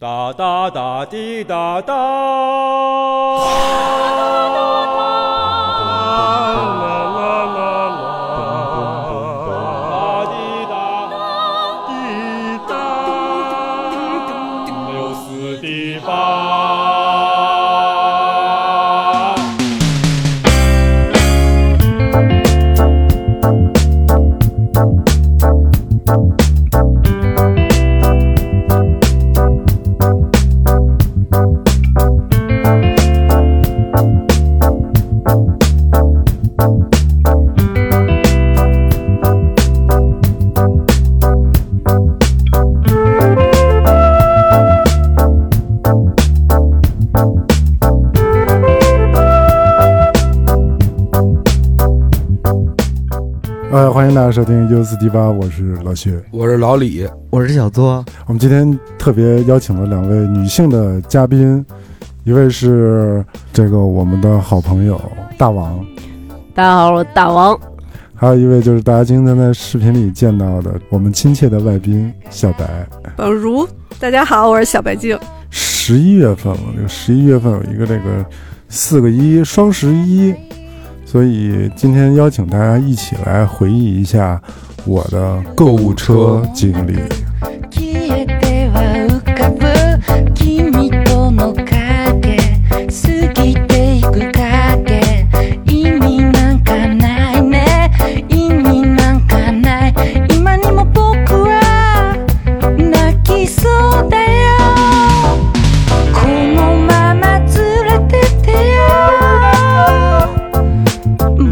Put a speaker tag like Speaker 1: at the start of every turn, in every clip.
Speaker 1: 哒哒哒滴哒哒。有四地方。
Speaker 2: 呃，欢迎大家收听 U 四 D 八，我是老薛。
Speaker 3: 我是老李，
Speaker 4: 我是小作，
Speaker 2: 我们今天特别邀请了两位女性的嘉宾，一位是这个我们的好朋友大王，
Speaker 5: 大家好，我是大王。
Speaker 2: 还有一位就是大家今天在视频里见到的我们亲切的外宾小白。
Speaker 6: 本如，大家好，我是小白静。
Speaker 2: 十一月份了，这个十一月份有一个这个四个一双十一，所以今天邀请大家一起来回忆一下我的购物车经历。
Speaker 7: 消えては浮かぶ君との影過ぎていく影意味なんかないね意味なんかない今にも僕は泣きそうだよこのまま連れてってよ僕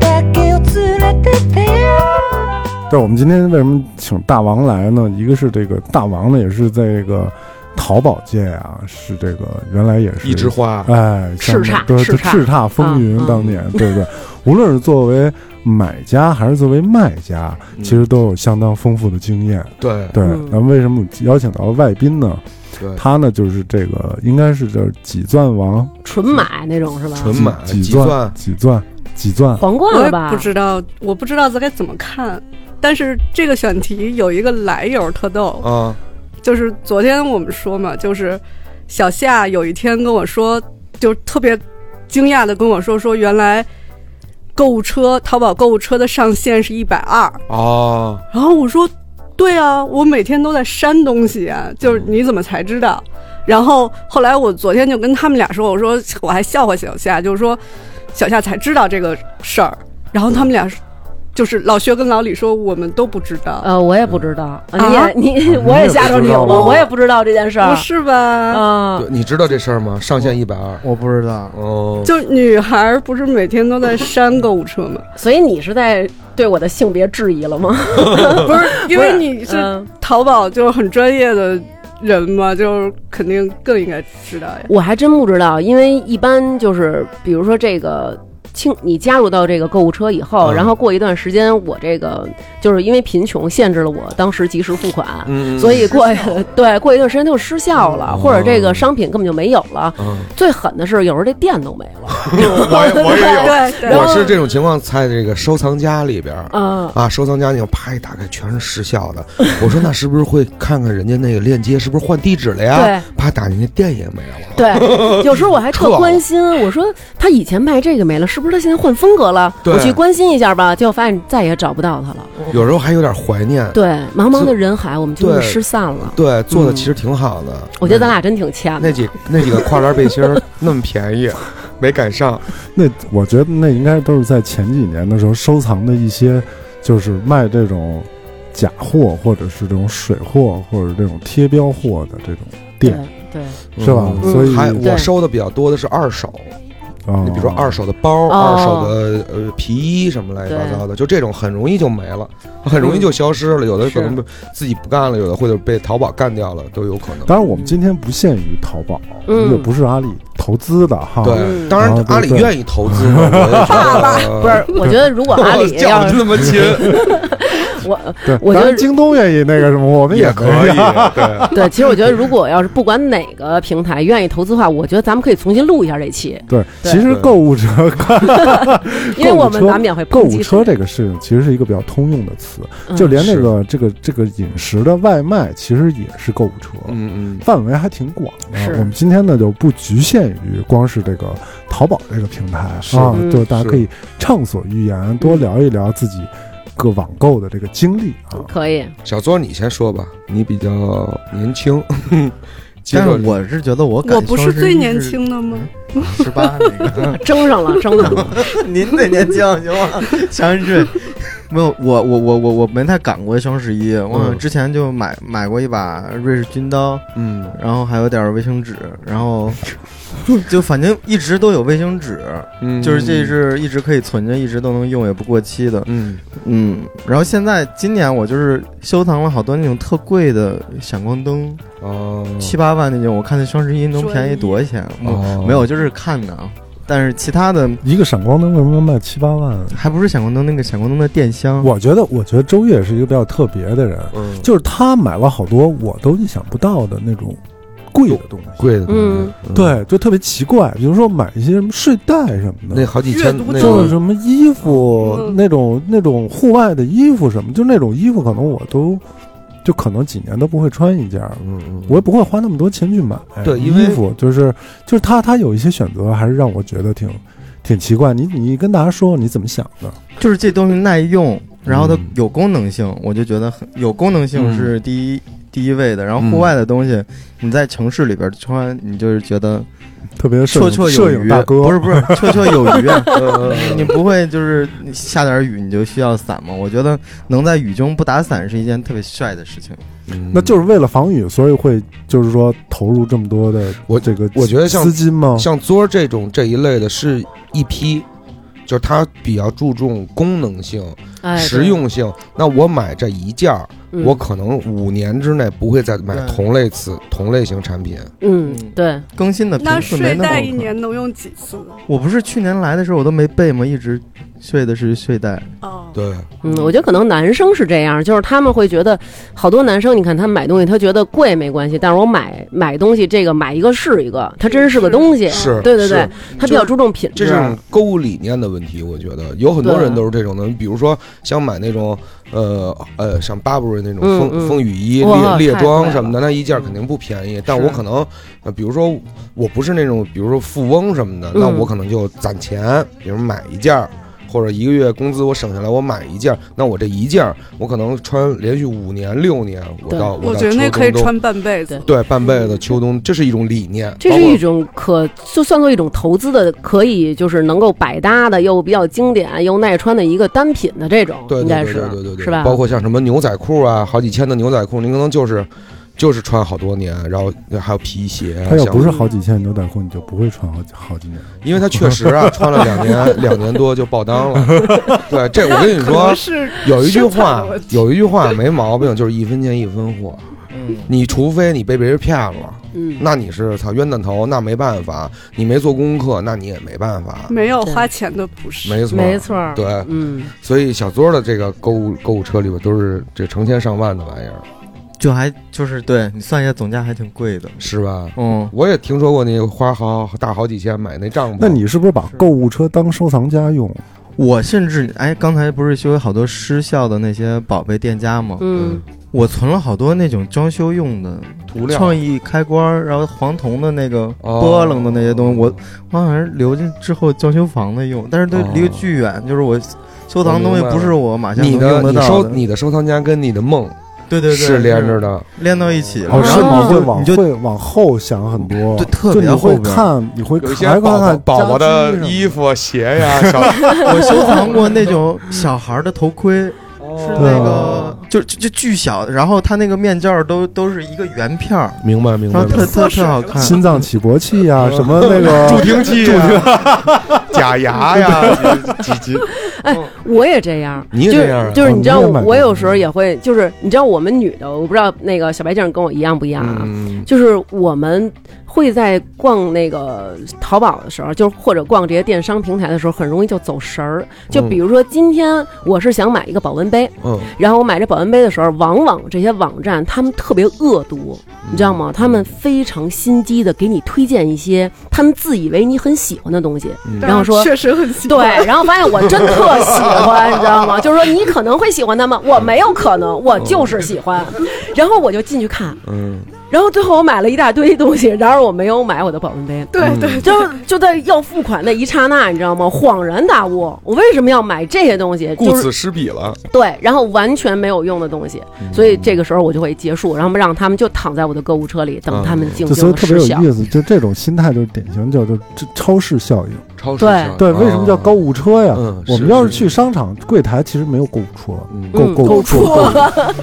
Speaker 7: だけを連れてってよ
Speaker 2: 但我们今天为什么请大王来呢？一个是这个大王呢，也是在这个淘宝界啊，是这个原来也是
Speaker 3: 一枝花，
Speaker 2: 哎，像
Speaker 5: 叱咤
Speaker 2: 对
Speaker 5: 叱咤
Speaker 2: 叱咤风云
Speaker 5: 嗯，嗯
Speaker 2: 当年、对不对？无论是作为买家还是作为卖家，其实都有相当丰富的经验。
Speaker 3: 对
Speaker 2: 对，
Speaker 5: 嗯
Speaker 2: 那为什么邀请到外宾呢？
Speaker 3: 对，
Speaker 2: 他呢就是这个应该是叫几钻王，
Speaker 5: 纯买那种是吧？
Speaker 3: 纯买
Speaker 2: 几
Speaker 3: 几
Speaker 2: 钻
Speaker 3: 钻
Speaker 2: 几钻几钻，
Speaker 5: 皇冠
Speaker 6: 我
Speaker 5: 了
Speaker 6: 也
Speaker 5: 吧？
Speaker 6: 不知道，我不知道该怎么看。但是这个选题有一个来由特逗，
Speaker 3: 啊，
Speaker 6: 就是昨天我们说嘛，就是小夏有一天跟我说，就特别惊讶的跟我说，说原来购物车淘宝购物车的上限是一百二，
Speaker 3: 哦，
Speaker 6: 然后我说：“对啊，我每天都在删东西啊，就是你怎么才知道？”然后后来我昨天就跟他们俩说：“我说我还笑话小夏，就是说小夏才知道这个事儿。”然后他们俩就是老薛跟老李说：“我们都不知道，
Speaker 5: 呃，我也不知道， 啊你也你
Speaker 2: 啊
Speaker 5: 我也瞎着你
Speaker 2: 你也不知道
Speaker 5: 有了，我也不知道这件事
Speaker 6: 不
Speaker 5: 儿
Speaker 6: 是吧？
Speaker 5: 啊
Speaker 3: 对，。你知道这事儿吗？上限一百二，
Speaker 4: 我不知道，
Speaker 3: 哦，
Speaker 6: 就女孩儿不是每天都在删购物车吗？
Speaker 5: 所以你是在对我的性别质疑了吗？
Speaker 6: 不是，因为你是
Speaker 5: 嗯，
Speaker 6: 淘宝就是很专业的人嘛，就是肯定更应该知道呀。
Speaker 5: 我还真不知道，因为一般就是比如说这个。清，你加入到这个购物车以后，
Speaker 3: 嗯
Speaker 5: 然后过一段时间，我这个就是因为贫穷限制了我当时及时付款，
Speaker 3: 嗯，嗯
Speaker 5: 所以过 对过一段时间就失效了，
Speaker 3: 哦
Speaker 5: 或者这个商品根本就没有了。
Speaker 3: 嗯，
Speaker 5: 最狠的是，有时候这店都没了。
Speaker 3: 我也我也有，
Speaker 6: 对对，
Speaker 3: 我是这种情况，在这个收藏夹里边儿
Speaker 5: 啊、
Speaker 3: 啊，收藏夹里边啪一打开，全是失效 的。我说那是不是会看看人家那个链接是不是换地址了呀？啪打进去，店也没了。
Speaker 5: 对 对，有时候我还
Speaker 3: 撤
Speaker 5: 特
Speaker 3: 了
Speaker 5: 关心，我说他以前卖这个没了，是不是他现在换风格了？
Speaker 3: 对
Speaker 5: 我去关心一下吧，结果发现再也找不到他了。
Speaker 3: 有时候还有点怀念。
Speaker 5: 对，茫茫的人海，我们就
Speaker 3: 对
Speaker 5: 是失散了。
Speaker 3: 对，做的其实挺好的。
Speaker 5: 我觉得咱俩真挺欠
Speaker 3: 那
Speaker 5: 的。
Speaker 3: 几那几个跨栏背心儿那么便宜，没赶上。
Speaker 2: 那我觉得那应该都是在前几年的时候收藏的一些，就是卖这种假货或者是这种水货或者这种贴标货的这种
Speaker 5: 对
Speaker 2: 店
Speaker 5: 对，
Speaker 2: 是吧
Speaker 3: 嗯
Speaker 2: 所以
Speaker 3: 还
Speaker 5: 对
Speaker 3: 我收的比较多的是二手，
Speaker 2: 啊，
Speaker 3: 你比如说二手的包、
Speaker 5: 哦
Speaker 3: 二手的呃皮衣什么乱七八糟的，就这种很容易就没了，很
Speaker 5: 嗯
Speaker 3: 容易就消失了。有的可能被自己不干了，有的或者被淘宝干掉了，都有可能。
Speaker 2: 当然，我们今天不限于淘宝，
Speaker 5: 嗯
Speaker 2: 也不是阿里投资的哈。
Speaker 3: 对，
Speaker 5: 嗯
Speaker 3: 当然
Speaker 4: 哦
Speaker 2: 啊对
Speaker 3: 阿里
Speaker 2: 对
Speaker 3: 愿意投资嘛，我也觉得
Speaker 5: 不是，我觉得如果阿里
Speaker 3: 叫
Speaker 5: 要
Speaker 3: 的
Speaker 5: 是
Speaker 3: 那么勤，
Speaker 5: 我
Speaker 2: 对，
Speaker 5: 我觉
Speaker 2: 当
Speaker 5: 得
Speaker 2: 然京东愿意那个什么，我们
Speaker 3: 也
Speaker 2: 可
Speaker 3: 可以，对。
Speaker 5: 对，其实我觉得如果要是不管哪个平台愿意投资的话，我觉得咱们可以重新录一下这期，
Speaker 2: 对，
Speaker 5: 对
Speaker 2: 其实购物车，
Speaker 5: 因为我们
Speaker 2: 购物车
Speaker 5: 难免会
Speaker 2: 购
Speaker 5: 抨
Speaker 2: 物
Speaker 5: 击
Speaker 2: 车这个事情其实是一个比较通用的词，
Speaker 5: 嗯
Speaker 2: 就连那个这个这个饮食的外卖，其实也是购物车。
Speaker 3: 嗯嗯，
Speaker 2: 范围还挺广的
Speaker 5: 是，
Speaker 2: 我们今天呢就不局限于光是这个淘宝这个平台
Speaker 3: 是
Speaker 2: 啊，
Speaker 5: 嗯
Speaker 2: 就大家
Speaker 3: 是
Speaker 2: 可以畅所欲言，多聊一聊自己各网购的这个经历啊。
Speaker 5: 可以，
Speaker 3: 小作你先说吧，你比较年轻，接
Speaker 4: 但
Speaker 3: 着
Speaker 4: 是我是觉得我
Speaker 6: 我
Speaker 4: 感
Speaker 6: 不是最年轻的吗？
Speaker 4: 十八那个，
Speaker 5: 争上了，争上了。
Speaker 4: 您最年轻行吗？ 相信是没有我我我我我没太赶过双十一，我
Speaker 3: 嗯
Speaker 4: 之前就买买过一把瑞士军刀，
Speaker 3: 嗯
Speaker 4: 然后还有点卫生纸，然 后就反正一直都有卫生纸，
Speaker 3: 嗯，
Speaker 4: 就是这是一直可以存着，一直都能用，也不过期的。
Speaker 3: 嗯
Speaker 4: 嗯，然后现在今年我就是收藏了好多那种特贵的闪光灯，
Speaker 3: 哦，
Speaker 4: 七八万那种，我看那双十一能便宜多少钱？啊我
Speaker 3: 哦
Speaker 4: 没有，就是看的啊。但是其他的
Speaker 2: 一个闪光灯为什么要卖七八万？啊
Speaker 4: 还不是闪光灯那个闪光灯的电箱，
Speaker 2: 我觉得，我觉得周越是一个比较特别的人，
Speaker 3: 嗯，
Speaker 2: 就是他买了好多我都意想不到的那种贵的东西。
Speaker 3: 贵的东西
Speaker 5: 嗯，
Speaker 2: 对，就特别奇怪，比如说买一些什么睡袋什么
Speaker 3: 那
Speaker 2: 的，
Speaker 3: 好几千
Speaker 6: 阅读，
Speaker 3: 那
Speaker 6: 证
Speaker 2: 就是
Speaker 3: 个
Speaker 2: 什么衣服、
Speaker 6: 嗯
Speaker 2: 那种那种户外的衣服什么，就那种衣服可能我都就可能几年都不会穿一件儿，
Speaker 3: 嗯嗯，
Speaker 2: 我也不会花那么多钱去买。
Speaker 3: 对因为
Speaker 2: 衣服就是就是他他有一些选择还是让我觉得挺挺奇怪。你你跟大家说说你怎么想的？
Speaker 4: 就是这东西耐用，然后它
Speaker 3: 嗯
Speaker 4: 有功能性，我就觉得很有功能性
Speaker 3: 嗯
Speaker 4: 是第一、第一位的。然后
Speaker 3: 嗯
Speaker 4: 户外的东西，你在城市里边穿，你就是觉得
Speaker 2: 特别摄影
Speaker 4: 绰绰有
Speaker 2: 摄
Speaker 4: 余，
Speaker 2: 影大哥
Speaker 4: 不是不 是绰绰有余。啊
Speaker 3: 呃
Speaker 4: 你不会就是下点雨你就需要伞吗？我觉得能在雨中不打伞是一件特别帅的事情。
Speaker 2: 那就是为了防雨，所以会就是说投入这么多的
Speaker 3: 我
Speaker 2: 这个
Speaker 3: 我觉得像
Speaker 2: 资金吗？
Speaker 3: 像作儿这种这一类的，是一批，就是它比较注重功能性、
Speaker 5: 哎，对
Speaker 3: 实，用性。那我买这一件儿，
Speaker 5: 嗯
Speaker 3: 我可能五年之内不会再买
Speaker 4: 对
Speaker 3: 同类似同类型产品。
Speaker 5: 嗯，对，
Speaker 4: 更新的频
Speaker 6: 那
Speaker 4: 次没
Speaker 6: 睡
Speaker 4: 那么
Speaker 6: 袋
Speaker 4: 快
Speaker 6: 一年能用几次？
Speaker 4: 我不是去年来的时候我都没备吗？一直睡的是睡袋。
Speaker 6: 哦，
Speaker 3: 对，
Speaker 5: 嗯，我觉得可能男生是这样，就是他们会觉得，好多男生，你看他买东西，他觉得贵没关系，但是我买买东西，这个买一个是一个，它真是个东西，
Speaker 3: 是，
Speaker 5: 对对
Speaker 3: 是
Speaker 5: 对，啊他比较注重品
Speaker 3: 这
Speaker 5: 质，
Speaker 3: 是种购物理念的问题，我觉得有很多
Speaker 5: 对
Speaker 3: 人都是这种的。你比如说，想买那种呃呃，像 Burberry 那种
Speaker 5: 嗯
Speaker 3: 风、
Speaker 5: 嗯
Speaker 3: 风雨衣、
Speaker 5: 哇
Speaker 3: 猎猎
Speaker 5: 太贵
Speaker 3: 装
Speaker 5: 了嗯
Speaker 3: 什么的，那一件肯定不便宜。但
Speaker 5: 是
Speaker 3: 我可能，呃，比如说我不是那种，比如说富翁什么的，
Speaker 5: 嗯
Speaker 3: 那我可能就攒钱，比如买一件儿。或者一个月工资我省下来，我买一件儿，那我这一件儿我可能穿连续五年六年，我
Speaker 5: 对
Speaker 3: 到
Speaker 6: 我
Speaker 3: 到
Speaker 6: 觉得那
Speaker 3: 秋
Speaker 6: 可以
Speaker 3: 冬都
Speaker 6: 穿半辈子。
Speaker 3: 对半辈子秋冬，这是一种理念，
Speaker 5: 这
Speaker 3: 包
Speaker 5: 是
Speaker 3: 括
Speaker 5: 一种可就算作一种投资的，可以就是能够百搭的，又比较经典又耐穿的一个单品的这种，
Speaker 3: 对
Speaker 5: 应
Speaker 3: 对
Speaker 5: 该
Speaker 3: 对
Speaker 5: 是
Speaker 3: 对对对对，
Speaker 5: 是吧？
Speaker 3: 包括像什么牛仔裤啊，好几千的牛仔裤，您可能就是就是穿好多年，然后还有皮鞋啊。
Speaker 2: 他要
Speaker 3: 像
Speaker 2: 哎不是好几千牛仔裤，你就不会穿好几好几年。
Speaker 3: 因为他确实啊，穿了两年两年多就爆裆了。对，这我跟你
Speaker 6: 可
Speaker 3: 说
Speaker 6: 能，是
Speaker 3: 有一句
Speaker 6: 生产
Speaker 3: 话
Speaker 6: 的问，题
Speaker 3: 有一句话没毛病，就是一分钱一分货。
Speaker 4: 嗯，
Speaker 3: 你除非你被别人骗了，
Speaker 5: 嗯，
Speaker 3: 那你是操冤大头，那没办法；你没做功课，那你也没办法。
Speaker 6: 没有
Speaker 5: 对
Speaker 6: 花钱的不是，
Speaker 3: 没错，
Speaker 5: 没错，
Speaker 3: 对
Speaker 5: 嗯，
Speaker 3: 所以小作儿的这个购物购物车里边都是这成千上万的玩意儿，
Speaker 4: 就还就是对你算一下总价还挺贵的。
Speaker 3: 是吧？
Speaker 4: 嗯，
Speaker 3: 我也听说过那花好大好几千买那帐篷。
Speaker 2: 那你是不是把购物车当收藏家用？
Speaker 4: 我甚至哎，刚才不是说有好多失效的那些宝贝店家吗？
Speaker 5: 嗯，
Speaker 4: 我存了好多那种装修用的
Speaker 3: 涂料
Speaker 4: 创意开关儿，然后黄铜的那个
Speaker 3: 哦
Speaker 4: 波棱的那些东西，我我好像是留进之后装修房子用，但是都
Speaker 3: 哦
Speaker 4: 离得巨远，就是我收藏的东
Speaker 3: 我
Speaker 4: 西
Speaker 3: 明白了
Speaker 4: 不是我马上能
Speaker 3: 你的
Speaker 4: 用得
Speaker 3: 哦你
Speaker 4: 到
Speaker 3: 收你的收藏家跟你的梦
Speaker 4: 对对对
Speaker 3: 是连着的，
Speaker 4: 连到一起了，
Speaker 2: 哦，
Speaker 4: 然
Speaker 2: 是
Speaker 4: 后
Speaker 2: 吗？
Speaker 4: 你
Speaker 2: 会
Speaker 4: 就
Speaker 2: 往
Speaker 4: 你就
Speaker 2: 会往后想很多，
Speaker 4: 对特
Speaker 2: 就
Speaker 4: 别
Speaker 2: 你会
Speaker 4: 后边
Speaker 2: 看，你会
Speaker 3: 有一
Speaker 2: 看，
Speaker 3: 些
Speaker 2: 还
Speaker 3: 宝
Speaker 2: 看
Speaker 3: 宝
Speaker 2: 看
Speaker 3: 宝宝哦的衣
Speaker 2: 服。
Speaker 3: 服、鞋呀、 小
Speaker 4: 我收藏过那种小孩儿的头盔，是那个
Speaker 3: 哦
Speaker 4: 就就就巨小，然后它那个面罩儿都都是一个圆片儿，
Speaker 3: 明白明白
Speaker 4: 然后
Speaker 3: 明
Speaker 4: 特
Speaker 3: 白。
Speaker 4: 特特好看。
Speaker 2: 啊
Speaker 3: 嗯
Speaker 2: 心脏起搏器呀、什么那个
Speaker 3: 助听器啊、 假牙呀，几几
Speaker 5: 我也这样，
Speaker 3: 你也
Speaker 5: 就是
Speaker 3: 这样啊
Speaker 5: 就是
Speaker 2: 哦
Speaker 5: 你知道
Speaker 2: 你也买
Speaker 5: 我，我
Speaker 2: 过
Speaker 5: 有时候也会，就是你知道我们女的，我不知道那个小白净跟我一样不一样啊，
Speaker 3: 嗯，
Speaker 5: 就是我们会在逛那个淘宝的时候，就是或者逛这些电商平台的时候，很容易就走神儿。就比如说今天我是想买一个保温杯，
Speaker 3: 嗯，
Speaker 5: 然后我买这保温杯的时候，往往这些网站他们特别恶毒，你知道吗？他们非常心机的给你推荐一些他们自以为你很喜欢的东西，
Speaker 6: 嗯
Speaker 3: 嗯
Speaker 5: 然后说
Speaker 6: 确实很奇
Speaker 5: 对
Speaker 6: 怪，，
Speaker 5: 然后发现我真特喜欢，你知道吗？就是说你可能会喜欢他们，我没有可能，我就是喜欢。然后我就进去看，
Speaker 3: 嗯，
Speaker 5: 然后最后我买了一大堆东西，然而我没有买我的保温杯。
Speaker 3: 嗯
Speaker 6: 对对
Speaker 5: 就就在要付款那一刹那，你知道吗？恍然大悟，我为什么要买这些东西？
Speaker 3: 顾
Speaker 5: 就是
Speaker 3: 此失彼了，
Speaker 5: 对，然后完全没有用的东西，所以这个时候我就会结束，然后让他们就躺在我的购物车里，等他们静
Speaker 2: 就所
Speaker 5: 静
Speaker 2: 以
Speaker 5: 的
Speaker 2: 特别
Speaker 5: 失
Speaker 2: 有
Speaker 5: 效。
Speaker 2: 意思，就这种心态就是典型叫做这超市效应。
Speaker 3: 超市
Speaker 5: 对
Speaker 3: 效应
Speaker 2: 对，为什
Speaker 4: 啊
Speaker 2: 么叫购？物车呀？
Speaker 3: 嗯
Speaker 2: 我
Speaker 3: 是
Speaker 2: 们要
Speaker 3: 是
Speaker 2: 是去商场柜台，其实没有购物车，
Speaker 3: 嗯
Speaker 2: 购
Speaker 5: 嗯
Speaker 2: 物车
Speaker 5: 购物车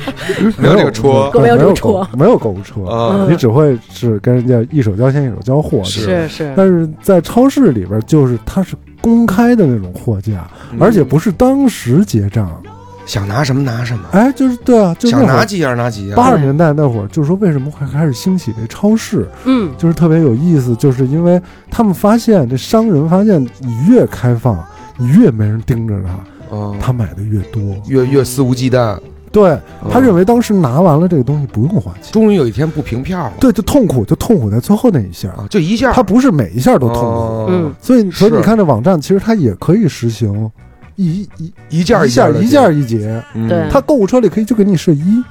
Speaker 3: 没有这个车
Speaker 2: 对没
Speaker 5: 没有
Speaker 2: 有
Speaker 5: 这个
Speaker 2: 购
Speaker 5: 车
Speaker 2: 没有购物车，
Speaker 3: 啊，
Speaker 2: 你只会是跟人家一手交钱一手交货。
Speaker 3: 是
Speaker 2: 对吧
Speaker 5: 是是，
Speaker 2: 但是在超市里边，就是它是公开的那种货架，而且不是当时结账。
Speaker 3: 嗯想拿什么拿什么，
Speaker 2: 哎，就是对啊，就
Speaker 3: 想
Speaker 2: 那会
Speaker 3: 拿
Speaker 2: 儿
Speaker 3: 几样拿几样，
Speaker 2: 八十年代那会儿，就是说为什么会开始兴起这超市，
Speaker 5: 嗯，
Speaker 2: 就是特别有意思，就是因为他们发现这商人发现你越开放，你越没人盯着他，
Speaker 3: 嗯
Speaker 2: 他买的越多。
Speaker 3: 越越肆无忌惮。
Speaker 2: 对他
Speaker 3: 嗯
Speaker 2: 认为当时拿完了这个东西不用花钱，
Speaker 3: 终于有一天不平票了，
Speaker 2: 对，就痛苦，就痛苦在最后那一下，
Speaker 3: 啊，就一下
Speaker 2: 他不是每一下都痛苦，
Speaker 3: 哦
Speaker 5: 嗯
Speaker 2: 所以所以
Speaker 3: 是
Speaker 2: 你看这网站，其实它也可以实行一一
Speaker 3: 一件
Speaker 2: 一
Speaker 3: 件
Speaker 2: 下
Speaker 3: 的
Speaker 2: 一
Speaker 3: 结
Speaker 2: 件一结，
Speaker 3: 嗯
Speaker 5: 对
Speaker 2: 它购物车里可以就给你设一，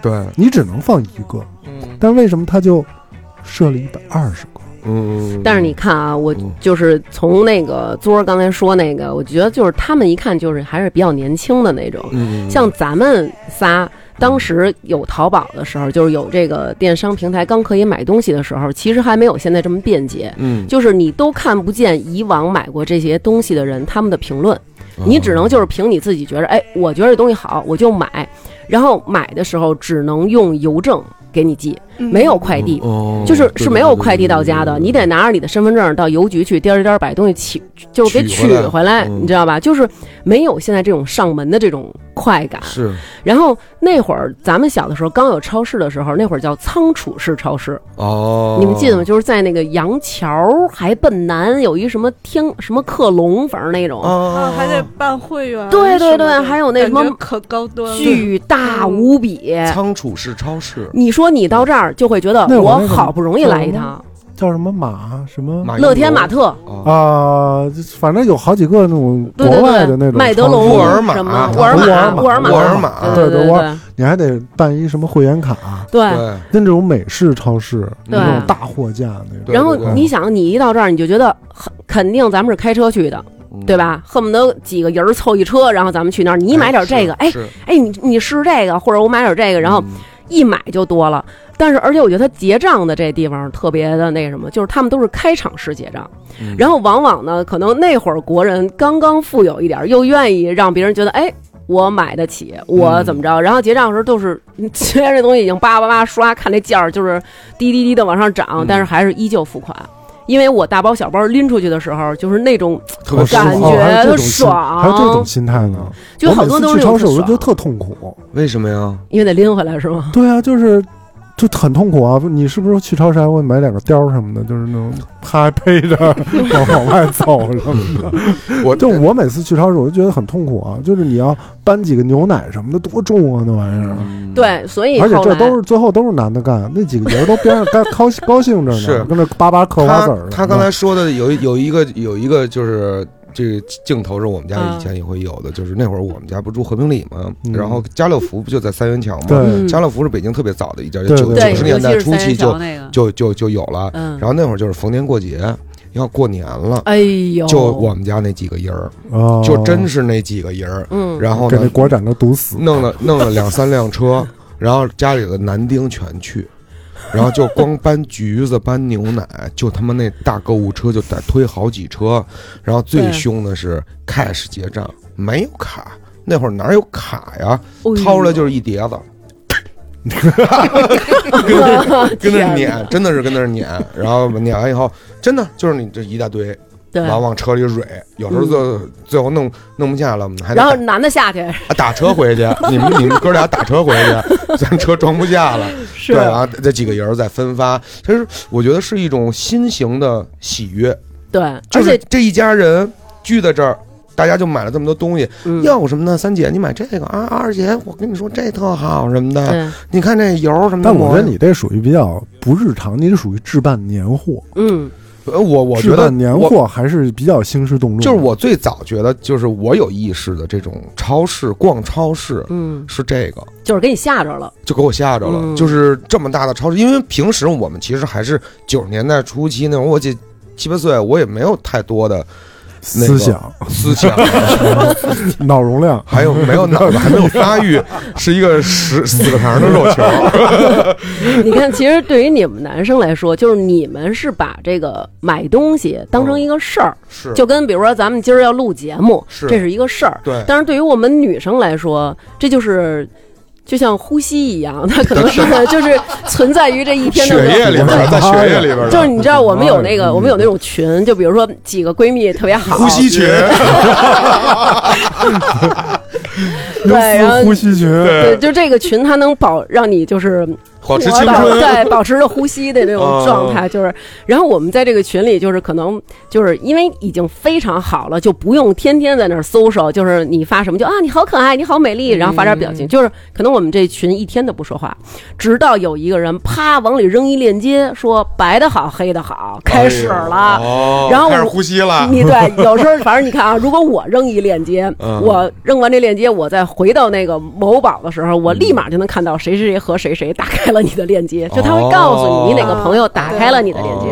Speaker 3: 对，
Speaker 2: 你只能放一个，
Speaker 3: 嗯
Speaker 2: 但为什么它就设了一百二十个？
Speaker 3: 嗯
Speaker 5: 但是你看啊，我
Speaker 3: 嗯
Speaker 5: 就是从那个昨儿刚才说那个，我觉得就是他们一看就是还是比较年轻的那种，
Speaker 3: 嗯
Speaker 5: 像咱们仨。当时有淘宝的时候，就是有这个电商平台刚可以买东西的时候，其实还没有现在这么便捷。
Speaker 3: 嗯，
Speaker 5: 就是你都看不见以往买过这些东西的人他们的评论，你只能就是凭你自己觉着，哎，我觉得这东西好，我就买。然后买的时候只能用邮政给你寄，
Speaker 6: 嗯
Speaker 5: 没有快递。
Speaker 3: 哦
Speaker 5: 就是是没有快递到家的，你得
Speaker 3: 拿
Speaker 5: 拿着你的身份证到邮局去颠儿颠儿把东西取，就是给
Speaker 3: 取
Speaker 5: 取
Speaker 3: 回来
Speaker 5: 回来，
Speaker 3: 嗯
Speaker 5: 你知道吧？就是没有现在这种上门的这种快感。
Speaker 3: 是
Speaker 5: 然后那会儿咱们小的时候，刚有超市的时候，那会儿叫仓储式超市，
Speaker 3: 哦，
Speaker 5: 你们记得吗？就是在那个杨桥儿还奔南有一什么天什么克隆，反正那种
Speaker 6: 啊
Speaker 3: 哦，
Speaker 6: 还得办会员，
Speaker 5: 对对
Speaker 6: 什么
Speaker 5: 对
Speaker 6: 的
Speaker 5: 还有那
Speaker 6: 感
Speaker 5: 什么
Speaker 6: 觉可高端了，
Speaker 5: 巨大无比。
Speaker 3: 仓储式超市，
Speaker 5: 你说你到这儿就会觉得
Speaker 2: 那会
Speaker 5: 我
Speaker 2: 儿那个
Speaker 5: 好不容易来一趟，
Speaker 2: 叫什么马什么
Speaker 3: 马
Speaker 5: 乐天玛特。
Speaker 3: 啊，
Speaker 2: 啊，就是反正有好几个那种
Speaker 5: 对
Speaker 2: 国
Speaker 5: 对
Speaker 2: 外
Speaker 5: 对
Speaker 2: 的，那种
Speaker 5: 麦德龙
Speaker 2: 超市
Speaker 3: 沃尔玛
Speaker 5: 什么
Speaker 2: 沃
Speaker 5: 尔
Speaker 2: 尔
Speaker 5: 沃尔
Speaker 2: 玛
Speaker 5: 玛，
Speaker 3: 沃尔
Speaker 2: 玛
Speaker 5: 对
Speaker 2: 对
Speaker 5: 对
Speaker 2: 沃尔
Speaker 5: 对
Speaker 2: 你还得办一什么会员卡，
Speaker 5: 对
Speaker 3: 对
Speaker 2: 那种美式超市
Speaker 5: 对
Speaker 2: 那种大货架那种。
Speaker 5: 然后
Speaker 3: 对对
Speaker 5: 你想，你一到这儿，你就觉得很肯定咱们是开车去的，
Speaker 3: 嗯
Speaker 5: 对？吧？恨不得几个人儿凑一车，然后咱们去那儿，你买点这个，哎
Speaker 3: 是
Speaker 5: 哎，你你试这个，或者我买点这个，然后
Speaker 3: 嗯
Speaker 5: 一买就多了。但是，而且我觉得他结账的这地方特别的那什么，就是他们都是开场式结账，
Speaker 3: 嗯
Speaker 5: 然后往往呢，可能那会儿国人刚刚富有一点儿，又愿意让别人觉得，哎，我买得起，
Speaker 2: 嗯
Speaker 5: 我怎么着？然后结账的时候都是，虽然这东西已经叭叭叭刷，看那价儿就是滴滴滴的往上涨
Speaker 3: 嗯，
Speaker 5: 但是还是依旧付款。因为我大包小包拎出去的时候，就是那种
Speaker 3: 特别
Speaker 2: 哦
Speaker 3: 啊
Speaker 2: 是吗
Speaker 5: 感
Speaker 2: 哦还有这
Speaker 5: 觉
Speaker 2: 种
Speaker 5: 都
Speaker 2: 心
Speaker 5: 爽
Speaker 2: 还有这种心态呢。
Speaker 5: 就好多
Speaker 2: 我每次
Speaker 5: 都是
Speaker 2: 去
Speaker 5: 那
Speaker 2: 超
Speaker 5: 种
Speaker 2: 市，我就
Speaker 5: 爽
Speaker 2: 觉得特痛苦。
Speaker 3: 为什么呀？
Speaker 5: 因为得拎回来是 吗？
Speaker 2: 对啊，就是就很痛苦啊！你是不是去超市还会买两个貂什么的，就是那种趴背着 往往外走什么的？
Speaker 3: 我
Speaker 2: 就我每次去超市，我就觉得很痛苦啊！就是你要搬几个牛奶什么的，多重啊那玩意儿！
Speaker 3: 嗯，
Speaker 5: 对，所以
Speaker 2: 而且
Speaker 5: 后
Speaker 2: 这
Speaker 5: 来嗯
Speaker 2: 都是最后都是男的干，那几个人都边上干高兴高兴着
Speaker 3: 是
Speaker 2: 呢，跟那叭叭嗑瓜子儿嗯
Speaker 3: 他
Speaker 2: 呢。
Speaker 3: 他刚才说的有一有一个有一个就是这个镜头是我们家
Speaker 5: 嗯
Speaker 3: 以前也会有的，就是那会儿我们家不住和平里嘛，
Speaker 2: 嗯
Speaker 3: 然后家乐福不就在三元桥
Speaker 2: 对
Speaker 3: 吗？
Speaker 5: 嗯
Speaker 3: 家乐福是北京特别早的一家，
Speaker 2: 对
Speaker 3: 九九
Speaker 2: 对
Speaker 5: 对，
Speaker 3: 十
Speaker 5: 尤
Speaker 3: 年代
Speaker 5: 其是
Speaker 3: 初
Speaker 5: 三
Speaker 3: 期
Speaker 5: 元
Speaker 3: 就
Speaker 5: 桥那个，
Speaker 3: 就就就有了。
Speaker 5: 嗯
Speaker 3: 然，后那会儿就是逢年过节要过年了，
Speaker 5: 哎呦，
Speaker 3: 就我们家那几个人儿，
Speaker 2: 哦
Speaker 3: 就真是那几个人儿，
Speaker 5: 嗯，
Speaker 3: 然后
Speaker 2: 给
Speaker 3: 呢
Speaker 2: 那国展都堵死，
Speaker 3: 弄了弄了两三辆 车，然后家里的男丁全去，然后就光搬橘子、搬牛奶，就他妈那大购物车就得推好几车，然后最
Speaker 5: 对
Speaker 3: 凶的是 cash 结账没有卡，那会儿哪有卡呀？
Speaker 5: 哎呦
Speaker 3: 掏出来就是一碟 子。跟那儿撵，真的是跟那儿撵，然后撵完以后，真的就是你这一大堆，
Speaker 5: 对。嗯
Speaker 3: 完往车里蕊，有时候就最后弄弄不下了，我们还得
Speaker 5: 然后
Speaker 3: 打
Speaker 5: 男的下去，
Speaker 3: 啊打车回 去。你们你们哥俩打车回去，咱车装不下了。
Speaker 5: 是
Speaker 3: 对，然后这几个人再分发，其实我觉得是一种新型的喜悦，
Speaker 5: 对，
Speaker 3: 就
Speaker 5: 而
Speaker 3: 是
Speaker 5: 且
Speaker 3: 这一家人聚在这儿。大家就买了这么多东西，
Speaker 5: 嗯
Speaker 3: 要什么呢？三姐，你买这个啊！二姐，我跟你说这特好什么的，
Speaker 5: 对，
Speaker 3: 你看这油什么的。
Speaker 2: 但我觉得
Speaker 3: 抹
Speaker 2: 你这属于比较不日常，你这属于置办年货。
Speaker 5: 嗯
Speaker 3: 呃，我我觉
Speaker 2: 置
Speaker 3: 得
Speaker 2: 办年
Speaker 3: 我
Speaker 2: 货还是比较兴师动众的。
Speaker 3: 就是我最早觉得，就是我有意识的这种超市逛超市
Speaker 5: 嗯，
Speaker 3: 是这个，
Speaker 5: 就是给你吓着了，
Speaker 3: 就给我吓着了。
Speaker 5: 嗯
Speaker 3: 就是这么大的超市，因为平时我们其实还是九十年代初期那种，我姐七八岁，我也没有太多的那个
Speaker 2: 思想、
Speaker 3: 思想，
Speaker 2: 脑容量，
Speaker 3: 还有没有脑子还没有发育，是一个死死个堂的肉球。
Speaker 5: 你看，其实对于你们男生来说，就是你们是把这个买东西当成一个事儿，
Speaker 3: 嗯是
Speaker 5: 就跟比如说咱们今儿要录节目，
Speaker 3: 是
Speaker 5: 这是一个事儿。
Speaker 3: 对
Speaker 5: 但是对于我们女生来说，这就是。就像呼吸一样，它可能 是就是存在于这一天
Speaker 3: 血
Speaker 5: 的每
Speaker 3: 液里边儿，在血液里边儿
Speaker 5: 就是
Speaker 3: 的嗯
Speaker 5: 你知道，我们有那
Speaker 2: 哎
Speaker 5: 个，我们有那种群，就比如说几个闺蜜特别好，
Speaker 3: 呼吸 群，
Speaker 2: 有
Speaker 5: 对然后
Speaker 2: 四呼吸群，
Speaker 5: 对，就这个群，它能保让你就是
Speaker 3: 保持哦
Speaker 5: 活
Speaker 3: 青
Speaker 5: 到
Speaker 3: 春。
Speaker 5: 对，保持着呼吸的这种状态，就是。然后我们在这个群里，就是可能就是因为已经非常好了，就不用天天在那儿搜搜，就是你发什么就啊你好可爱，你好美
Speaker 3: 嗯
Speaker 5: 丽，然后发点表情，就是可能我们这群一天都不说话，直到有一个人啪往里扔一链接，说白的好，黑的好，开始了。
Speaker 3: 哦
Speaker 5: 然后啊我
Speaker 3: 开始呼吸了。
Speaker 5: 你 对，有时候反正你看啊，如果我扔一链接，
Speaker 3: 嗯
Speaker 5: 我扔完这链接，我再回到那个某宝的时候，
Speaker 2: 嗯
Speaker 5: 我立马就能看到谁谁谁和谁谁打开了你的链接，就他
Speaker 2: 哦
Speaker 5: 会告诉你你哪个朋友打开了你的链接。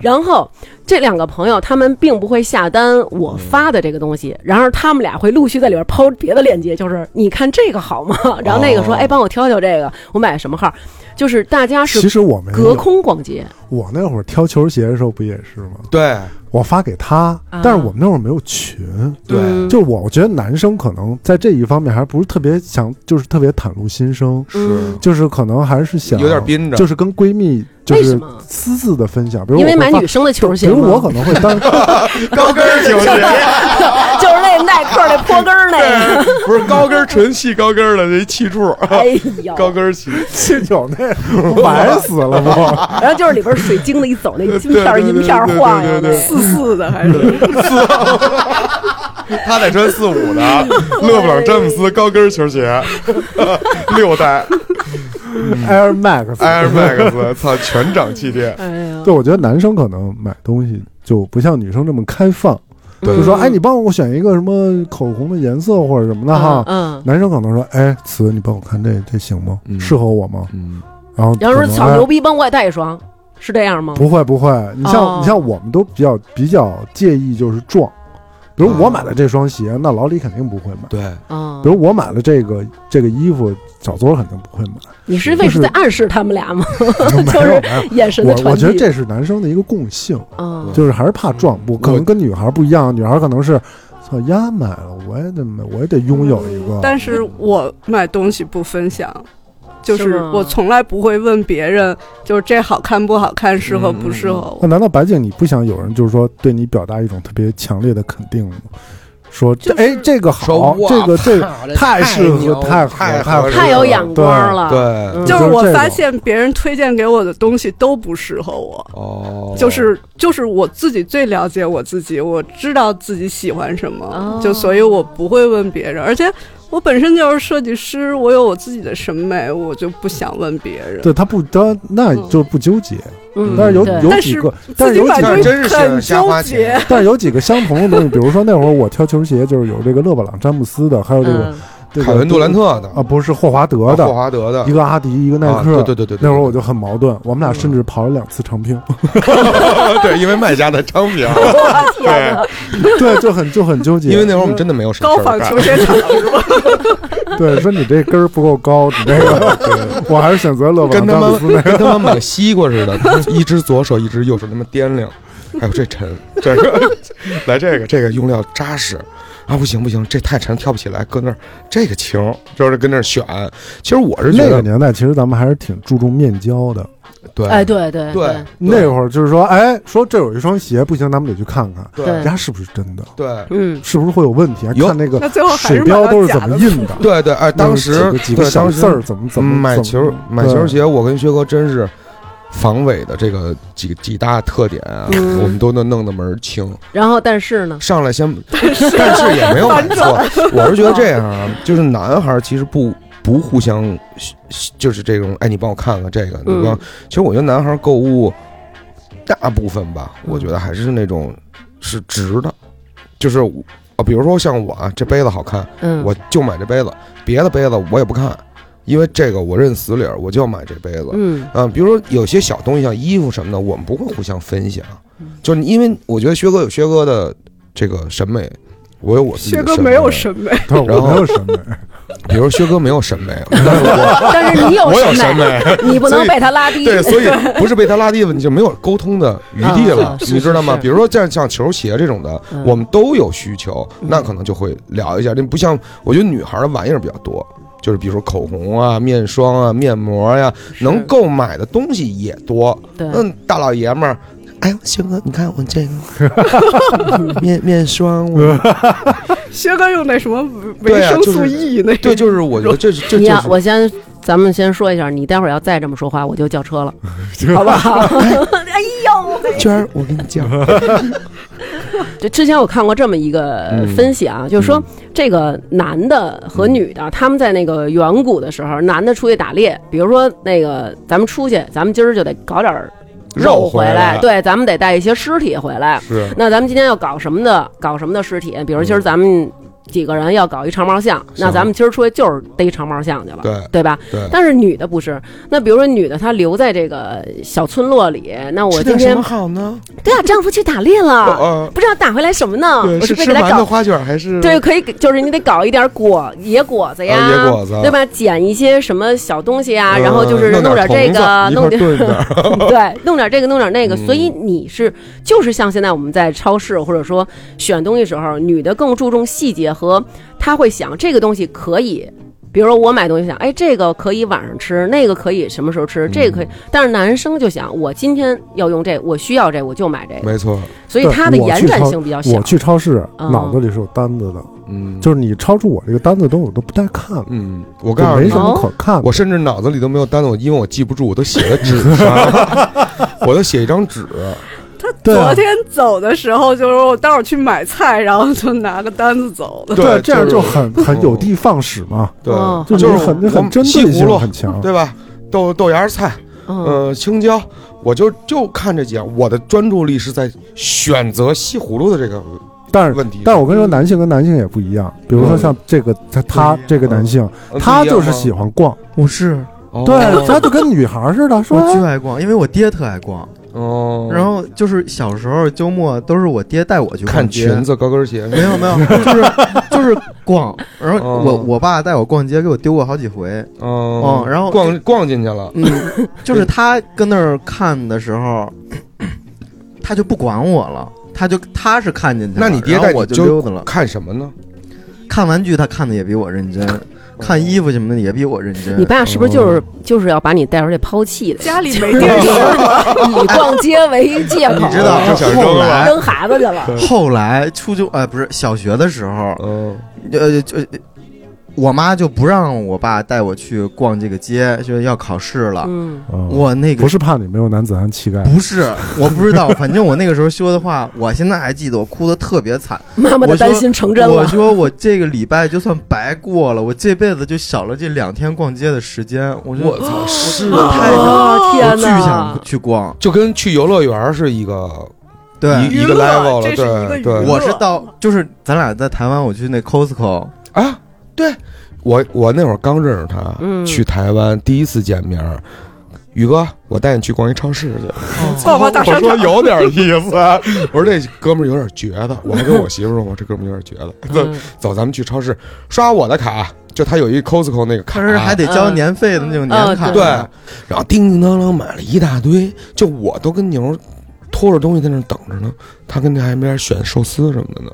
Speaker 5: 然后这两个朋友他们并不会下单
Speaker 2: 嗯
Speaker 5: 我发的这个东西，然而他们俩会陆续在里边抛别的链接，就是你看这个好吗？然后那个说，
Speaker 3: 哦
Speaker 5: 哎，帮我挑挑这个，我买什么号？就是大家
Speaker 2: 其
Speaker 5: 是
Speaker 2: 实我没
Speaker 5: 隔
Speaker 2: 有，
Speaker 5: 空逛街，
Speaker 2: 我那会儿挑球鞋的时候不也是吗？
Speaker 3: 对
Speaker 2: 我发给他，
Speaker 5: 嗯啊
Speaker 2: 但是我们那会儿没有群。
Speaker 3: 对，
Speaker 5: 嗯
Speaker 2: 就我觉得男生可能在这一方面还不是特别想，就是特别袒露心声，
Speaker 5: 嗯
Speaker 2: 就是可能还是想
Speaker 3: 有点憋着
Speaker 2: 就是跟闺蜜就
Speaker 5: 为什
Speaker 2: 是
Speaker 5: 么
Speaker 2: 私自的分享，比如
Speaker 5: 因为
Speaker 2: 我
Speaker 5: 买
Speaker 2: 会发
Speaker 5: 女生的球
Speaker 2: 比
Speaker 5: 鞋吗，
Speaker 2: 如我可能会当，
Speaker 3: 高跟 儿球鞋。
Speaker 5: 就是那耐克那坡跟儿那个，
Speaker 3: 不是高跟儿纯细高跟儿的这气柱，
Speaker 5: 哎呦，
Speaker 3: 高跟儿起，
Speaker 2: 这有那不埋死了吗？
Speaker 5: 然后就是里边水晶的一走，那金片儿
Speaker 3: 对对对
Speaker 5: 银片儿晃悠
Speaker 3: 对对对
Speaker 5: 的，
Speaker 6: 四四的还是
Speaker 3: 他得穿四五的勒布朗詹姆斯高跟儿球鞋， 六代
Speaker 5: 嗯
Speaker 2: Air Max，
Speaker 3: Air Max，操，全掌气垫。
Speaker 5: 哎呀，
Speaker 2: 对，我觉得男生可能买东西就不像女生这么开放，
Speaker 3: 对
Speaker 2: 就说
Speaker 5: 嗯
Speaker 2: 哎，你帮我选一个什么口红的颜色或者什么的哈。
Speaker 5: 嗯，嗯
Speaker 2: 男生可能说哎，词，你帮我看这这行吗？
Speaker 3: 嗯
Speaker 2: 适合我吗？
Speaker 3: 嗯，
Speaker 2: 然后
Speaker 5: 然后
Speaker 2: 可
Speaker 5: 说
Speaker 2: 能
Speaker 5: 草
Speaker 2: 哎
Speaker 5: 牛逼，帮我也带一双，是这样吗？
Speaker 2: 不会不会，你像、
Speaker 5: 哦
Speaker 2: 你像我们都比较比较介意就是撞，比如我买了这双鞋，那老李肯定不会买；
Speaker 3: 对，
Speaker 5: 啊
Speaker 2: 比，如我买了这个这个衣服，小左肯定不 会买。
Speaker 5: 你是为
Speaker 2: 就是是
Speaker 5: 在暗示他们俩吗？
Speaker 2: 没
Speaker 5: 就
Speaker 2: 有
Speaker 5: 是
Speaker 2: 没有，
Speaker 5: 眼神的
Speaker 2: 我
Speaker 5: 传
Speaker 2: 我觉得
Speaker 5: 递，
Speaker 2: 这是男生的一个共性，
Speaker 5: 啊，
Speaker 2: 就是还是怕撞，不可能跟女孩不一样，女孩可能是。操，丫买了，我也得买，我也得拥有一个。
Speaker 6: 但是
Speaker 5: 嗯
Speaker 6: 我买东西不分享，就是是
Speaker 5: 吗
Speaker 6: 我从来不会问别人，就是这好看不好看，适
Speaker 3: 嗯
Speaker 6: 合不适合我
Speaker 2: 那。哦难道白景你不想有人就是说对你表达一种特别强烈的肯定吗？说这哎这个好，这 个这个太适合，太合太
Speaker 3: 太合
Speaker 2: 合
Speaker 3: 适
Speaker 5: 太有眼光了，
Speaker 3: 对，
Speaker 5: 嗯
Speaker 6: 就
Speaker 2: 就是
Speaker 6: 是我
Speaker 2: 这
Speaker 6: 发
Speaker 2: 种
Speaker 6: 现别人推荐给我的东西都不适合我，
Speaker 3: 哦，
Speaker 6: 就是就是我自己最了解我自己，我知道自己喜欢什么，
Speaker 5: 哦
Speaker 6: 就所以我不会问别人，而且我本身就是设计师，我有我自己的审美，我就不想问别人。
Speaker 2: 对他不当，那就不纠结。
Speaker 5: 嗯，
Speaker 2: 但是有
Speaker 5: 对
Speaker 2: 有
Speaker 6: 但
Speaker 2: 几
Speaker 6: 是
Speaker 2: 个，但
Speaker 6: 自
Speaker 2: 是
Speaker 6: 己
Speaker 2: 有
Speaker 6: 买
Speaker 2: 几
Speaker 3: 但
Speaker 6: 东
Speaker 3: 是
Speaker 2: 个，
Speaker 3: 真
Speaker 6: 西
Speaker 3: 是
Speaker 6: 很
Speaker 3: 瞎花
Speaker 6: 纠
Speaker 3: 钱
Speaker 6: 结，
Speaker 2: 但是有几个相同的东西。比如说那会儿我挑球鞋，就是有这个勒布朗詹姆斯的，还有这个
Speaker 5: 嗯
Speaker 2: 这个
Speaker 3: 凯文杜兰特的，
Speaker 2: 啊，不是霍华德
Speaker 3: 霍
Speaker 2: 的，
Speaker 3: 华德的
Speaker 2: 一，个阿迪，一个耐
Speaker 3: 啊
Speaker 2: 克。
Speaker 3: 对对对对，
Speaker 2: 那会儿我就很矛盾，我们俩甚至跑了两次长平，
Speaker 3: 我对，因为卖家的商品，
Speaker 5: 天哪，
Speaker 2: 对，就很就很纠结。
Speaker 3: 因为那会儿我们真的没有什么
Speaker 6: 高
Speaker 3: 事儿
Speaker 6: 仿
Speaker 3: 干
Speaker 6: 球鞋厂是吧？
Speaker 2: 对说你这根儿不够高，你这个，我还是选择勒布
Speaker 3: 跟
Speaker 2: 朗
Speaker 3: 他
Speaker 2: 詹姆
Speaker 3: 妈
Speaker 2: 斯那个。
Speaker 3: 跟他妈买西瓜似的，一只左手一只右手他妈掂量，哎呦这沉，这 个来这个这个用料扎实啊，不行不行，这太沉，跳不起来，搁那儿这个轻，就是跟那儿选。其实我是 觉
Speaker 2: 那
Speaker 3: 得
Speaker 2: 个年代，其实咱们还是挺注重面交的。
Speaker 3: 对
Speaker 5: 哎，对对
Speaker 3: 对
Speaker 2: 那会儿就是说，哎，说这有一双鞋，不行，咱们得去看看，
Speaker 3: 对
Speaker 5: 对
Speaker 2: 人家是不是真的，
Speaker 3: 对
Speaker 5: 嗯，
Speaker 2: 是不是会有问题？还
Speaker 3: 有
Speaker 2: 看那
Speaker 6: 那
Speaker 2: 个
Speaker 6: 最后哎还
Speaker 2: 水
Speaker 6: 是买
Speaker 2: 标
Speaker 6: 到
Speaker 2: 都是
Speaker 6: 假
Speaker 2: 怎么
Speaker 6: 的。
Speaker 2: 印 的，
Speaker 3: 对对，哎，当时
Speaker 2: 那个几个几个
Speaker 3: 对
Speaker 2: 小
Speaker 3: 当时
Speaker 2: 字儿怎么怎
Speaker 3: 嗯
Speaker 2: 么
Speaker 3: 买
Speaker 2: 怎
Speaker 3: 球
Speaker 2: 么
Speaker 3: 买球
Speaker 2: 对
Speaker 3: 鞋，我跟薛哥真是防伪的这个几几大特点啊，
Speaker 5: 嗯
Speaker 3: 我们都能弄得门儿清。
Speaker 5: 然后但是呢，
Speaker 3: 上来 先，但是也没有买错。我是觉得这样啊，就是男孩儿其实不不互相，就是这种，哎，你帮我看看这个，你
Speaker 5: 嗯
Speaker 3: 帮。其实我觉得男孩儿购物大部分吧，
Speaker 5: 嗯
Speaker 3: 我觉得还是那种是值的，就是我啊，比如说像我啊，这杯子好看，
Speaker 5: 嗯，
Speaker 3: 我就买这杯子，别的杯子我也不看，因为这个我认死理儿，我就要买这杯子。
Speaker 5: 嗯
Speaker 3: 嗯，比如说有些小东西，像衣服什么的，我们不会互相分享，
Speaker 6: 嗯
Speaker 3: 就是因为我觉得薛哥有薛哥的这个审美，我有我自己的
Speaker 6: 薛哥
Speaker 3: 审美
Speaker 6: 没有审美，
Speaker 2: 对，我
Speaker 3: 然后
Speaker 2: 没有 审美，
Speaker 3: 比如薛哥没有审美，但是我
Speaker 5: 但是你有
Speaker 3: 我有
Speaker 5: 审
Speaker 3: 审美，
Speaker 5: 你不
Speaker 3: 所
Speaker 5: 能
Speaker 3: 以
Speaker 5: 被他拉低。
Speaker 3: 对， 所以不是被他拉低了，你就没有沟通的余地了
Speaker 5: 啊，是
Speaker 3: 你知道吗？
Speaker 5: 是是
Speaker 3: 比如说像像球鞋这种的，
Speaker 5: 嗯
Speaker 3: 我们都有需求，
Speaker 5: 嗯
Speaker 3: 那可能就会聊一下。这不像我觉得女孩儿的玩意儿比较多，就是比如说口红啊、面霜啊、面膜呀、能购买的东西也多。
Speaker 5: 对，
Speaker 3: 嗯，大老爷们儿，哎，薛哥，你看我这个 面面霜，我
Speaker 6: 薛哥用那什么
Speaker 3: 对
Speaker 6: 维维
Speaker 3: 啊
Speaker 6: 生
Speaker 3: 就
Speaker 6: 素
Speaker 3: 是
Speaker 6: E 那
Speaker 3: 对，就是我觉得这是这
Speaker 5: 你
Speaker 3: 就
Speaker 5: 要
Speaker 3: 是
Speaker 5: 我先，咱们先说一下，你待会儿要再这么说话，我就叫 车了，好不好？
Speaker 3: 娟儿，我跟你 讲，
Speaker 5: 就之前我看过这么一个分析
Speaker 3: 嗯
Speaker 5: 啊，就是说这个男的和女的，他们在那个远古的时
Speaker 3: 嗯
Speaker 5: 候，男的出去打猎，比如说那个咱们出去，咱们今儿就得搞点儿
Speaker 3: 肉
Speaker 5: 回
Speaker 3: 回来
Speaker 5: 对，咱们得带一些尸体回来。
Speaker 3: 是
Speaker 5: 那咱们今天要搞什么的？搞什么的尸体？比如今儿咱们几个人要搞一长毛象，
Speaker 3: 嗯行
Speaker 5: 那咱们今儿出去就是逮长毛象去了，
Speaker 3: 对
Speaker 5: 对吧？
Speaker 3: 对
Speaker 5: 但是女的不是，那比如说女的她留在这个小村落里，那我
Speaker 3: 吃
Speaker 5: 今
Speaker 3: 点什
Speaker 5: 天
Speaker 3: 么好呢？
Speaker 5: 对啊，丈夫去打猎了，
Speaker 4: 哦
Speaker 3: 呃，
Speaker 5: 不知道打回来什么呢？
Speaker 3: 对，
Speaker 5: 我
Speaker 3: 是
Speaker 5: 是被
Speaker 3: 吃
Speaker 5: 给他
Speaker 3: 馒头
Speaker 5: 搞。
Speaker 3: 花卷还是
Speaker 5: 对，可以给，就是你得搞一点果野果子呀，
Speaker 3: 啊野果子
Speaker 5: 对吧？捡一些什么小东西啊，然后就是
Speaker 2: 嗯
Speaker 3: 弄
Speaker 5: 点这个，弄
Speaker 3: 点
Speaker 5: 点
Speaker 3: 儿
Speaker 5: 对，弄点这个，弄点那个。
Speaker 3: 嗯
Speaker 5: 所以你是就是像现在我们在超市或者说选东西时候，女的更注重细节和她会想这个东西可以。比如说我买东西想，哎，这个可以晚上吃，那个可以什么时候吃，这个可以。但是男生就想，我今天要用这个，我需要这个，我就买这个。
Speaker 3: 没错，
Speaker 5: 所以
Speaker 2: 对
Speaker 5: 它的
Speaker 2: 我
Speaker 5: 延
Speaker 2: 去
Speaker 5: 展
Speaker 2: 超
Speaker 5: 性比较小
Speaker 2: 我。去超市，
Speaker 5: 嗯
Speaker 2: 脑子里是有单子的，
Speaker 3: 嗯，
Speaker 2: 就是你超出我这个单子都我都不带看了，
Speaker 3: 嗯，我
Speaker 2: 就
Speaker 3: 告诉
Speaker 2: 没
Speaker 3: 你
Speaker 2: 什。么可看的。
Speaker 3: 我甚至脑子里都没有单子，我因为我记不住，我都写在纸 上，我都写一张纸。
Speaker 2: 对啊
Speaker 6: 昨天走的时候，就是我待会儿去买菜，然后就拿个单子走的。
Speaker 2: 对，这样
Speaker 3: 就
Speaker 2: 就是很很有的放矢嘛，
Speaker 3: 对
Speaker 5: 哦，
Speaker 2: 就
Speaker 5: 就是是
Speaker 2: 很
Speaker 3: 我
Speaker 2: 很针
Speaker 3: 西
Speaker 2: 对
Speaker 3: 葫芦
Speaker 2: 性很 强。啊
Speaker 3: 对吧？豆豆芽菜，
Speaker 5: 嗯，
Speaker 3: 呃，青椒，我就就看这几样，我的专注力是在选择西葫芦的这个
Speaker 2: 但是
Speaker 3: 问题。
Speaker 2: 但我跟你说，男性跟男性也不一样。比如
Speaker 4: 嗯
Speaker 2: 说像这个他他这个男性，
Speaker 3: 嗯
Speaker 2: 他就是喜，欢逛，
Speaker 4: 我是
Speaker 3: 不一样吗
Speaker 2: 对，他就跟女孩似的，
Speaker 4: 哦
Speaker 2: 说
Speaker 4: 我
Speaker 2: 哎
Speaker 4: 巨爱逛，因为我爹特爱逛。
Speaker 3: 哦，
Speaker 4: 然后就是小时候周末都是我爹带我去
Speaker 3: 看
Speaker 4: 逛街
Speaker 3: 裙，子、高跟鞋，
Speaker 4: 没有没有，就是就是逛。然后
Speaker 3: 哦
Speaker 4: 我我爸带我逛街，给我丢过好几回。
Speaker 3: 哦
Speaker 4: 哦然后
Speaker 3: 逛逛进去了，
Speaker 4: 嗯，就是他跟那儿看的时候，他就不管我了，他就他是看进去了，
Speaker 3: 那你爹
Speaker 4: 然后
Speaker 3: 带你
Speaker 4: 我
Speaker 3: 就
Speaker 4: 就溜达了。
Speaker 3: 看什么呢？
Speaker 4: 看玩具他看的也比我认真，看衣服什么的也比我认真。
Speaker 5: 你爸是不是就是就是要把你带出去抛弃的？
Speaker 6: 家里没地儿吃，
Speaker 5: 以逛街为借口，
Speaker 4: 你知道
Speaker 3: 就想扔
Speaker 4: 后来
Speaker 5: 扔孩子去了。
Speaker 4: 后来初中哎、不是小学的时候，
Speaker 3: 嗯，
Speaker 4: 呃就。我妈就不让我爸带我去逛这个街，就要考试了。
Speaker 5: 嗯，
Speaker 2: 嗯
Speaker 4: 我那个
Speaker 2: 不是怕你没有男子汉气概，
Speaker 4: 不是，我不知道，反正我那个时候说的话，我现在还记得，我哭的特别惨。
Speaker 5: 妈妈的
Speaker 4: 我说
Speaker 5: 担心成真
Speaker 4: 我
Speaker 5: 了。
Speaker 4: 说我这个礼拜就算白过了，我这辈子就少了这两天逛街的时间。我就
Speaker 3: 我操，是
Speaker 4: 我
Speaker 3: 啊，
Speaker 4: 太想，
Speaker 5: 哦
Speaker 4: 我
Speaker 5: 天
Speaker 4: 巨
Speaker 5: 哪
Speaker 2: 嗯
Speaker 4: 想！去逛。
Speaker 3: 就跟去游乐园是一个
Speaker 4: 对，
Speaker 3: 一
Speaker 6: 娱
Speaker 3: 一个
Speaker 6: 乐
Speaker 3: level
Speaker 6: 这是一
Speaker 3: 了，对
Speaker 6: 个
Speaker 3: 对，
Speaker 6: 娱乐
Speaker 4: 我是到就是咱俩在台湾，我去那 Costco，
Speaker 3: 啊，对我我那会儿刚认识他，
Speaker 5: 嗯
Speaker 3: 去台湾第一次见面儿，宇哥，我带你去逛一超市 去。
Speaker 6: 逛逛大
Speaker 3: 我
Speaker 6: 商
Speaker 3: 说
Speaker 6: 场。
Speaker 3: 有点意思， 我说这哥们儿有点绝的，我还跟我媳妇说，我这哥们儿有点绝的，走
Speaker 5: 嗯
Speaker 3: 走，咱们去超市刷我的卡，就他有一 Costco 那个卡
Speaker 4: 当，时还得交年费的那种年卡。
Speaker 5: 嗯
Speaker 3: 对，然后叮叮当当买了一大堆，就我都跟牛儿拖着东西在那儿等着呢，他跟那还没边选寿司什么的呢。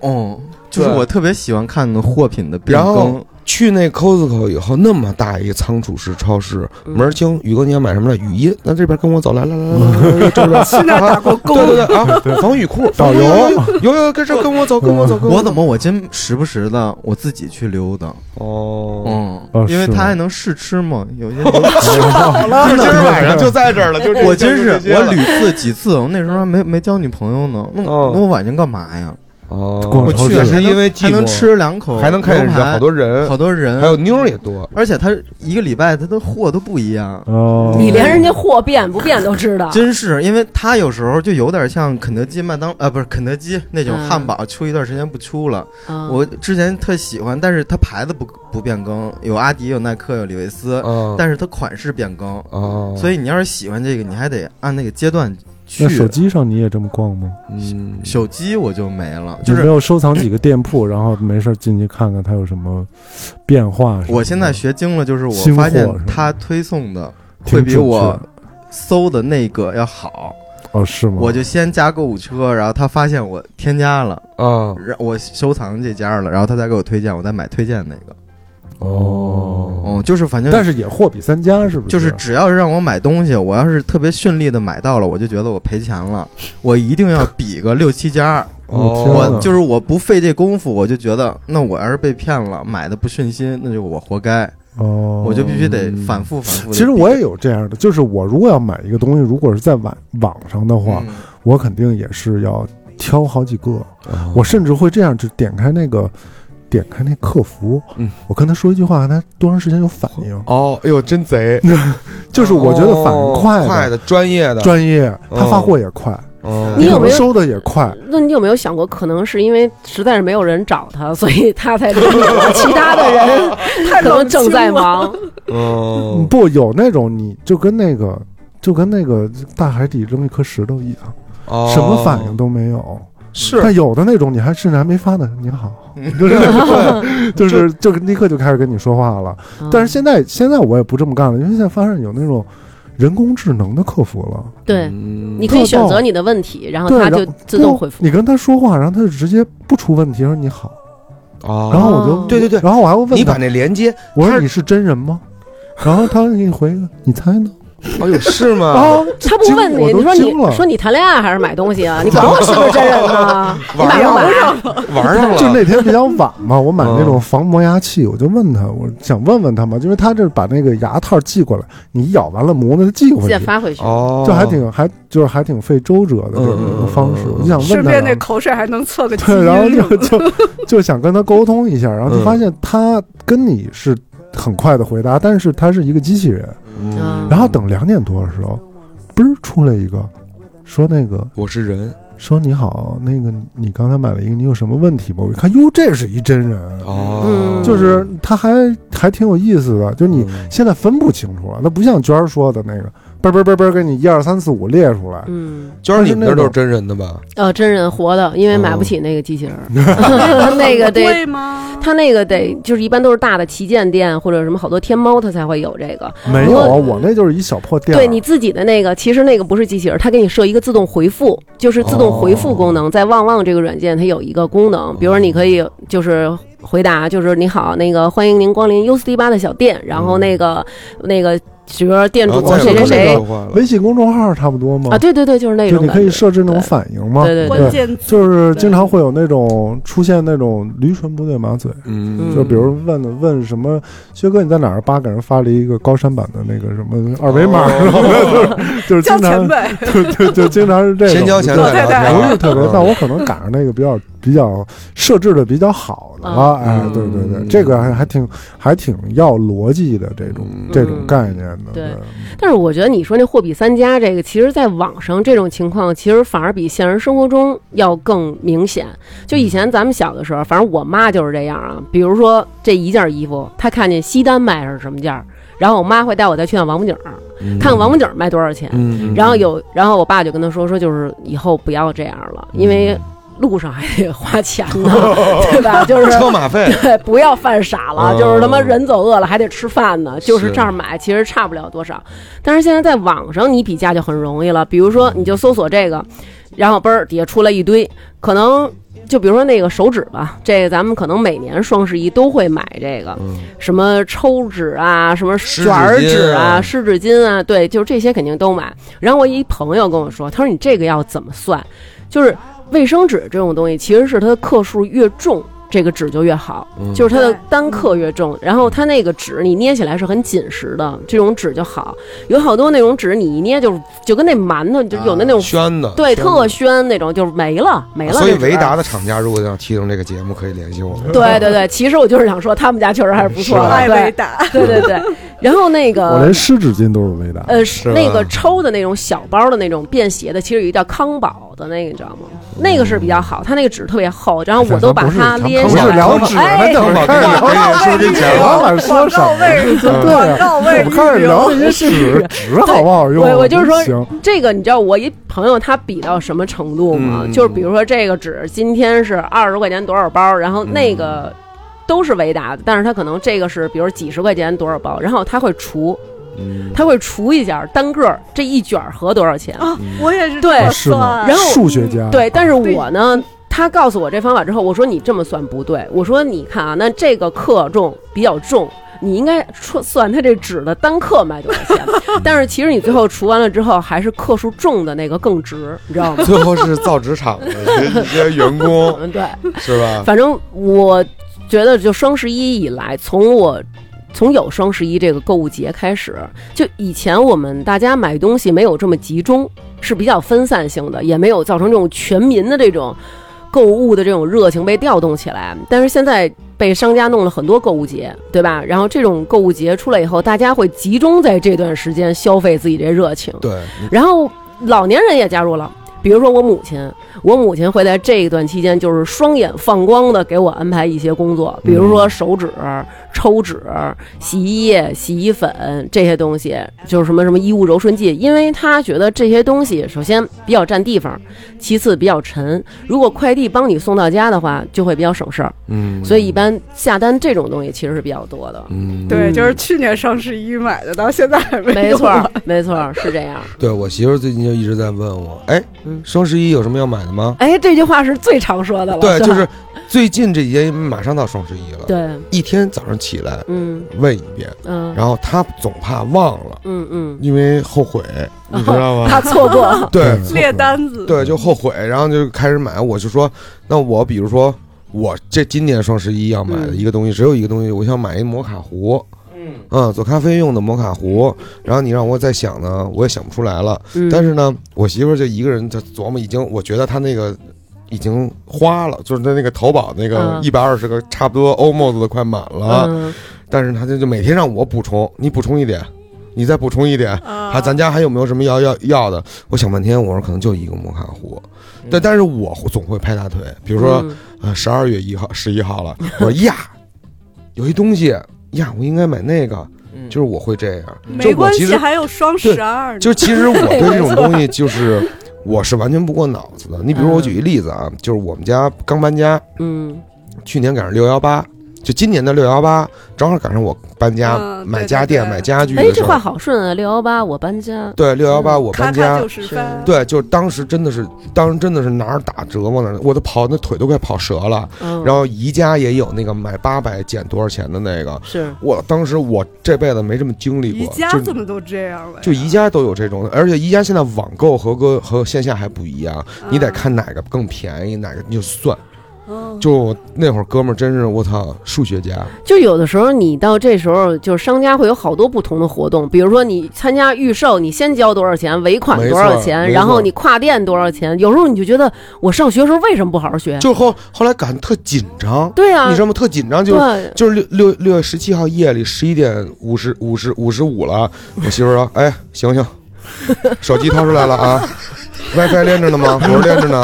Speaker 4: 哦，就是
Speaker 3: 对
Speaker 4: 我特别喜欢看货品的变
Speaker 3: 然
Speaker 4: 更
Speaker 3: 后，去那 Costco 以后，那么大一仓储式超市，
Speaker 4: 嗯
Speaker 3: 门儿清，宇哥你想买什么的？雨衣，那这边跟我走，来来来 来来来，这边去
Speaker 6: 那儿打过工
Speaker 3: 对对对啊，防雨 裤，
Speaker 2: 导游
Speaker 3: 有有有，跟这跟我走，跟我走，
Speaker 5: 嗯
Speaker 3: 跟
Speaker 4: 我
Speaker 3: 走
Speaker 4: 怎么我真时不时的我自己去溜达，
Speaker 3: 哦，
Speaker 4: 嗯
Speaker 2: 哦，
Speaker 4: 因为
Speaker 2: 是吗
Speaker 4: 它还能试吃嘛， 有些
Speaker 3: 好了， 今儿晚上就在这儿了， 就这
Speaker 4: 我真是
Speaker 3: 就这些
Speaker 4: 我
Speaker 3: 了
Speaker 4: 屡次几次，我那时候还没没交女朋友呢，那我
Speaker 3: 哦
Speaker 4: 那我晚上干嘛呀？
Speaker 3: 哦，
Speaker 2: 逛
Speaker 4: 我
Speaker 2: 超
Speaker 4: 去
Speaker 2: 市
Speaker 4: 了
Speaker 3: 是
Speaker 4: 还能
Speaker 3: 因为寂寞
Speaker 4: 还能吃两口，
Speaker 3: 还能看见
Speaker 4: 好
Speaker 3: 好多人，
Speaker 4: 好多人，
Speaker 3: 还有妞儿也多。
Speaker 4: 而且他一个礼拜他的货都不一
Speaker 3: 啊
Speaker 4: 样，
Speaker 2: 哦，
Speaker 5: 嗯你连人家货变不变都知道。
Speaker 4: 真是因为他有时候就有点像肯德基、麦当呃不是肯德基那种
Speaker 5: 嗯
Speaker 4: 汉堡出一段时间不出了，
Speaker 5: 啊
Speaker 3: 嗯
Speaker 4: 我之前特喜欢，但是它牌子不不变更，有阿迪、有耐克、有李维斯，
Speaker 3: 嗯，
Speaker 4: 但是它款式变更，
Speaker 3: 哦，
Speaker 4: 所以你要是喜欢这个，你还得按那个阶段去
Speaker 2: 那。手机上你也这么逛吗？
Speaker 3: 嗯，
Speaker 4: 手机我就没了，
Speaker 2: 有
Speaker 4: 就
Speaker 2: 没
Speaker 4: 是
Speaker 2: 有收藏几个店铺，然后没事儿进去看看它有什么变化什么的？
Speaker 4: 我现在学精了，就是我
Speaker 2: 新货
Speaker 4: 发现
Speaker 2: 是吧
Speaker 4: 它推送的
Speaker 2: 挺
Speaker 4: 会比
Speaker 2: 准确
Speaker 4: 我搜的那个要好。
Speaker 2: 哦是吗？
Speaker 4: 我就先加购物车，然后他发现我添加了，
Speaker 3: 啊，
Speaker 4: 让我收藏这家了，然后他再给我推荐，我再买推荐那个。
Speaker 2: 哦，
Speaker 4: 哦，就是反正，
Speaker 2: 但是也货比三家是不
Speaker 4: 就是是只要是让我买东西，我要是特别顺利的买到了，我就觉得我赔钱了， 我一定要比个六七家。
Speaker 2: 哦天
Speaker 4: 我
Speaker 2: 哪
Speaker 4: 就是我不费这功夫，我就觉得那我要是被骗了，买的不顺心，那就我活该，
Speaker 2: 哦，
Speaker 4: 我就必须得反复反复地比。
Speaker 2: 其实我也有这样的，就是我如果要买一个东西，如果是在网网上的话，
Speaker 4: 嗯
Speaker 2: 我肯定也是要挑好几个。
Speaker 3: 啊
Speaker 2: 我甚至会这样，就点开那个，点开那客服，
Speaker 3: 嗯
Speaker 2: 我跟他说一句话，他多长时间有反应？
Speaker 3: 哦，哎呦，真贼，
Speaker 2: 就是我觉得反应
Speaker 3: 哦
Speaker 2: 快的，
Speaker 3: 快的，专业的，
Speaker 2: 专业，他发
Speaker 3: 哦
Speaker 2: 货也快，
Speaker 3: 哦
Speaker 5: 你有没有
Speaker 2: 收的也快？
Speaker 5: 那你有没有想过，可能是因为实在是没有人找他，所以他才理你 了其他的人
Speaker 6: 太
Speaker 5: 可能
Speaker 6: 冷
Speaker 5: 正
Speaker 6: 清
Speaker 5: 在
Speaker 6: 了
Speaker 5: 忙。
Speaker 3: 哦
Speaker 2: 不，有那种你就跟那个就跟那个大海底扔一颗石头一样，
Speaker 3: 哦
Speaker 2: 什么反应都没有。
Speaker 3: 是嗯
Speaker 2: 但有的那种你还甚至还没发呢，你好，就是 就是就立刻就开始跟你说话了。
Speaker 3: 嗯
Speaker 4: 嗯
Speaker 2: 但是现在现在我也不这么干了，因为现在发现有那种人工智能的客服了，
Speaker 5: 对，
Speaker 3: 嗯
Speaker 5: 你可以选择你的问题，然后
Speaker 2: 对，
Speaker 5: 他
Speaker 2: 然
Speaker 5: 就
Speaker 2: 后
Speaker 5: 自动回复。
Speaker 2: 你跟他说话，然后他就直接不出问题，说你好，
Speaker 3: 哦，
Speaker 2: 然后我就
Speaker 5: 哦
Speaker 3: 对对对，
Speaker 2: 然后我还会问
Speaker 3: 你把
Speaker 2: 他，
Speaker 3: 那连接，
Speaker 2: 我
Speaker 3: 他
Speaker 2: 说你是真人吗？然后他给你回一个，你猜呢？
Speaker 3: 哎呦，是吗？
Speaker 2: 啊，
Speaker 5: 他不问
Speaker 2: 我
Speaker 5: 你，
Speaker 2: 都
Speaker 5: 你说
Speaker 2: 惊了
Speaker 5: 你说你谈恋爱还是买东西 啊？你管我是不是真人呢？你买
Speaker 2: 啊
Speaker 5: 不买？
Speaker 3: 啊玩上
Speaker 2: 就
Speaker 3: 了，嗯
Speaker 2: 那天比较晚嘛，我买那种防磨牙器，我就问他，我想问问他嘛，因为他这把那个牙套寄过来，你咬完了磨呢寄回
Speaker 5: 再
Speaker 2: 去，
Speaker 5: 发回去。
Speaker 3: 哦，
Speaker 2: 就还挺还就是还挺费周折的这
Speaker 3: 嗯嗯
Speaker 2: 种
Speaker 3: 嗯
Speaker 2: 方式。
Speaker 3: 嗯
Speaker 2: 我就想
Speaker 6: 顺
Speaker 2: 问他
Speaker 6: 便那
Speaker 2: 然 后，
Speaker 6: 口水还能测个基
Speaker 2: 对，然后
Speaker 6: 因什么
Speaker 2: 就就 就想跟他沟通一下，然后就
Speaker 3: 嗯
Speaker 2: 发现他跟你是很快的回答，但是他是一个机器人。
Speaker 5: 嗯
Speaker 2: 然后等两点多的时候，嘣儿出来一个，说那个
Speaker 3: 我是人，
Speaker 2: 说你好，那个你刚才买了一个，你有什么问题吗？我一看，哟，这是一真人，
Speaker 5: 嗯
Speaker 3: 哦，
Speaker 2: 就是他还还挺有意思的，就你
Speaker 3: 嗯
Speaker 2: 现在分不清楚了，那不像娟儿说的那个，嘣嘣嘣嘣给你一二三四五列出来，
Speaker 5: 嗯，
Speaker 3: 娟儿，你们那儿都是真人的吧？
Speaker 5: 呃，真人活的，因为买不起那个机器人儿， 那个得
Speaker 6: 贵吗？
Speaker 5: 他那个得就是一般都是大的旗舰店或者什么好多天猫，它才会有这个。
Speaker 2: 没有，
Speaker 5: 我
Speaker 2: 哦我那就是一小破店儿，
Speaker 5: 对你自己的那个，其实那个不是机器人，它给你设一个自动回复，就是自动回复功能。在旺旺这个软件，它有一个功能，比如说你可以就是回答，就是你好，那个欢迎您光临 U 四 D 八的小店，然后那个、那个，比如说店
Speaker 3: 然
Speaker 5: 主
Speaker 3: 后再
Speaker 5: 谁
Speaker 3: 有
Speaker 5: 谁
Speaker 3: 个那
Speaker 5: 谁
Speaker 3: 个话了
Speaker 2: 微信公众号差不多吗？
Speaker 5: 啊，对对对，就是那
Speaker 2: 就
Speaker 5: 种
Speaker 2: 你
Speaker 5: 感
Speaker 2: 可以
Speaker 5: 觉。
Speaker 2: 设置那种
Speaker 5: 对
Speaker 2: 反应嘛，
Speaker 5: 对对对
Speaker 6: 关键词
Speaker 2: 就是经常会有那种出现那种驴唇不对马嘴，
Speaker 3: 嗯，
Speaker 2: 就比如问问什么，薛哥你在哪儿？叭，给人发了一个高山版的那个什么二维码，然后
Speaker 5: 哦
Speaker 2: 就是就是
Speaker 6: 交
Speaker 2: 经
Speaker 6: 钱
Speaker 2: 常
Speaker 6: 呗，
Speaker 2: 就就就经常是这种
Speaker 3: 先交钱
Speaker 2: 对
Speaker 6: 再
Speaker 3: 再
Speaker 6: 聊
Speaker 3: 聊
Speaker 2: 不
Speaker 3: 天，
Speaker 2: 是特别，但我可 能赶上那个比较比较设置的比较好的了，
Speaker 5: 嗯
Speaker 2: 哎，对对对，这个还还挺还挺要逻辑的这种这种概念的，
Speaker 5: 对但是我觉得你说那货比三家这个，其实在网上这种情况，其实反而比现实生活中要更明显。就以前咱们小的时候，反正我妈就是这样啊。比如说这一件衣服，她看见西单卖是什么价儿，然后我妈会带我再去趟王府井儿，看看王府井儿卖多少钱。
Speaker 3: 嗯，
Speaker 5: 然后有，然后我爸就跟她说说，就是以后不要这样了，因为路上还得花钱呢，对吧？就是
Speaker 3: 车马费，
Speaker 5: 对， 不要犯傻了，
Speaker 3: 哦
Speaker 5: 就是他妈人走饿了还得吃饭呢，就是
Speaker 3: 是
Speaker 5: 这儿买其实差不了多少。但是现在在网上你比价就很容易了，比如
Speaker 3: 嗯
Speaker 5: 说你就搜索这个，然后嘣儿底下出来一堆，可能就比如说那个手指吧，这个咱们可能每年双十一都会买这个，什么抽纸啊，什么
Speaker 3: 嗯湿
Speaker 5: 卷儿
Speaker 3: 纸巾
Speaker 5: 纸啊，
Speaker 3: 啊
Speaker 5: 湿纸巾啊，对，就是这些肯定都买。然后我一朋友跟我说，他说你这个要怎么算？就是卫生纸这种东西，其实是它的克数越重，这个纸就越好，
Speaker 3: 嗯
Speaker 5: 就是它的
Speaker 6: 对
Speaker 5: 单克越重。然后它那个纸你捏起来是很紧实的，这种纸就好。有好多那种纸你一捏就是就跟那馒头，就有的那种、
Speaker 2: 啊
Speaker 3: 宣的，
Speaker 5: 对
Speaker 3: 宣的
Speaker 5: 特宣那种，就是没了没了。
Speaker 3: 所以
Speaker 5: 这纸
Speaker 3: 维达的厂家如果想提供这个节目，可以联系我们。
Speaker 5: 对对对，其实我就是想说他们家确实还是不错
Speaker 3: 是吧
Speaker 5: 的，
Speaker 6: 爱维
Speaker 5: 对
Speaker 6: 达，
Speaker 5: 对对 对。然后那个
Speaker 2: 嗯我连湿纸巾都是维达，
Speaker 5: 呃，
Speaker 3: 是
Speaker 5: 那
Speaker 3: 吧
Speaker 5: 个抽的那种小包的那种便携的，其实有一叫康宝的那个，你知道吗？那个是比较好，它那个纸特别厚，然后呃我都把它捏
Speaker 2: 不
Speaker 5: 下
Speaker 2: 是
Speaker 5: 来。
Speaker 2: 聊纸呢，
Speaker 5: 哎
Speaker 2: 怎么开始聊
Speaker 3: 收这钱了
Speaker 2: 老板说
Speaker 6: 广
Speaker 2: 什
Speaker 6: 告
Speaker 2: 么？
Speaker 6: 位，
Speaker 2: 对
Speaker 6: 广
Speaker 2: 啊，
Speaker 6: 告位
Speaker 2: 我们开始聊
Speaker 6: 一流。
Speaker 2: 这些纸纸好不好用啊？
Speaker 5: 我我就是说
Speaker 2: 行，，
Speaker 5: 这个你知道我一朋友他比到什么程度吗？
Speaker 3: 嗯
Speaker 5: 就是比如说这个纸今天是二十块钱多少包，然后那个都是维达的，但是他可能这个是比如几十块钱多少包，然后他会除，他会除一下单个儿这一卷儿合多少钱。
Speaker 6: 啊，我也是
Speaker 5: 对
Speaker 6: 这么
Speaker 2: 是吗嗯
Speaker 6: 算
Speaker 5: 然后
Speaker 2: 数学家
Speaker 5: 对，但是
Speaker 6: 对
Speaker 5: 我呢，他告诉我这方法之后，我说你这么算不对。我说你看啊，那这个克重比较重，你应该算算它这纸的单克卖多少钱。但是其实你最后除完了之后，还是克数重的那个更值，你知道吗？
Speaker 3: 最后是造纸厂的 一些一些员工
Speaker 5: 嗯，对，
Speaker 3: 是吧？
Speaker 5: 反正我觉得就双十一以来，从我。从有双十一这个购物节开始，就以前我们大家买东西没有这么集中，是比较分散性的，也没有造成这种全民的这种购物的这种热情被调动起来。但是现在被商家弄了很多购物节，对吧？然后这种购物节出来以后，大家会集中在这段时间消费自己这热情。
Speaker 3: 对，
Speaker 5: 然后老年人也加入了。比如说我母亲，我母亲会在这一段期间就是双眼放光的给我安排一些工作，比如说手纸、抽纸、洗衣液、洗衣粉这些东西，就是什么什么衣物柔顺剂，因为她觉得这些东西首先比较占地方，其次比较沉，如果快递帮你送到家的话，就会比较省事儿，
Speaker 3: 嗯，
Speaker 5: 所以一般下单这种东西其实是比较多 的。
Speaker 3: 嗯，
Speaker 6: 对，就是去年双十一买的，到现在还没
Speaker 5: 没
Speaker 6: 用
Speaker 5: 错儿，没错儿，是这样。
Speaker 3: 对我媳妇儿最近就一直在问我，哎
Speaker 5: 嗯，
Speaker 3: 双十一有什么要买的吗？
Speaker 5: 哎，这句话是最常说的了。
Speaker 3: 对，就
Speaker 5: 吧
Speaker 3: 是最近这几天马上到双十一了，
Speaker 5: 对，
Speaker 3: 一天早上起来
Speaker 5: 嗯
Speaker 3: 问一遍，
Speaker 5: 嗯。
Speaker 3: 然后她总怕忘了，
Speaker 5: 嗯嗯，
Speaker 3: 因为后悔，你知道 吗？，
Speaker 5: 他错过
Speaker 3: 对，
Speaker 6: 列单子，
Speaker 3: 对，就后悔，然后就开始买。我就说，那我比如说，我这今年双十一要买
Speaker 5: 嗯
Speaker 3: 的一个东西，只有一个东西，我想买一摩卡壶。嗯做咖啡用的摩卡壶，然后你让我再想呢，我也想不出来了。
Speaker 5: 嗯
Speaker 3: 但是呢，我媳妇儿就一个人在琢磨，已经我觉得她那个已经花了，就是她那个淘宝那个
Speaker 5: 嗯
Speaker 3: 一百二十个，差不多 almost 都快满了。
Speaker 5: 嗯，
Speaker 3: 但是她就就每天让我补充，你补充一点，你再补充一点，
Speaker 6: 啊
Speaker 3: 还咱家还有没有什么要要要的？我想半天，我说可能就一个摩卡壶，
Speaker 6: 嗯
Speaker 3: 但但是我总会拍大腿，比如说
Speaker 5: 嗯
Speaker 3: 呃十二月一号十一号了，我说呀，有一东西呀，我应该买那
Speaker 6: 嗯
Speaker 3: 个，
Speaker 4: 嗯
Speaker 3: 就是我会这样，就
Speaker 6: 没
Speaker 3: 我
Speaker 6: 关
Speaker 3: 其
Speaker 6: 系，
Speaker 3: 实
Speaker 6: 还有双十二呢，
Speaker 3: 就其实我对这种东西就是我是完全不过脑子的。你比如说
Speaker 6: 嗯
Speaker 3: 我举一例子啊，就是我们家刚搬家，
Speaker 5: 嗯
Speaker 3: 去年赶上六幺八。就今年的六幺八，正好赶上我搬家、
Speaker 6: 嗯
Speaker 3: 买
Speaker 6: 对
Speaker 3: 家
Speaker 6: 对
Speaker 3: 电、
Speaker 6: 对
Speaker 3: 买家具
Speaker 5: 哎，
Speaker 3: 的时
Speaker 5: 这
Speaker 3: 候。
Speaker 5: 话好顺啊，六幺八我搬家，
Speaker 3: 对，六幺八我搬
Speaker 6: 咔嗯咔
Speaker 3: 家，
Speaker 6: 就是
Speaker 5: 啊
Speaker 6: 翻，
Speaker 3: 对，就是当时真的是，当时真的是哪儿打折往哪儿，我都跑，那腿都快跑折了。
Speaker 5: 嗯，
Speaker 3: 然后宜家也有那个买八百减多少钱的那个，
Speaker 5: 是
Speaker 3: 我当时我这辈子没这么经历
Speaker 6: 宜
Speaker 3: 过，
Speaker 6: 家
Speaker 3: 就
Speaker 6: 怎么啊都这样了呀？
Speaker 3: 就宜家都有这种，而且宜家现在网购和个和线下还不一
Speaker 6: 啊
Speaker 3: 样，你得看哪个更便宜，哪个你就算。
Speaker 6: 嗯，
Speaker 3: 就我那会儿哥们儿真是我操，数学家，
Speaker 5: 就有的时候你到这时候，就是商家会有好多不同的活动，比如说你参加预售，你先交多少钱，尾款
Speaker 3: 没错
Speaker 5: 多少钱，
Speaker 3: 没错
Speaker 5: 然后你跨店多少钱，有时候你就觉得我上学时候为什么不好好学？
Speaker 3: 就后后来感觉特紧张，
Speaker 5: 对啊
Speaker 3: 你知道吗？特紧张，就是
Speaker 5: 对，
Speaker 3: 就是六六六月十七号夜里十一点五十五十五十五了，啊我媳妇儿说：“哎，醒醒，手机掏出来了啊，WiFi 连着呢吗？我说连着呢。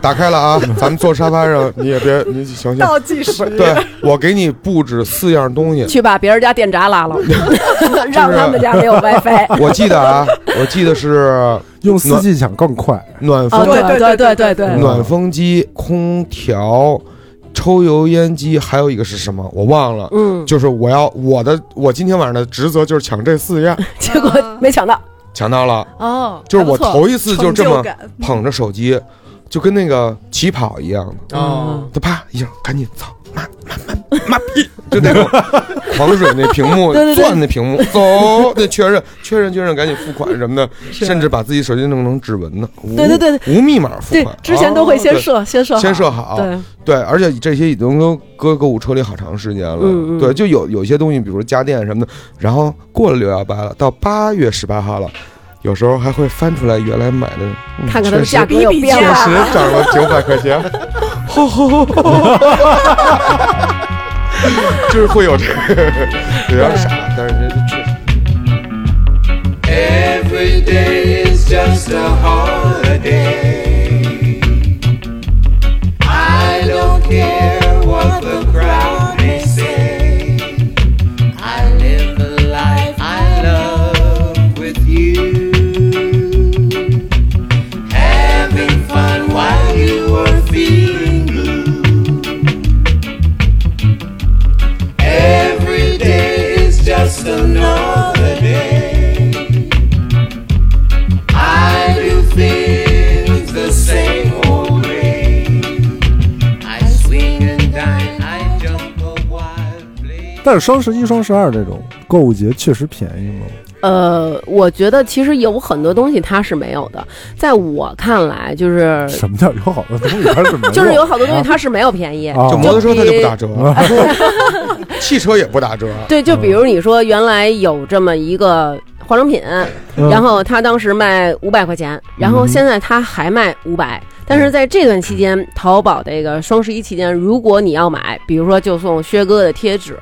Speaker 3: 打开了啊，咱们坐沙发上，你也别，你想想，
Speaker 6: 倒计时，
Speaker 3: 对 我给你布置四样东 西。
Speaker 5: 去把别人家电闸 拉了，让他们家没有 WiFi。
Speaker 3: 我记得啊，我记得是
Speaker 2: 用四季抢更快。
Speaker 3: 暖
Speaker 5: 啊，
Speaker 3: 风、
Speaker 6: 对
Speaker 5: 对对
Speaker 6: 对对
Speaker 5: 对
Speaker 6: 对
Speaker 2: 对
Speaker 3: 暖风机、空调、抽油烟机，还有一个是什么？我忘了。
Speaker 5: 嗯，
Speaker 3: 就是我要我的，我今天晚上的职责就是抢这四样，
Speaker 5: 结果没抢到。
Speaker 3: 抢到了。
Speaker 5: 哦，
Speaker 3: 就是我
Speaker 5: 还不错
Speaker 3: 头一次就
Speaker 6: 成
Speaker 3: 这么
Speaker 6: 感。
Speaker 5: 嗯
Speaker 3: 捧着手机，就跟那个起跑一样的。
Speaker 5: 啊
Speaker 4: 哦，
Speaker 3: 他啪一下，赶紧操妈妈妈妈逼， 就那种狂水那屏幕
Speaker 5: 对对对
Speaker 3: 钻那屏幕，走，得确认确认确认，赶紧付款什么的，甚至把自己手机弄成指纹呢，无
Speaker 5: 对对对
Speaker 3: 无密码付
Speaker 5: 对
Speaker 3: 款，，
Speaker 5: 之前都会先
Speaker 3: 哦
Speaker 5: 设，先设
Speaker 3: 对
Speaker 5: 好，
Speaker 3: 先设好，
Speaker 5: 对，
Speaker 3: 对，而且这些已经都搁购物车里好长时间了。
Speaker 5: 嗯嗯
Speaker 3: 对，就有有些东西，比如说家电什么的，然后过了六幺八了，到八月十八号了，有时候还会翻出来原来买的，嗯、
Speaker 5: 看看它的
Speaker 3: 确实
Speaker 5: 价格有变
Speaker 3: 确
Speaker 5: 化。
Speaker 3: 实涨了九百块 钱，就是会有这个，有点傻，但是这确实。
Speaker 8: Every day is just a holiday. I don't care what the crowd may say. I live the life I love with you. Having fun while you are feeling blue. Every day is just another day. I do things the same old way. I swing and dine, I jump a wild place.
Speaker 2: 但是双十一、双十二这种购物节确实便宜嘛。
Speaker 5: 呃，我觉得其实有很多东西它是没有的，在我看来，就 是
Speaker 2: 什么叫有好多东西它是没
Speaker 5: 就是有好多东西它是没有便宜。
Speaker 2: 啊
Speaker 3: 哦就摩托车它就不嗯
Speaker 5: 比
Speaker 3: 打折，汽车也不打折，
Speaker 5: 对，就比如你说原来有这么一个化妆品，
Speaker 2: 嗯
Speaker 5: 然后它当时卖五百块钱，然后
Speaker 2: 嗯
Speaker 5: 现在它还卖五百，但是在这段期间，淘宝这个双十一期间，如果你要买，比如说就送薛哥的贴纸，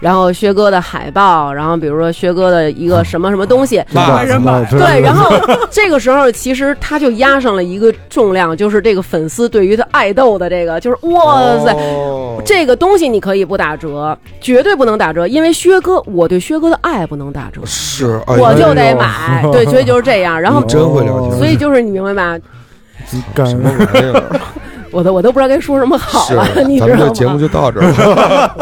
Speaker 5: 然后薛哥的海报，然后比如说薛哥的一个什么什么东西。
Speaker 3: 骂
Speaker 2: 人买
Speaker 5: 对，然后这个时候其实它就压上了一个重量，就是这个粉丝对于他爱豆的这个，就是哇塞，
Speaker 3: 哦
Speaker 5: 这个东西你可以不打折，绝对不能打折，因为薛哥，我对薛哥的爱不能打折，
Speaker 3: 是，哎呦哎嗯
Speaker 5: 我就得买。对，所以就是这样。然后
Speaker 3: 你，真会聊天，
Speaker 5: 所以就是你明白吧？
Speaker 2: 干
Speaker 3: 什么玩意儿？
Speaker 5: 我都我都不知道该说什么嗯 好
Speaker 3: 是啊
Speaker 5: 了， 你，
Speaker 3: 咱
Speaker 5: 知
Speaker 3: 们
Speaker 5: 道
Speaker 3: 这
Speaker 5: 吗？
Speaker 3: 节目就到这儿了。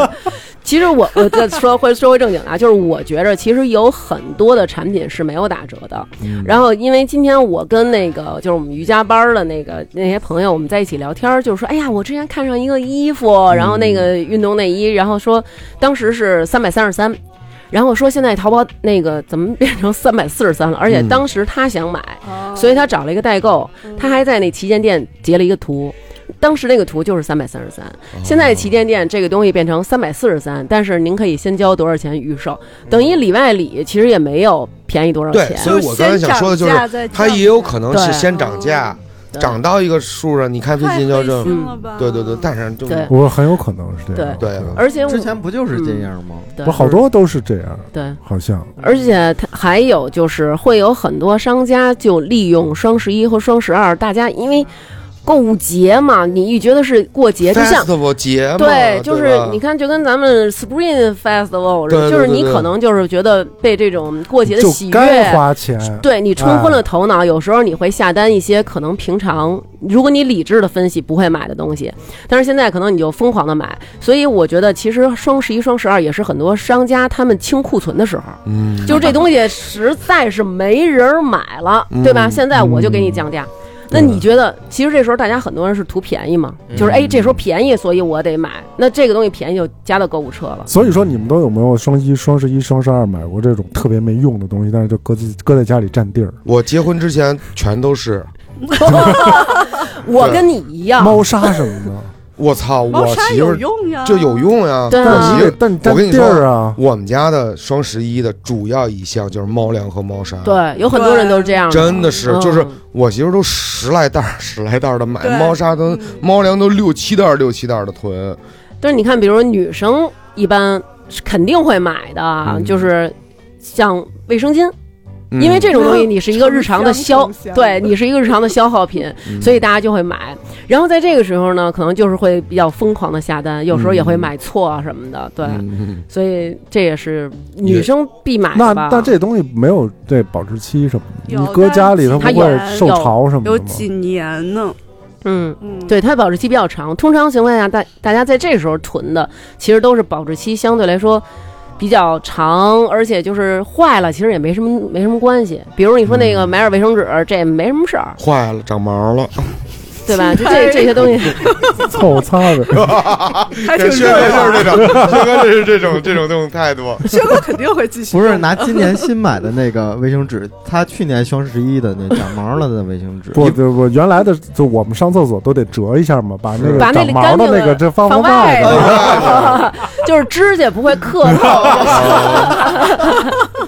Speaker 5: 其实我 我再说回说回正经的啊，就是我觉着其实有很多的产品是没有打折的。
Speaker 3: 嗯
Speaker 5: 然后因为今天我跟那个就是我们瑜伽班儿的那个那些朋友，我们在一起聊天儿，就说哎呀，我之前看上一个衣
Speaker 3: 嗯
Speaker 5: 服，然后那个运动内衣，然后说当时是三百三十三。然后说现在淘宝那个怎么变成三百四十三了？而且
Speaker 3: 嗯
Speaker 5: 当时他想买，
Speaker 6: 嗯哦
Speaker 5: 所以他找了一个代购，他还在那旗舰店截了一个图，当时那个图就是三百三十三，
Speaker 3: 哦
Speaker 5: 现在旗舰店这个东西变成三百四十三，但是您可以先交多少钱预售，等于里外里其实也没有便宜多少
Speaker 3: 对，
Speaker 5: 钱。
Speaker 3: 所以我刚才想说的就是，
Speaker 6: 是
Speaker 3: 它也有可能是
Speaker 5: 对
Speaker 3: 先涨
Speaker 6: 哦
Speaker 3: 价，
Speaker 5: 对
Speaker 3: 涨到一个数上，你看最近就这，
Speaker 5: 嗯
Speaker 6: 了吧？
Speaker 3: 对对对，但是就
Speaker 5: 对
Speaker 2: 我很有可能是这样。
Speaker 3: 对啊
Speaker 2: 嗯
Speaker 5: 而且我
Speaker 4: 之前不就是这样吗？
Speaker 5: 对
Speaker 2: 我好多都是这样，
Speaker 5: 对，
Speaker 2: 好像
Speaker 5: 而且它还有就是会有很多商家就利用双十一和双十二，大家因为购物节嘛，你觉得是过节，就像
Speaker 3: festival 节嘛，
Speaker 5: 对，就是
Speaker 3: 吧
Speaker 5: 你看，就跟咱们 Spring Festival，似
Speaker 3: 对
Speaker 5: 的
Speaker 3: 对
Speaker 5: 就是
Speaker 3: 对
Speaker 5: 你
Speaker 3: 对
Speaker 5: 可能就是觉得被这种过节的喜
Speaker 2: 就
Speaker 5: 悦，
Speaker 2: 该花钱。
Speaker 5: 对你冲昏了头脑，有时候你会下单一些可能平常如果你理智的分析不会买的东西，但是现在可能你就疯狂的买，所以我觉得其实双十一、双十二也是很多商家他们清库存的时候，
Speaker 3: 嗯，
Speaker 5: 就是这东西实在是没人儿买了，
Speaker 3: 嗯
Speaker 5: 对吧？现在我就给你降价。那你觉得，其实这时候大家很多人是图便宜嘛？就是哎，这时候便宜，所以我得买。那这个东西便宜就加到购物车 了。
Speaker 2: 所以说，你们都有没有双一、双十一、双十二买过这种特别没用的东西，但是就搁自己搁在家里占地儿？
Speaker 3: 我结婚之前全都是，
Speaker 5: 我跟你一样，
Speaker 2: 猫砂什么 的，
Speaker 3: 我操，
Speaker 6: 猫
Speaker 3: 我
Speaker 6: 砂
Speaker 3: 媳妇
Speaker 6: 有
Speaker 3: 儿
Speaker 6: 用啊呀，
Speaker 3: 就有用呀，
Speaker 5: 对
Speaker 2: 但
Speaker 5: 啊
Speaker 2: 是
Speaker 3: 我
Speaker 2: 你
Speaker 3: 媳
Speaker 2: 得
Speaker 3: 妇儿。
Speaker 2: 但
Speaker 3: 我
Speaker 2: 占
Speaker 3: 跟你
Speaker 2: 地
Speaker 3: 说
Speaker 2: 儿啊，
Speaker 3: 我们家的双十一的主要一项就是猫粮和猫砂，，
Speaker 5: 对，有很多人都是这样的。
Speaker 3: 真的是，就是
Speaker 5: 嗯
Speaker 3: 我媳妇儿都十来袋儿、十来袋儿的买
Speaker 6: 对
Speaker 3: 猫砂都
Speaker 6: 嗯
Speaker 3: 猫粮都六七袋儿、六七袋儿的囤，
Speaker 5: 但是你看，比如说女生一般是肯定会买的啊，
Speaker 3: 嗯
Speaker 5: 就是像卫生巾，
Speaker 3: 嗯
Speaker 5: 因为这种东西你是一个日常的消
Speaker 6: 成箱成，箱
Speaker 5: 对你是一个日常的消耗品，
Speaker 2: 嗯
Speaker 5: 所以大家就会买。然后在这个时候呢，可能就是会比较疯狂的下单，有时候也会买错啊什么的，对。
Speaker 3: 嗯
Speaker 5: 所以这也是女生必买
Speaker 2: 那
Speaker 5: 的吧？
Speaker 2: 那这东西没有这保质期什么的，
Speaker 6: 有啊
Speaker 2: 你搁家里它
Speaker 5: 它
Speaker 2: 不
Speaker 5: 有
Speaker 2: 会受
Speaker 5: 有
Speaker 2: 潮什么
Speaker 6: 有
Speaker 2: 的吗？
Speaker 6: 几年呢，
Speaker 5: 嗯。
Speaker 6: 嗯，
Speaker 5: 对，它保质期比较长。通常情况下，大大家在这时候囤的，其实都是保质期相对来说比较长，而且就是坏了，其实也没什么没什么关系。比如你说
Speaker 2: 嗯
Speaker 5: 那个买点卫生纸，这也没什么事儿，
Speaker 3: 坏了，长毛 了，
Speaker 5: 对吧？就这这些东西，
Speaker 2: 凑擦的，
Speaker 6: 还挺
Speaker 3: 薛
Speaker 6: 热
Speaker 3: 哥
Speaker 6: 闹
Speaker 3: 就
Speaker 6: 的。
Speaker 3: 是这种，薛哥就是这种这种这种态度。
Speaker 6: 薛哥肯定会继续。
Speaker 4: 不是拿今年新买的那个卫生纸，他去年双十一的那长毛了的卫生纸，
Speaker 2: 不，就我原来的就我们上厕所都得折一下嘛，把那个
Speaker 5: 把那
Speaker 2: 长
Speaker 5: 里
Speaker 2: 毛
Speaker 5: 干
Speaker 2: 的
Speaker 5: 净
Speaker 2: 那个这放
Speaker 5: 放
Speaker 2: 外
Speaker 5: 外
Speaker 2: 头。
Speaker 3: 哎
Speaker 5: 头，就是指甲不会磕到。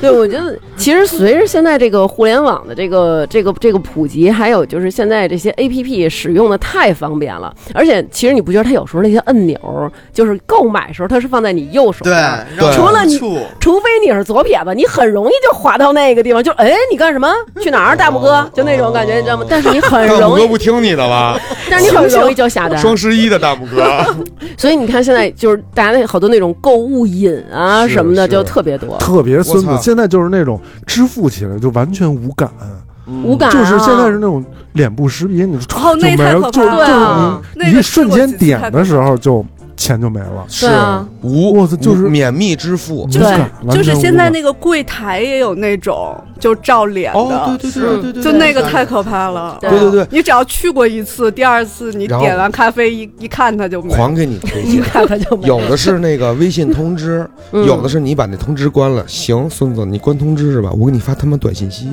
Speaker 5: 对，我觉得其实随着现在这个互联网的这个这个这个普及，还有就是现在这些 A P P 使用的太方便了，而且其实你不觉得它有时候那些按钮，就是购买时候它是放在你右手边儿，
Speaker 3: 对
Speaker 5: 除了你
Speaker 9: 触
Speaker 5: 除非你是左撇子，你很容易就滑到那个地方，就哎你干什么？去哪儿？大拇哥，就那种感觉，你知道吗？但是你很
Speaker 3: 大拇
Speaker 5: 容
Speaker 3: 哥
Speaker 5: 易，啊
Speaker 3: 不听你的了，
Speaker 5: 但是你很容易就下单。
Speaker 3: 双十一的大拇哥，
Speaker 5: 所以你看，现在就是大家那好多那种购物瘾啊
Speaker 3: 是
Speaker 5: 什么的，
Speaker 3: 是
Speaker 5: 就特别多，
Speaker 2: 特别孙
Speaker 3: 我
Speaker 2: 子，
Speaker 3: 操
Speaker 2: 现在就是那种支付起来就完全无感，
Speaker 3: 嗯
Speaker 5: 无感、啊。
Speaker 2: 就是现在是那种脸部识别，你就
Speaker 6: 哦，
Speaker 2: 就
Speaker 6: 那
Speaker 2: 没
Speaker 6: 太
Speaker 2: 了
Speaker 6: 可
Speaker 2: 就
Speaker 6: 怕
Speaker 5: 对
Speaker 6: 了。
Speaker 5: 啊，
Speaker 6: 那
Speaker 2: 一
Speaker 6: 个
Speaker 2: 瞬间点的时候就钱就没了，
Speaker 3: 是
Speaker 5: 啊
Speaker 3: 无，
Speaker 2: 我操就是
Speaker 3: 无免密支付。
Speaker 2: 无
Speaker 5: 对
Speaker 2: 感，
Speaker 3: 嗯
Speaker 2: 完
Speaker 6: 就是
Speaker 2: 全无
Speaker 6: 现在
Speaker 2: 感
Speaker 6: 那个柜台也有那种就照脸
Speaker 3: 哦，
Speaker 6: 的，
Speaker 3: 对对对对对，
Speaker 6: 就那个太可怕了。
Speaker 5: 对
Speaker 3: 对对对，
Speaker 6: 你只要去过一次，第二次你
Speaker 3: 然后
Speaker 6: 点完咖啡一一看它就没了。
Speaker 3: 狂给你推
Speaker 5: 一
Speaker 3: 荐。
Speaker 5: 看它就没
Speaker 3: 有的是那个微信通知，
Speaker 5: 嗯
Speaker 3: 有的是你把那通知关了。行，孙子，你关通知是吧？我给你发他妈短信息。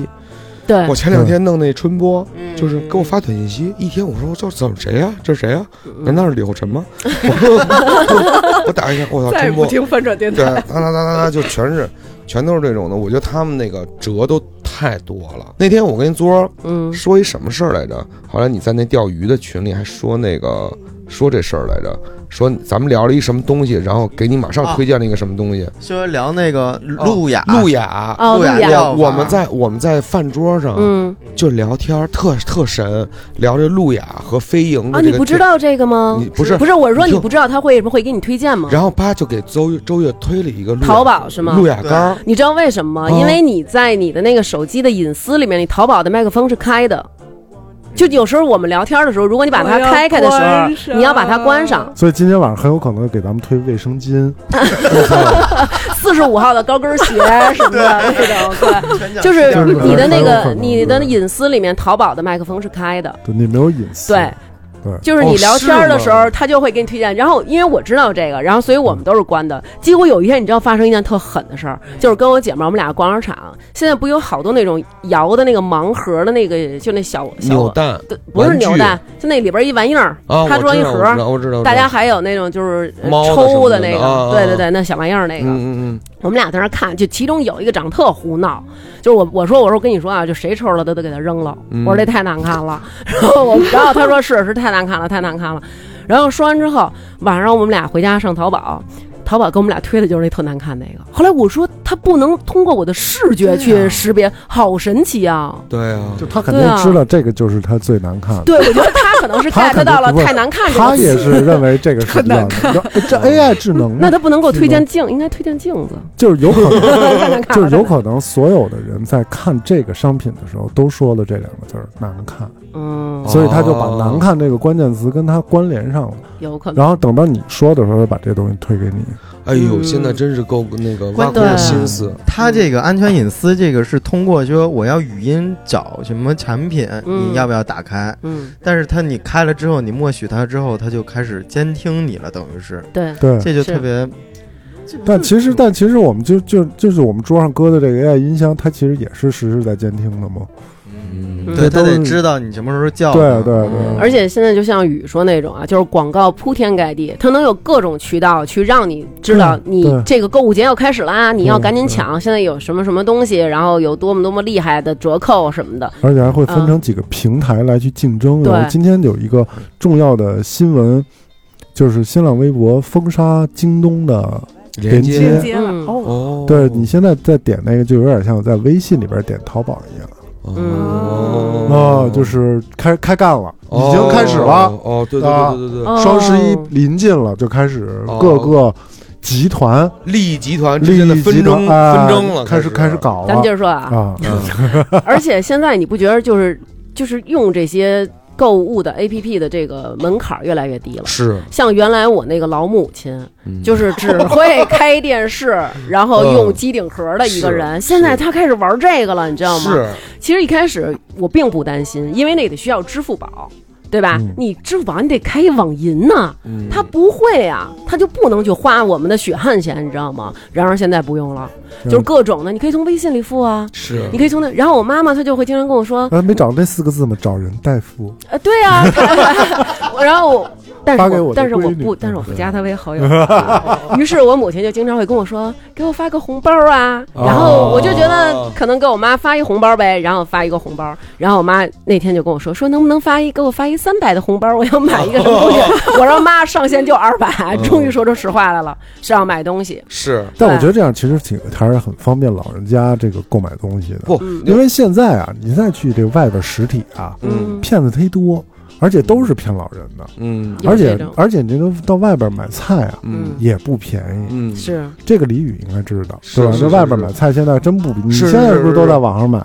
Speaker 5: 对
Speaker 3: 我前两天弄那春播，就是给我发短信息，一天我说这怎么谁呀？这谁呀？
Speaker 5: 嗯
Speaker 3: 难道是李厚辰 吗？我我打一下，我操，
Speaker 6: 再也
Speaker 3: 春
Speaker 6: 不
Speaker 3: 播
Speaker 6: 听翻转电
Speaker 3: 对，
Speaker 6: 台。
Speaker 3: 哒哒哒哒哒，就全是全都是这种的。我觉得他们那个折都太多了。那天我跟昨儿
Speaker 5: 嗯
Speaker 3: 说一什么事儿来着？后来你在那钓鱼的群里还说那个说这事儿来着，说咱们聊了一什么东西，然后给你马
Speaker 5: 啊
Speaker 3: 上推荐了一个什么东西，
Speaker 4: 说聊那个路亚，
Speaker 3: 哦路雅。
Speaker 5: 哦，
Speaker 4: 路
Speaker 5: 路
Speaker 4: 亚
Speaker 5: 亚
Speaker 4: 药
Speaker 3: 我
Speaker 4: 啊
Speaker 3: 我们在我们在饭桌上
Speaker 5: 嗯
Speaker 3: 就聊天，特特神，聊着路雅和飞营的
Speaker 5: 啊，
Speaker 3: 这
Speaker 5: 你
Speaker 3: 个
Speaker 5: 不知
Speaker 3: 这。
Speaker 5: 道这个吗
Speaker 3: 你？不是
Speaker 5: 不是，我是说
Speaker 3: 你
Speaker 5: 你
Speaker 3: 就
Speaker 5: 不知道他会什么会给你推荐吗？
Speaker 3: 然后啪就给周周越推了一个路雅
Speaker 5: 淘宝是吗嗯
Speaker 3: 路雅干儿
Speaker 5: 你知道为什么吗？
Speaker 3: 哦
Speaker 5: 因为你在你的那个手机的隐私里面，你淘宝的麦克风是开的。就有时候我们聊天的时候，如果你把它
Speaker 3: 哎
Speaker 6: 我要
Speaker 5: 开开的时
Speaker 6: 关
Speaker 5: 候，
Speaker 6: 上
Speaker 5: 你要把它关上。
Speaker 2: 所以今天晚上很有可能给咱们推卫生巾，
Speaker 5: 四十五号的高跟鞋什 么的那种，对。就
Speaker 2: 就是是
Speaker 5: 你的那
Speaker 2: 很有可
Speaker 5: 个
Speaker 2: 能
Speaker 5: 你的
Speaker 2: 对
Speaker 5: 隐私里面，淘宝的麦克风是开的，
Speaker 2: 对你没有隐私，
Speaker 5: 对，
Speaker 2: 对
Speaker 5: 就是你聊天的
Speaker 3: 哦
Speaker 5: 时
Speaker 3: 是
Speaker 5: 候，
Speaker 3: 吗
Speaker 5: 他就会给你推荐。然后因为我知道这个，然后所以我们都是关的。结果有一天，你知道发生一件特狠的事儿，
Speaker 3: 嗯
Speaker 5: 就是跟我姐们儿我们俩逛商场，现在不有好多那种摇的那个盲盒的那个，就那小小
Speaker 3: 扭蛋
Speaker 5: 对不是
Speaker 3: 玩具
Speaker 5: 扭蛋，就那里边一玩意儿，
Speaker 3: 啊，
Speaker 5: 它
Speaker 3: 我
Speaker 5: 装一
Speaker 3: 知道
Speaker 5: 盒
Speaker 3: 我知道我知道，
Speaker 5: 大家还有那种就是呃
Speaker 3: 猫的什
Speaker 5: 抽
Speaker 3: 么的
Speaker 5: 那
Speaker 3: 啊
Speaker 5: 个，对对对，那小玩意儿那
Speaker 3: 那
Speaker 5: 个，
Speaker 3: 嗯嗯
Speaker 5: 我们俩在那儿看，就其中有一个长得特胡闹，就是我我说我说我跟你说啊，就谁抽了都得给他扔了，
Speaker 3: 嗯
Speaker 5: 我说这太难看了，然后我然后他说是是太难看了太难看了，然后说完之后晚上我们俩回家上淘宝。淘宝给我们俩推的就是那特难看那个。后来我说他不能通过我的视觉去识别，好神奇 啊！
Speaker 3: 嗯，对啊，
Speaker 2: 就他肯定知道这个就是他最难看的。
Speaker 5: 对，我觉得他可能是
Speaker 2: 他肯
Speaker 5: get
Speaker 2: 定
Speaker 5: 到了
Speaker 2: 不是
Speaker 5: 太难看这
Speaker 2: 他
Speaker 5: 个
Speaker 2: 也
Speaker 5: 词，
Speaker 2: 是认为这个是
Speaker 6: 很
Speaker 2: 比较
Speaker 6: 难
Speaker 2: 难的。
Speaker 3: 哦
Speaker 2: 这 AI 智能呢，
Speaker 5: 那他不能给我推荐镜，应该推荐镜 子。
Speaker 2: 就是有可能，
Speaker 5: 太难看了
Speaker 2: 就是有可能所有的人在看这个商品的时候都说了这两个字儿难看，
Speaker 5: 嗯，
Speaker 2: 所以他就把
Speaker 3: 哦
Speaker 2: 难看这个关键词跟他关联上了。
Speaker 5: 有可能。
Speaker 2: 然后等到你说的时候，把这东西推给你。
Speaker 3: 哎呦，
Speaker 5: 嗯
Speaker 3: 现在真是够那个挖
Speaker 4: 关
Speaker 3: 空了
Speaker 5: 对
Speaker 3: 心思，
Speaker 4: 他这个安全隐私，这个是通过说我要语音找什么产品，
Speaker 5: 嗯
Speaker 4: 你要不要打开？
Speaker 5: 嗯，
Speaker 4: 但是他你开了之后，你默许他之后，他就开始监听你了，等于是，
Speaker 5: 对，
Speaker 2: 对，
Speaker 4: 这就是特别
Speaker 2: 但其
Speaker 6: 嗯
Speaker 2: 实但其实我们就就就是我们桌上搁的这个 AI 音箱，它其实也是实时在监听的嘛。
Speaker 5: 嗯
Speaker 4: 对
Speaker 2: 这都
Speaker 4: 他得
Speaker 2: 是
Speaker 4: 知道你什么时候叫
Speaker 2: 对
Speaker 4: 他。嗯
Speaker 2: 对对，
Speaker 5: 而且现在就像雨说那种啊，就是广告铺天盖地，它能有各种渠道去让你知道
Speaker 2: 对
Speaker 5: 你
Speaker 2: 嗯对嗯
Speaker 5: 这个购物节要开始啦，你要赶紧
Speaker 2: 对
Speaker 5: 抢，现在有什么什么东西，然后有多么多么厉害的折扣什么的。
Speaker 2: 而且还会分成几个平台来去竞争。
Speaker 5: 对
Speaker 2: 然后今天有一个重要的新闻，就是新浪微博封杀京东的
Speaker 3: 连
Speaker 2: 连
Speaker 6: 链
Speaker 2: 接
Speaker 6: 接了
Speaker 5: 嗯
Speaker 6: 哦，
Speaker 3: 哦，
Speaker 2: 对你现在再点那个，就有点像我在微信里边点淘宝一样
Speaker 3: 哦
Speaker 6: 嗯
Speaker 2: 啊，就是开开干了，已经开始了。
Speaker 3: 哦，哦对对
Speaker 2: 啊
Speaker 3: 对对对对，
Speaker 5: 哦
Speaker 2: 双十一临近了，就开始
Speaker 3: 哦
Speaker 2: 各个集团、
Speaker 3: 利益集团之
Speaker 2: 利
Speaker 3: 间的
Speaker 2: 益集
Speaker 3: 纷争
Speaker 2: 团哎
Speaker 3: 纷争了，
Speaker 2: 开
Speaker 3: 始
Speaker 2: 开始，搞
Speaker 5: 咱们接
Speaker 2: 了
Speaker 5: 着说啊，
Speaker 2: 啊，
Speaker 3: 嗯
Speaker 5: 而且现在你不觉得就是就是用这些购物的 APP 的这个门槛儿越来越低了？
Speaker 3: 是，
Speaker 5: 像原来我那个老母亲，
Speaker 3: 嗯
Speaker 5: 就是只会开 电视，然后
Speaker 2: 嗯
Speaker 5: 用机顶盒的一个人，现在她开始玩这个了，你知道吗？
Speaker 3: 是
Speaker 5: 其实一开始我并不担心，因为那得需要支付宝，对吧？
Speaker 2: 嗯
Speaker 5: 你支付宝你得开一网银呢、
Speaker 3: 嗯
Speaker 5: 他不会啊，他就不能去花我们的血汗钱，你知道吗？然而现在不用了，
Speaker 2: 嗯
Speaker 5: 就是各种的，你可以从微信里付啊，
Speaker 3: 是
Speaker 5: 你可以从那。然后我妈妈她就会经常跟我说，
Speaker 2: 哎，没找那四个字吗？找人代付。
Speaker 5: 呃，对啊， 她然后 我。但
Speaker 2: 发
Speaker 5: 是
Speaker 2: 给
Speaker 5: 我
Speaker 2: 我的
Speaker 5: 但是我
Speaker 2: 闺女
Speaker 5: 不，但是我不加她为 好友。于是我母亲就经常会跟我说：“给我发个红包啊！”
Speaker 2: 哦
Speaker 5: 然后我就觉得
Speaker 3: 哦
Speaker 5: 可能给我妈发一红包呗，然后发一个红包。然后我妈那天就跟我说：“说能不能发一给我发一三百的红包？我要买一个什么东西？”
Speaker 3: 哦
Speaker 5: 我说：“妈，上限就二百。”终于说出实话来了，是要买东西。
Speaker 3: 是
Speaker 2: 但我觉得这样其实挺还是很方便老人家这个购买东
Speaker 5: 嗯
Speaker 2: 西的，
Speaker 3: 不
Speaker 2: 因为现在啊，你再去这个外边实体啊，
Speaker 3: 嗯
Speaker 2: 骗子忒多，而且都是骗老人的，
Speaker 3: 嗯
Speaker 5: 有
Speaker 2: 而
Speaker 5: 这
Speaker 2: 且
Speaker 5: 种
Speaker 2: 而且你这个到外边买菜啊
Speaker 3: 嗯
Speaker 2: 也不便宜。
Speaker 3: 嗯
Speaker 5: 是，
Speaker 2: 这个俚语应该知道，
Speaker 3: 是
Speaker 2: 对吧？
Speaker 3: 是
Speaker 2: 这
Speaker 3: 是
Speaker 2: 外边
Speaker 3: 是
Speaker 2: 买菜现在真不比，你
Speaker 3: 是
Speaker 2: 现在
Speaker 3: 是
Speaker 2: 不
Speaker 3: 是
Speaker 2: 是都
Speaker 3: 是
Speaker 2: 在网上买？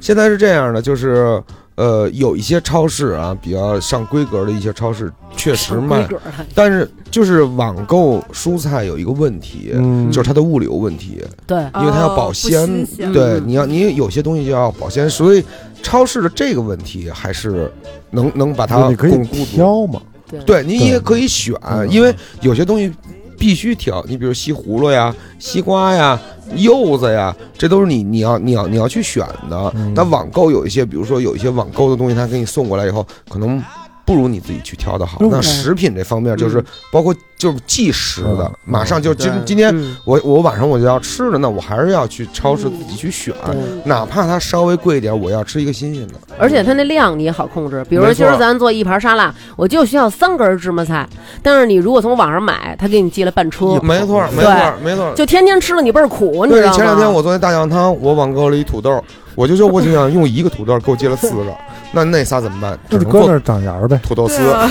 Speaker 3: 现在是这样的，就是呃，有一些超市啊，比较上规格的一些超市确实卖，
Speaker 5: 格的，
Speaker 3: 但是就是网购蔬菜有一个问题，
Speaker 2: 嗯，
Speaker 3: 就是它的物流问题，
Speaker 5: 对，
Speaker 3: 因为它要保
Speaker 6: 哦不
Speaker 3: 鲜
Speaker 6: 新鲜
Speaker 3: 对，
Speaker 5: 嗯
Speaker 3: 你要你有些东西就要保鲜，所以超市的这个问题还是能能把它
Speaker 2: 你可以
Speaker 3: 巩固住。
Speaker 2: 挑嘛，
Speaker 5: 对，
Speaker 3: 对，你也可以选，
Speaker 2: 嗯
Speaker 3: 因为有些东西必须挑，你比如西葫芦呀、西瓜呀、柚子呀，这都是你你要你要你要去选的
Speaker 2: 嗯。
Speaker 3: 但网购有一些，比如说有一些网购的东西，它给你送过来以后，可能。不如你自己去挑的好。
Speaker 2: 嗯
Speaker 3: 那食品这方面就是
Speaker 5: 嗯
Speaker 3: 包括就是即食的
Speaker 2: 嗯，
Speaker 3: 马上就今
Speaker 4: 对
Speaker 3: 今天
Speaker 5: 嗯
Speaker 3: 我我晚上我就要吃了，那我还是要去超市自己去选，
Speaker 5: 对
Speaker 3: 哪怕它稍微贵一点，我要吃一个新鲜的。
Speaker 5: 而且它那量你也好控制，比如说
Speaker 3: 没错
Speaker 5: 今儿咱做一盘沙拉，我就需要三根芝麻菜，但是你如果从网上买，他给你寄了半车，
Speaker 3: 没错没错没错，
Speaker 5: 就天天吃了你倍儿苦，你
Speaker 3: 对
Speaker 5: 知，道吗？
Speaker 3: 前两天我做那大酱汤，我网购了一土豆，我就说我就想用一个土豆，给我借了四 个，那那仨怎么办？只
Speaker 2: 那
Speaker 3: 能
Speaker 2: 就搁那
Speaker 3: 做
Speaker 2: 儿长芽儿呗，
Speaker 3: 土豆丝。
Speaker 6: 对啊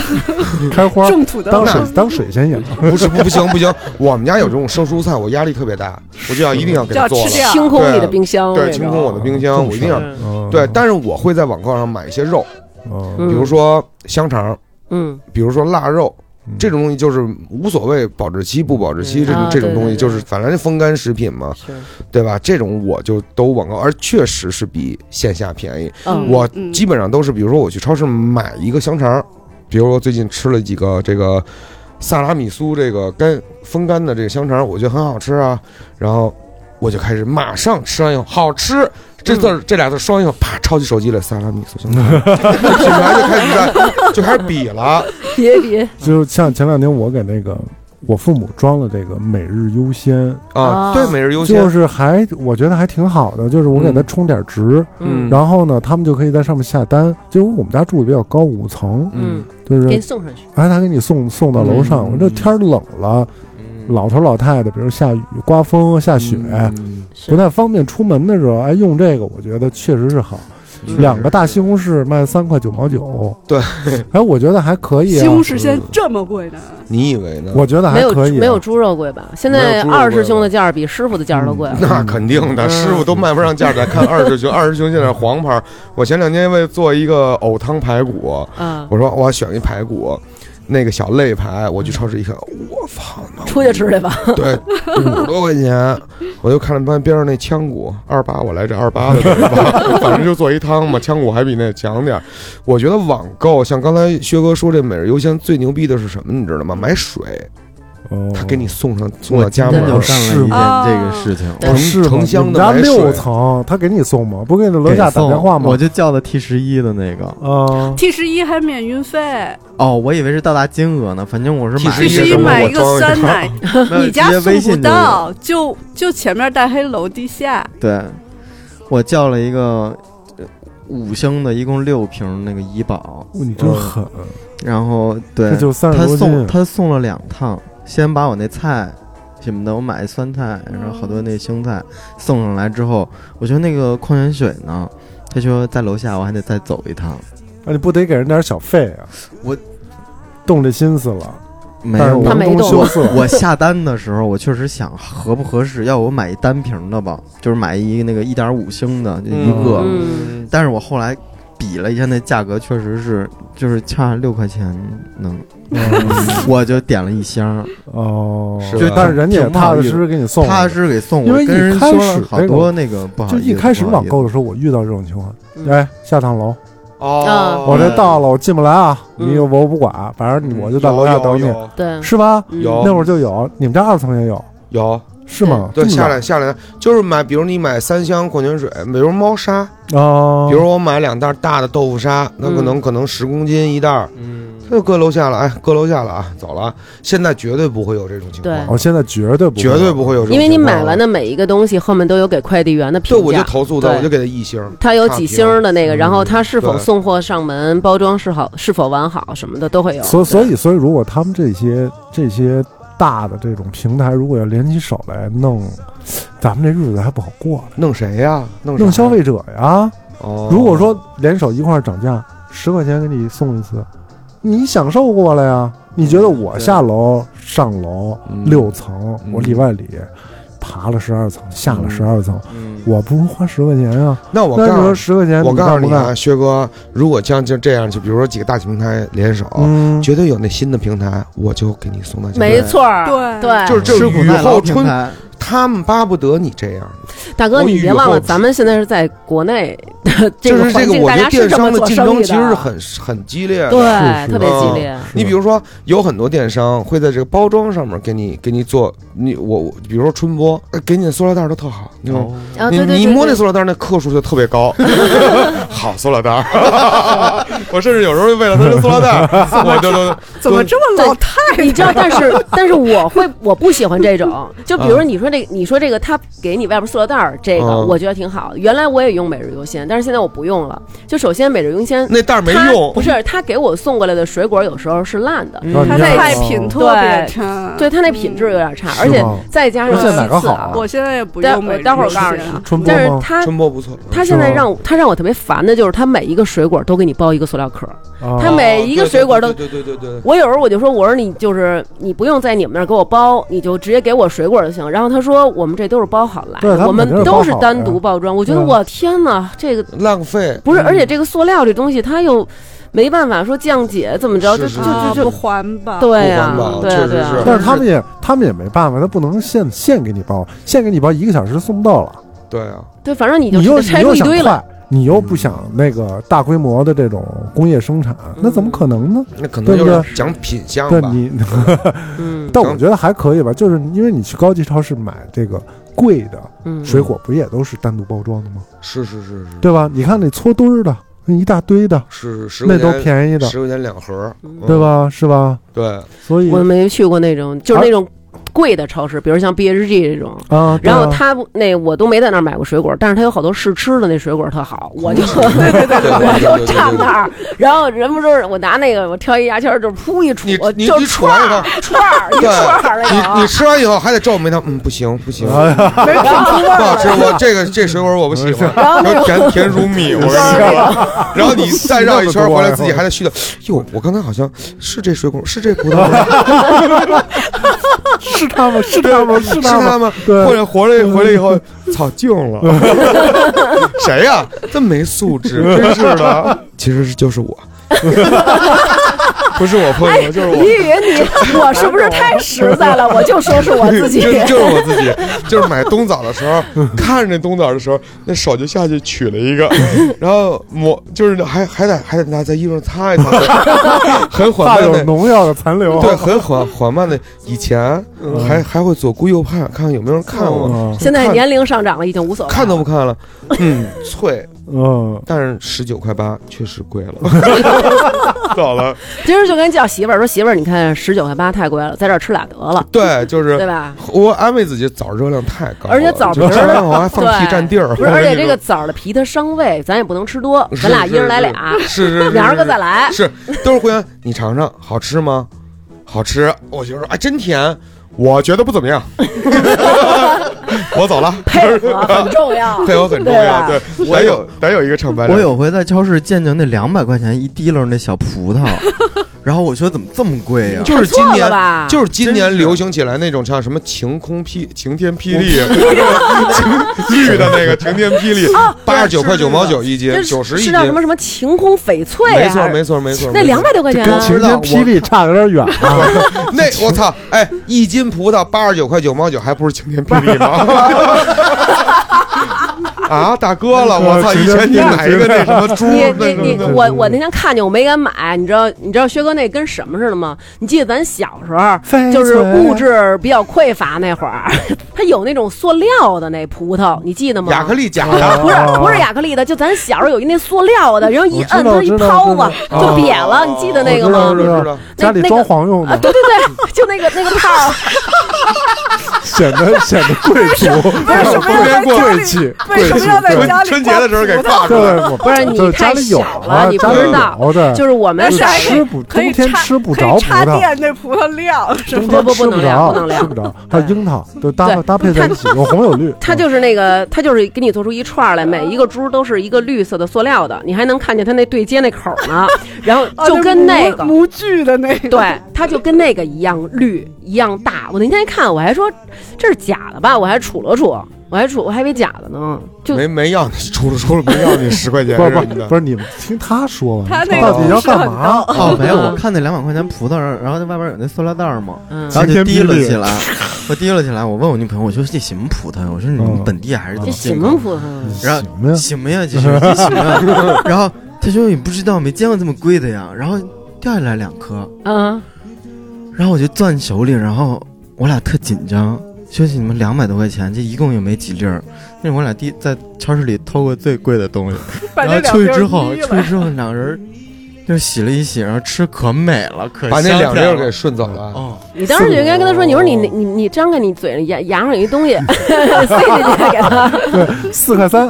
Speaker 2: 开花
Speaker 6: 种土豆
Speaker 2: 当
Speaker 6: 嘛
Speaker 2: 水当水仙养。
Speaker 3: 不是不不行不行，我们家有这种生蔬菜，我压力特别大，我就要一定要给它
Speaker 6: 就
Speaker 3: 做
Speaker 6: 要
Speaker 3: 了
Speaker 6: 吃，掉
Speaker 5: 清空你的冰箱，
Speaker 3: 对，
Speaker 5: 那种
Speaker 3: 清空 我的冰箱，
Speaker 2: 种
Speaker 3: 我一定要
Speaker 2: 上。嗯
Speaker 3: 对，但是我会在网购上买一些肉，比
Speaker 2: 嗯
Speaker 5: 嗯
Speaker 3: 如说香肠，
Speaker 5: 嗯，
Speaker 3: 比如说腊肉，
Speaker 2: 嗯
Speaker 3: 这种东西就是无所谓保质期不保质期，
Speaker 5: 嗯
Speaker 3: 这种
Speaker 5: 啊
Speaker 3: 这种东西
Speaker 5: 对对
Speaker 3: 就是反正就风干食品嘛，
Speaker 5: 是，
Speaker 3: 对吧？这种我就都网购，而确实是比线下便宜。
Speaker 5: 嗯，
Speaker 3: 我
Speaker 6: 嗯
Speaker 3: 基本上都是，比如说我去超市买一个香肠，比如说最近吃了几个这个萨拉米苏这个干风干的这个香肠，我觉得很好吃啊，然后我就开始马上吃完以后好吃。这字儿、这俩字双硬，啪抄起手机来，萨拉米苏香肠，品牌就开始在就开始比了，
Speaker 5: 别别
Speaker 2: 嗯就像前两天我给那个我父母装了这个每日优先，
Speaker 3: 啊，
Speaker 5: 啊
Speaker 3: 对，每日优先，
Speaker 2: 就是还我觉得还挺好的，就是我给他充点值，
Speaker 5: 嗯
Speaker 2: 然后呢，他们就可以在上面下单。结果我们家住的比较高，五层，
Speaker 5: 嗯，
Speaker 2: 就
Speaker 5: 给你
Speaker 2: 是
Speaker 5: 送上去，
Speaker 2: 哎，他给你送送到楼上。
Speaker 3: 嗯
Speaker 2: 我这天儿冷了，老头老太太，比如下雨、刮风、下雪。
Speaker 3: 嗯
Speaker 2: 不太方便出门的时候，哎，用这个我觉得确实是好。两个大西红柿卖三块九毛九，
Speaker 3: 对，嗯
Speaker 2: 哎，我觉得还可以、啊。
Speaker 6: 西红柿现在这么贵呢？
Speaker 3: 你以为呢？
Speaker 2: 我觉得
Speaker 5: 没
Speaker 2: 还
Speaker 5: 有
Speaker 2: 可以、啊
Speaker 5: 没有猪肉贵吧？现
Speaker 3: 没
Speaker 5: 在
Speaker 3: 有猪肉贵
Speaker 5: 二师兄的价儿比师傅的价儿都贵，
Speaker 3: 那肯定的，
Speaker 5: 嗯
Speaker 3: 师傅都卖不上价儿。咱看二师兄，二师兄现在是黄牌儿。我前两天为做一个藕汤排骨，
Speaker 5: 啊，
Speaker 3: 我说我要选一排骨，那个小肋排，我去超市一看，我操妈，
Speaker 5: 出去吃去吧，
Speaker 3: 对，五十多块钱，我就看了半边上那腔骨二八，我来这二八的 这个吧，反正就做一汤嘛，腔骨还比那强点儿。我觉得网购像刚才薛哥说这每日优先最牛逼的是什么，你知道吗？买水，
Speaker 2: 哦，
Speaker 3: 他给你送
Speaker 5: 嗯
Speaker 3: 上送到家
Speaker 4: 真
Speaker 3: 门
Speaker 4: 就
Speaker 3: 儿。
Speaker 4: 干了一件这
Speaker 6: 哦
Speaker 4: 个事情，
Speaker 5: 对
Speaker 3: 嗯
Speaker 2: 不是吗
Speaker 3: 成箱
Speaker 2: 你
Speaker 3: 的
Speaker 2: 们家
Speaker 3: 买水
Speaker 2: 六层，他给你送吗？不给你楼
Speaker 4: 给
Speaker 2: 下打
Speaker 4: 送
Speaker 2: 电话吗？
Speaker 4: 我就叫的 T 十一的那个。
Speaker 2: 啊，
Speaker 6: T 十一还免运费
Speaker 4: 哦，我以为是到达金额呢，反正我是买
Speaker 6: ，T
Speaker 3: 这
Speaker 6: 十
Speaker 3: 是
Speaker 6: 一
Speaker 3: 什么
Speaker 6: 买
Speaker 3: 我
Speaker 6: 一个
Speaker 3: 装一
Speaker 6: 酸
Speaker 3: 下
Speaker 6: 奶，
Speaker 4: 没有
Speaker 6: 你家
Speaker 4: 直接微
Speaker 6: 送
Speaker 4: 信
Speaker 6: 不
Speaker 4: 就
Speaker 6: 到，就就前面大黑楼地下。
Speaker 4: 对，我叫了一个呃五升的，一共六瓶那个怡宝，
Speaker 2: 哦你真狠，
Speaker 3: 嗯
Speaker 4: 然后对
Speaker 2: 这，就三
Speaker 4: 他
Speaker 2: 十多
Speaker 4: 送
Speaker 2: 斤。
Speaker 4: 他送了两趟，先把我那菜什么的，我买酸菜，然后好多那生菜
Speaker 2: 嗯
Speaker 4: 送上来之后，我觉得那个矿泉水呢，他说在楼下我还得再走一趟，
Speaker 2: 啊，你不得给人点小费啊？
Speaker 4: 我
Speaker 2: 动这心思了，
Speaker 4: 没
Speaker 2: 但是
Speaker 4: 有，
Speaker 5: 他
Speaker 2: 无
Speaker 5: 没
Speaker 2: 中
Speaker 5: 动
Speaker 2: 羞 涩。
Speaker 4: 我下单的时候，我确实想合不合适，要我买一单瓶的吧，就是买一个那个一点五升的就一个。
Speaker 5: 嗯
Speaker 4: 但是我后来比了一下那价格，确实是就是差六块钱能， 我就点了一箱，
Speaker 2: 哦，嗯
Speaker 3: 是啊
Speaker 2: 就
Speaker 3: 吧
Speaker 2: 但是人家也
Speaker 4: 挺不好
Speaker 2: 踏踏
Speaker 4: 意
Speaker 2: 实
Speaker 4: 思
Speaker 2: 实给你送。
Speaker 4: 他是给送
Speaker 2: 因
Speaker 4: 我，
Speaker 2: 为一
Speaker 4: 跟人说了好多
Speaker 2: 开
Speaker 4: 那个不好
Speaker 2: 就
Speaker 4: 意思，
Speaker 2: 一开始
Speaker 4: 不好
Speaker 2: 网
Speaker 4: 意思
Speaker 2: 购的时候，我遇到这种情况，
Speaker 5: 嗯
Speaker 2: 哎，下趟楼，
Speaker 3: 哦
Speaker 5: 啊
Speaker 2: 我这到了，我进不来啊，
Speaker 5: 嗯
Speaker 2: 你我不管，反正
Speaker 3: 嗯
Speaker 2: 你我就在楼下等你，
Speaker 5: 对，
Speaker 2: 是吧？
Speaker 5: 嗯
Speaker 3: 啊有
Speaker 2: 那会儿就有，你们家二层也有，
Speaker 3: 有
Speaker 2: 是吗？
Speaker 3: 对
Speaker 2: 这么
Speaker 3: 下来下来就是买，比如你买三箱矿泉水，比如猫砂，
Speaker 2: 早啊，
Speaker 3: 比如我买两袋大的豆腐砂，那可能可能十公斤一袋儿，那就搁楼下了，哎，搁楼下了啊，走了啊。现在绝对不会有这种情况，
Speaker 2: 哦我现在绝对不会
Speaker 3: 绝对不会有这种情况，
Speaker 5: 因为你买完的每一个东西后面都有给快递员的评
Speaker 3: 对，
Speaker 5: 价，
Speaker 3: 我就投诉他，
Speaker 5: 对
Speaker 3: 我就给他一星儿。
Speaker 5: 它有几星儿的那个，
Speaker 2: 嗯
Speaker 5: 然后它是否
Speaker 3: 对
Speaker 5: 送货上门，包装是好是否完好什么的都会有。
Speaker 2: 所所
Speaker 5: 对
Speaker 2: 以所以，如果他们这些这些大的这种平台，如果要联起手来弄，咱们这日子还不好过了。
Speaker 3: 弄谁呀？弄
Speaker 2: 弄
Speaker 3: 啥
Speaker 2: 消
Speaker 3: 呀
Speaker 2: 费者呀，
Speaker 3: 哦，
Speaker 2: 如果说联手一块儿涨价，十块钱给你送一次，你享受过了呀？你觉得我
Speaker 3: 对
Speaker 2: 下楼上楼
Speaker 3: 嗯
Speaker 2: 六层，
Speaker 3: 嗯
Speaker 2: 我里外里爬了十二层，下了
Speaker 3: 嗯
Speaker 2: 十二层，
Speaker 4: 嗯
Speaker 2: 我不如花十块钱啊？
Speaker 3: 那我
Speaker 2: 那你
Speaker 3: 告
Speaker 2: 说
Speaker 3: 诉
Speaker 2: 十块钱，
Speaker 3: 我告诉
Speaker 2: 你
Speaker 3: 你
Speaker 2: 干不
Speaker 3: 啊，
Speaker 2: 干，
Speaker 3: 薛哥，如果像就这样，就比如说几个大平台联手，
Speaker 2: 嗯，
Speaker 3: 绝对有那新的平台，我就给你送到家。
Speaker 5: 没错儿，
Speaker 6: 对
Speaker 5: 对，
Speaker 3: 就是这
Speaker 4: 吃
Speaker 3: 种
Speaker 4: 苦
Speaker 3: 雨
Speaker 4: 耐劳
Speaker 3: 后
Speaker 4: 平
Speaker 3: 春，
Speaker 4: 台，
Speaker 3: 他们巴不得你这样。
Speaker 5: 大哥，
Speaker 3: 我
Speaker 5: 你
Speaker 3: 雨
Speaker 5: 别忘
Speaker 3: 后
Speaker 5: 了，咱们现在是在国内，这
Speaker 3: 就
Speaker 5: 个
Speaker 3: 是这
Speaker 5: 环
Speaker 3: 个，
Speaker 5: 境
Speaker 3: 我
Speaker 5: 大
Speaker 3: 觉得
Speaker 5: 家
Speaker 3: 电
Speaker 5: 是这
Speaker 3: 商
Speaker 5: 么
Speaker 3: 的
Speaker 5: 做
Speaker 3: 竞
Speaker 5: 生
Speaker 3: 争
Speaker 5: 意
Speaker 3: 其实
Speaker 5: 的，啊
Speaker 3: 很很激烈的。
Speaker 5: 对，
Speaker 2: 是
Speaker 5: 特别
Speaker 3: 嗯
Speaker 5: 激烈。
Speaker 2: 是
Speaker 3: 你比如说，有很多电商会在这个包装上面给你给你做，你我我比如说春播，呃给你的塑料袋儿都特好，
Speaker 2: 嗯
Speaker 3: 你知道吗
Speaker 5: 啊，
Speaker 3: 嗯你
Speaker 5: 对对
Speaker 3: 你
Speaker 5: 对
Speaker 3: 摸那
Speaker 5: 对，
Speaker 3: 塑料袋儿那克数就特别 高，好塑料袋儿，我甚至有时候为了它这塑料袋 儿，我就都
Speaker 6: 怎么这么老太
Speaker 5: 你知道，但 是但是我会我不喜欢这种，就比如你说这个，你说这个他给你外边塑料袋儿，这个
Speaker 3: 嗯
Speaker 5: 我觉得挺好的。原来我也用每日优先，但是现在我不用了。就首先每日优先
Speaker 3: 那袋儿没
Speaker 5: 他
Speaker 3: 用，嗯
Speaker 5: 不是他给我送过来的水果有时候是烂的，
Speaker 2: 让你
Speaker 5: 他
Speaker 6: 太
Speaker 5: 在
Speaker 2: 让
Speaker 6: 菜
Speaker 2: 你
Speaker 6: 品
Speaker 2: 哦
Speaker 6: 特别
Speaker 5: 对
Speaker 6: 差。
Speaker 5: 对，它那品质有点差，
Speaker 2: 啊是
Speaker 5: 而且
Speaker 2: 吗
Speaker 5: 再加
Speaker 2: 那
Speaker 5: 上
Speaker 2: 现在哪个
Speaker 5: 其次
Speaker 2: 好
Speaker 5: 啊
Speaker 2: 啊，
Speaker 6: 我现在也不
Speaker 5: 待
Speaker 6: 用每日优先。
Speaker 5: 待会儿我告诉你啊，
Speaker 2: 春播
Speaker 5: 但是
Speaker 2: 吗？
Speaker 5: 它
Speaker 3: 春播不错，
Speaker 5: 它现在让我它让我特别烦的就是它每一个水果都给你包一个塑料壳儿，
Speaker 2: 啊
Speaker 5: 他每一个水果都
Speaker 3: 哦对对对对对对，
Speaker 5: 我有时候我就说，我说你就是你不用在你们那儿给我包，你就直接给我水果就行。然后他说我们这都是包好来
Speaker 2: 对他
Speaker 5: 的，
Speaker 2: 们
Speaker 5: 我们
Speaker 2: 肯定是包
Speaker 5: 都
Speaker 2: 好
Speaker 5: 是
Speaker 2: 的
Speaker 5: 单独包装。我觉得
Speaker 2: 嗯
Speaker 5: 我天哪，这个
Speaker 3: 浪费。
Speaker 5: 不是，而且这个塑料这东西它又没办法说降解怎么着，就是就是
Speaker 6: 啊
Speaker 5: 就
Speaker 6: 不
Speaker 5: 就
Speaker 6: 环保。
Speaker 5: 对
Speaker 3: 不环
Speaker 5: 呀
Speaker 3: 保，
Speaker 5: 对啊
Speaker 3: 确
Speaker 5: 呀
Speaker 3: 实
Speaker 5: 对呀
Speaker 3: 是，
Speaker 2: 但是他们也他们也没办法，他不能现现给你包，现给你包一个小时送不到了，
Speaker 3: 对啊，
Speaker 5: 对，反正你就
Speaker 2: 你又
Speaker 5: 直接
Speaker 2: 你
Speaker 5: 拆
Speaker 2: 又
Speaker 5: 出一
Speaker 2: 想
Speaker 5: 堆来。
Speaker 2: 快，你又不想那个大规模的这种工业生产，那怎么可能呢？
Speaker 3: 那可能
Speaker 2: 对不
Speaker 3: 就
Speaker 2: 对
Speaker 3: 是讲品相
Speaker 2: 对
Speaker 3: 吧。
Speaker 2: 你，
Speaker 5: 嗯
Speaker 2: 但我觉得还可以吧，就是因为你去高级超市买这个贵的
Speaker 5: 嗯，
Speaker 2: 水果，不也都是单独包装的吗？
Speaker 3: 是是是是
Speaker 2: 对吧？你看那搓堆儿的，那一大堆的，
Speaker 3: 是十
Speaker 2: 那都
Speaker 3: 块钱，
Speaker 2: 便宜的，
Speaker 3: 十块钱两盒儿，嗯
Speaker 2: 对？吧？是吧？
Speaker 3: 对，
Speaker 2: 所以
Speaker 5: 我没去过那种，就是
Speaker 3: 啊
Speaker 2: 而
Speaker 5: 那种贵的超市，比如像 BHG 这种。
Speaker 2: 啊，对
Speaker 5: 然后
Speaker 2: 啊
Speaker 5: 他不那我都没在那儿买过水果，但是他有好多试吃的那水果特好，我 就
Speaker 3: 嗯对对对对
Speaker 5: 我
Speaker 3: 对
Speaker 5: 就
Speaker 3: 对对
Speaker 5: 站那儿，然后人不是我拿那个我挑一牙签儿就噗一杵
Speaker 3: 你，你
Speaker 5: 就
Speaker 3: 你
Speaker 5: 串
Speaker 3: 杵
Speaker 5: 儿啊串儿一串儿
Speaker 3: 你
Speaker 5: 那
Speaker 3: 你
Speaker 5: 种，
Speaker 3: 吃完以后还得皱眉头，嗯，不行不行，
Speaker 2: 哎呀
Speaker 5: 然后
Speaker 3: 不好吃，我这个这水果我不喜欢，
Speaker 5: 然后那
Speaker 3: 然
Speaker 5: 个
Speaker 3: 后甜甜如蜜，我跟你说，然后你再绕一圈回来，自己还得虚的，哟，我刚才好像是这水果，是这葡萄吗？
Speaker 2: 是他吗？是他吗？
Speaker 3: 是
Speaker 2: 是他吗？
Speaker 3: 它吗？
Speaker 2: 对
Speaker 3: 或者回来回来以后，操，净了， 谁呀？真没素质，真是 的。其实就是我， 不是我碰的，就是我。
Speaker 5: 你。以为你我是不是太实在了？我就说是我自己
Speaker 3: 就就 是我自己，就是买冬枣的时候，看着冬枣的时候，那手就下去取了 一个，然后抹，就是还还得还得拿在衣服上擦一擦，
Speaker 2: 怕
Speaker 3: 很缓
Speaker 2: 有
Speaker 3: 慢的，
Speaker 2: 农药的残留。啊
Speaker 3: 对，很缓缓慢的。以前还还会左顾右盼，看看有没有人看我，
Speaker 2: 嗯
Speaker 5: 嗯现在
Speaker 3: 看
Speaker 5: 年龄上涨了，已经无所谓。
Speaker 3: 看都不看了， 嗯，脆，
Speaker 2: 嗯，
Speaker 3: 但是十九块八确实贵 了，早了，
Speaker 5: 今儿就跟叫媳妇儿说，媳妇儿，你看十九块八太贵了，在这儿吃俩得了，
Speaker 3: 对，就
Speaker 5: 对
Speaker 3: 是。
Speaker 5: 吧？
Speaker 3: 我安慰自己，枣热量太高了，
Speaker 5: 而且枣
Speaker 3: 就吃
Speaker 5: 皮儿
Speaker 3: 完我还放屁
Speaker 5: 对
Speaker 3: 占地儿，
Speaker 5: 不是，而且这个枣儿的皮它伤胃，咱也不能吃多，咱俩一人来俩，
Speaker 3: 是是是，
Speaker 5: 明儿个
Speaker 3: 是
Speaker 5: 再来。
Speaker 3: 是，都是互相，你尝尝，好吃吗？好吃，我就说，哎，真甜。我觉得不怎么样， 我走了。
Speaker 5: 配合很重要，
Speaker 3: 配合很重
Speaker 5: 对
Speaker 3: 要，
Speaker 5: 吧
Speaker 3: 对，咱有咱有一个厂牌，
Speaker 4: 我有回在超市见着那两百块钱一提溜那小葡 萄，然后我说怎么这么贵啊呀、
Speaker 3: 就是今
Speaker 5: 看错了
Speaker 3: 年
Speaker 5: 吧，
Speaker 3: 就是今
Speaker 4: 真
Speaker 3: 年
Speaker 4: 是
Speaker 3: 流行起来那种唱什么晴空霹晴天霹雳， 晴绿的那个晴天霹雳，八十九块九毛九一斤，
Speaker 5: 这
Speaker 3: 九十
Speaker 5: 哦是
Speaker 3: 一
Speaker 5: 是
Speaker 3: 斤，
Speaker 5: 叫什么什么晴空翡翠啊？
Speaker 3: 没错没错没错，没
Speaker 5: 那
Speaker 3: 错
Speaker 5: 两百多块钱
Speaker 2: 跟
Speaker 5: 啊，
Speaker 2: 晴天霹雳差有点远啊。
Speaker 3: 那 我操，哎，一斤葡萄八十九块九毛九，还不是晴天霹雳吗？ 啊，大哥了，我操！以前你买一个那什么猪，
Speaker 5: 你
Speaker 3: 哦那
Speaker 5: 你
Speaker 3: 什
Speaker 5: 你，
Speaker 3: 么
Speaker 5: 我我那天看见我没敢买，你知道你知道薛哥那跟什么似的吗？你记得咱小时候就是物质比较匮乏那会儿， 它有那种塑料的那葡萄，你记得吗？
Speaker 3: 亚克力假
Speaker 5: 啊。
Speaker 3: 的，
Speaker 5: 不是不是亚克力的，就咱小时候有一那塑料的，然后一摁它一
Speaker 2: 哦我知道哦
Speaker 5: 泡子
Speaker 2: 知
Speaker 5: 就
Speaker 2: 道
Speaker 5: 瘪了，你记得那个
Speaker 3: 我
Speaker 5: 吗
Speaker 3: 知？道知道
Speaker 2: 家里
Speaker 5: 那那个
Speaker 2: 装潢用
Speaker 5: 啊，
Speaker 2: 的，
Speaker 5: 对对对，就那个那个 泡儿，
Speaker 2: 显得显得贵族，
Speaker 6: 为什么要在家里
Speaker 2: 贵气。
Speaker 6: 为什么要在家里
Speaker 3: 春节的时候给
Speaker 6: 挂葡
Speaker 3: 挂
Speaker 6: 萄
Speaker 2: 对，
Speaker 3: 出来。
Speaker 2: 我
Speaker 5: 不是你
Speaker 2: 就是
Speaker 5: 太
Speaker 2: 家里有
Speaker 5: 小
Speaker 2: 啊
Speaker 5: 了，你不
Speaker 2: 家里
Speaker 5: 知道
Speaker 2: 有的，
Speaker 5: 就是我们
Speaker 6: 那是
Speaker 5: 小
Speaker 6: 还
Speaker 5: 时
Speaker 2: 吃不
Speaker 6: 可以
Speaker 2: 冬天
Speaker 6: 插
Speaker 2: 吃不
Speaker 6: 可
Speaker 2: 着
Speaker 6: 以
Speaker 2: 葡
Speaker 6: 插
Speaker 2: 萄，
Speaker 6: 电那葡萄料是
Speaker 2: 冬
Speaker 5: 不
Speaker 6: 吧？
Speaker 2: 天
Speaker 5: 不
Speaker 2: 吃
Speaker 5: 不能聊不能
Speaker 2: 着，
Speaker 5: 聊
Speaker 2: 吃不着，还有樱桃都搭
Speaker 5: 对
Speaker 2: 搭配在一起，有红有绿，嗯
Speaker 5: 它就是那个，它就是给你做出一串儿来，每一个珠都是一个绿色的塑料的，你还能看见它那对接那口儿 呢，然后
Speaker 6: 哦
Speaker 5: 就跟那
Speaker 6: 模
Speaker 5: 个。
Speaker 6: 模具的那个，
Speaker 5: 对，它就跟那个一样绿，一样大。我那天一看，我还说这是假的吧，我还杵了杵，我还杵，我还以为假的呢。就
Speaker 3: 没没要你，出了出了没要你十块钱
Speaker 2: 不是
Speaker 3: 什
Speaker 2: 不
Speaker 3: 么
Speaker 2: 是
Speaker 3: 的
Speaker 2: 不。是你们听他说吧，
Speaker 6: 他那
Speaker 2: 到底
Speaker 6: 个
Speaker 2: 要
Speaker 6: 不是
Speaker 2: 干
Speaker 6: 很
Speaker 2: 嘛？
Speaker 4: 哦，没有，我看那两百块钱葡萄，然后然后那外边有那塑料袋儿嘛，
Speaker 5: 嗯
Speaker 4: 然，后就提了起来，我提了起来，我问我女朋友，我说这什么葡萄呀？我说你们
Speaker 2: 嗯
Speaker 4: 本地还是怎
Speaker 5: 这
Speaker 4: 么
Speaker 5: 什
Speaker 4: 进
Speaker 5: 么
Speaker 4: 口？
Speaker 5: 葡萄啊？
Speaker 4: 然
Speaker 2: 行呀
Speaker 4: 后，什么呀？这是这什么 呀？然后他说你不知道，没见过这么贵的呀。然后掉下来两颗，
Speaker 5: 嗯，
Speaker 4: 然后我就攥手里，然后我俩特紧张。休息你们两百多块钱，这一共也没几粒儿。那是我俩第在超市里偷过最贵的 东西。
Speaker 6: 把
Speaker 4: 然
Speaker 6: 这两
Speaker 4: 后出去
Speaker 6: 根儿
Speaker 4: 之后，
Speaker 6: 眯了
Speaker 4: 出去之后两人就洗了一洗，然后吃可美了，可
Speaker 3: 把那
Speaker 4: 香
Speaker 3: 两粒
Speaker 4: 甜
Speaker 3: 儿
Speaker 4: 了
Speaker 3: 给顺走了，
Speaker 4: 哦，
Speaker 5: 你当时就应该跟他说，你说你你你你张开你嘴牙牙上有一东西塞进去给他，
Speaker 2: 四块三，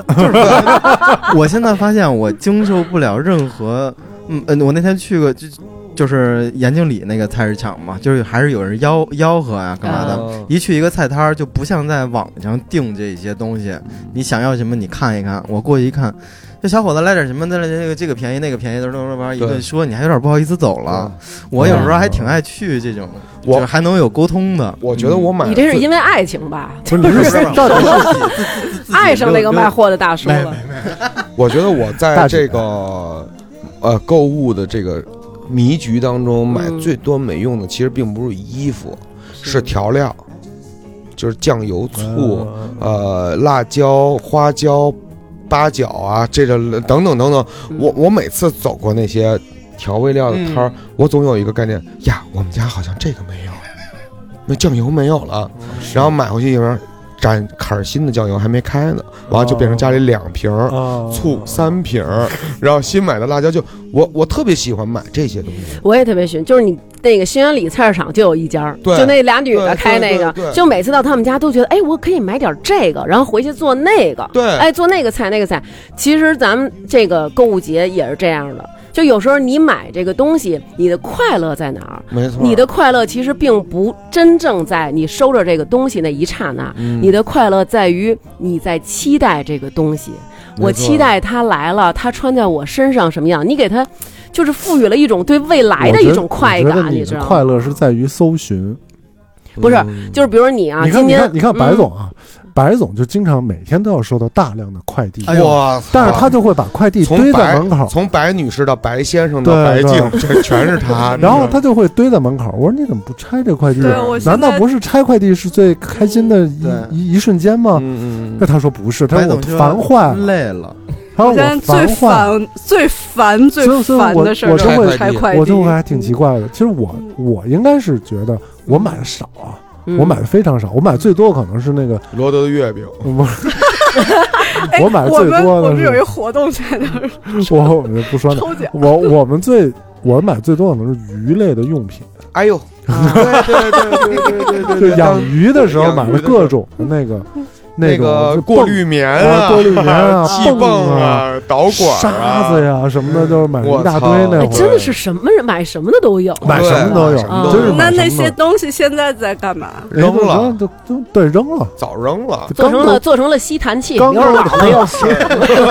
Speaker 4: 我现在发现我经受不了任何，嗯呃，我那天去个就就是延庆里那个菜市场嘛，就是还是有人吆吆喝啊，干嘛的？
Speaker 3: 哦
Speaker 4: 一去一个菜摊儿，就不像在网上订这些东西，
Speaker 2: 嗯
Speaker 4: 你想要什么你看一看。我过去一看，这小伙子来点什么，再来这个这个便宜那个便宜，都都都一
Speaker 3: 对
Speaker 4: 顿说，你还有点不好意思走了。
Speaker 2: 嗯
Speaker 4: 我有时候还挺爱去这种，
Speaker 3: 我
Speaker 4: 就是还能有沟通的。
Speaker 3: 我觉得我买
Speaker 5: 你这是因为爱情吧？
Speaker 2: 不是你是到底是
Speaker 5: 爱上那个卖货的大叔了。
Speaker 3: 我觉得我在
Speaker 2: 大姐
Speaker 3: 这个呃购物的这个迷局当中买
Speaker 5: 嗯
Speaker 3: 最多没用的，其实并不是衣服，是调料，就是酱油、
Speaker 2: 嗯
Speaker 3: 醋、呃辣椒、花椒、八角啊，这个等等等等。我我每次走过那些调味料的摊儿，我总有一个概念呀，我们家好像这个没有，那酱油没有了，然后买回去一瓶展坎儿新的酱油还没开呢，完了就变成家里两瓶儿。
Speaker 4: 呃
Speaker 2: 啊
Speaker 3: 醋三瓶 儿，然后新买的辣椒就我我特别喜欢买这些东西，
Speaker 5: 我也特别寻，就是你那个新源里菜市场就有一家儿，
Speaker 3: 对
Speaker 5: 就那俩女的
Speaker 3: 对
Speaker 5: 开那
Speaker 3: 对对
Speaker 5: 个，
Speaker 3: 对
Speaker 5: 就每次到他们家都觉得，哎，我可以买点这个，然后回去做那个，
Speaker 3: 对
Speaker 5: 哎，做那个菜那个菜。其实咱们这个购物节也是这样的，就有时候你买这个东西，你的快乐在哪儿？
Speaker 3: 没错。
Speaker 5: 你的快乐其实并不真正在你收着这个东西那一刹那，
Speaker 2: 嗯
Speaker 3: 嗯
Speaker 5: 你的快乐在于你在期待这个东西。我期待它来了，它穿在我身上什么样？你给它就是赋予了一种对未来的一种快
Speaker 2: 我觉得
Speaker 5: 感，
Speaker 2: 你
Speaker 5: 知
Speaker 2: 的
Speaker 5: 道
Speaker 2: 快
Speaker 5: 吗？
Speaker 2: 乐是在于搜寻。
Speaker 5: 不是，就是比如你啊，
Speaker 2: 你看，
Speaker 5: 今
Speaker 2: 你
Speaker 5: 天
Speaker 2: 看，你看白
Speaker 5: 嗯
Speaker 2: 总啊，白总就经常每天都要收到大量的快递，
Speaker 4: 哎呦
Speaker 3: 哇，
Speaker 2: 但是他就会把快递
Speaker 3: 从
Speaker 2: 堆在
Speaker 3: 白
Speaker 2: 门口，
Speaker 3: 从白女士到白先生到
Speaker 2: 对
Speaker 3: 白净，
Speaker 2: 对
Speaker 3: 全全是 他。
Speaker 2: 然后他就会堆在门口。我说你怎么不拆这快递
Speaker 6: 对我？现在
Speaker 2: 难道不是拆快递是最开心的一
Speaker 4: 对
Speaker 2: 一一瞬间吗？
Speaker 3: 嗯嗯嗯
Speaker 2: 那他说不是，他
Speaker 4: 白
Speaker 2: 说我
Speaker 4: 总说
Speaker 2: 烦坏
Speaker 3: 嗯
Speaker 2: 了，
Speaker 4: 累了，
Speaker 2: 他说
Speaker 6: 我现在
Speaker 2: 我
Speaker 6: 最
Speaker 2: 坏了。
Speaker 6: 烦、最烦、最
Speaker 2: 所以所以
Speaker 6: 烦
Speaker 2: 我
Speaker 6: 的事儿
Speaker 2: 我
Speaker 6: 就
Speaker 2: 就
Speaker 3: 会
Speaker 6: 是拆快递，
Speaker 2: 我就会还挺奇怪的。其实我
Speaker 6: 嗯
Speaker 2: 我应该是觉得我买的少啊，
Speaker 5: 嗯
Speaker 2: 我买的非常少，我买最多可能是 那个
Speaker 3: 嗯，罗德的月饼，
Speaker 2: 不
Speaker 6: 哎。
Speaker 2: 我买的最
Speaker 6: 我们
Speaker 2: 多
Speaker 6: 我
Speaker 2: 的
Speaker 6: 们有一
Speaker 2: 是
Speaker 6: 活动在那儿
Speaker 2: 我我不 说了，
Speaker 6: 抽奖，
Speaker 2: 我我们最我买最多可能是鱼类的用品，
Speaker 3: 哎
Speaker 5: 啊
Speaker 3: 呦，对对对对对对对
Speaker 2: 就
Speaker 3: 对，
Speaker 2: 养
Speaker 3: 当
Speaker 2: 鱼的时候
Speaker 3: 养
Speaker 2: 买
Speaker 3: 鱼
Speaker 2: 了
Speaker 3: 的时候
Speaker 6: 嗯
Speaker 2: 各种的那个那
Speaker 3: 个
Speaker 2: 种
Speaker 3: 过滤棉
Speaker 2: 啊过滤棉啊
Speaker 3: 哎 气泵
Speaker 2: 泵，
Speaker 3: 导管啊
Speaker 2: 沙子呀什么的，就是买了一大堆那会
Speaker 5: 哎，
Speaker 3: 我
Speaker 2: 儿
Speaker 3: 操，
Speaker 5: 真的是什么人买什么的都有，
Speaker 2: 买什么都有
Speaker 3: 对
Speaker 5: 什么都有，
Speaker 2: 真是
Speaker 6: 那
Speaker 2: 买
Speaker 6: 那
Speaker 2: 什么
Speaker 6: 些
Speaker 2: 都
Speaker 6: 东西现在在干嘛？
Speaker 2: 有
Speaker 3: 嗯扔了
Speaker 2: 都都对扔了，
Speaker 3: 早扔了。
Speaker 5: 做
Speaker 2: 刚
Speaker 5: 成了做成了吸痰器，
Speaker 2: 刚
Speaker 5: 牛肉
Speaker 2: 都
Speaker 5: 脑子又
Speaker 2: 是，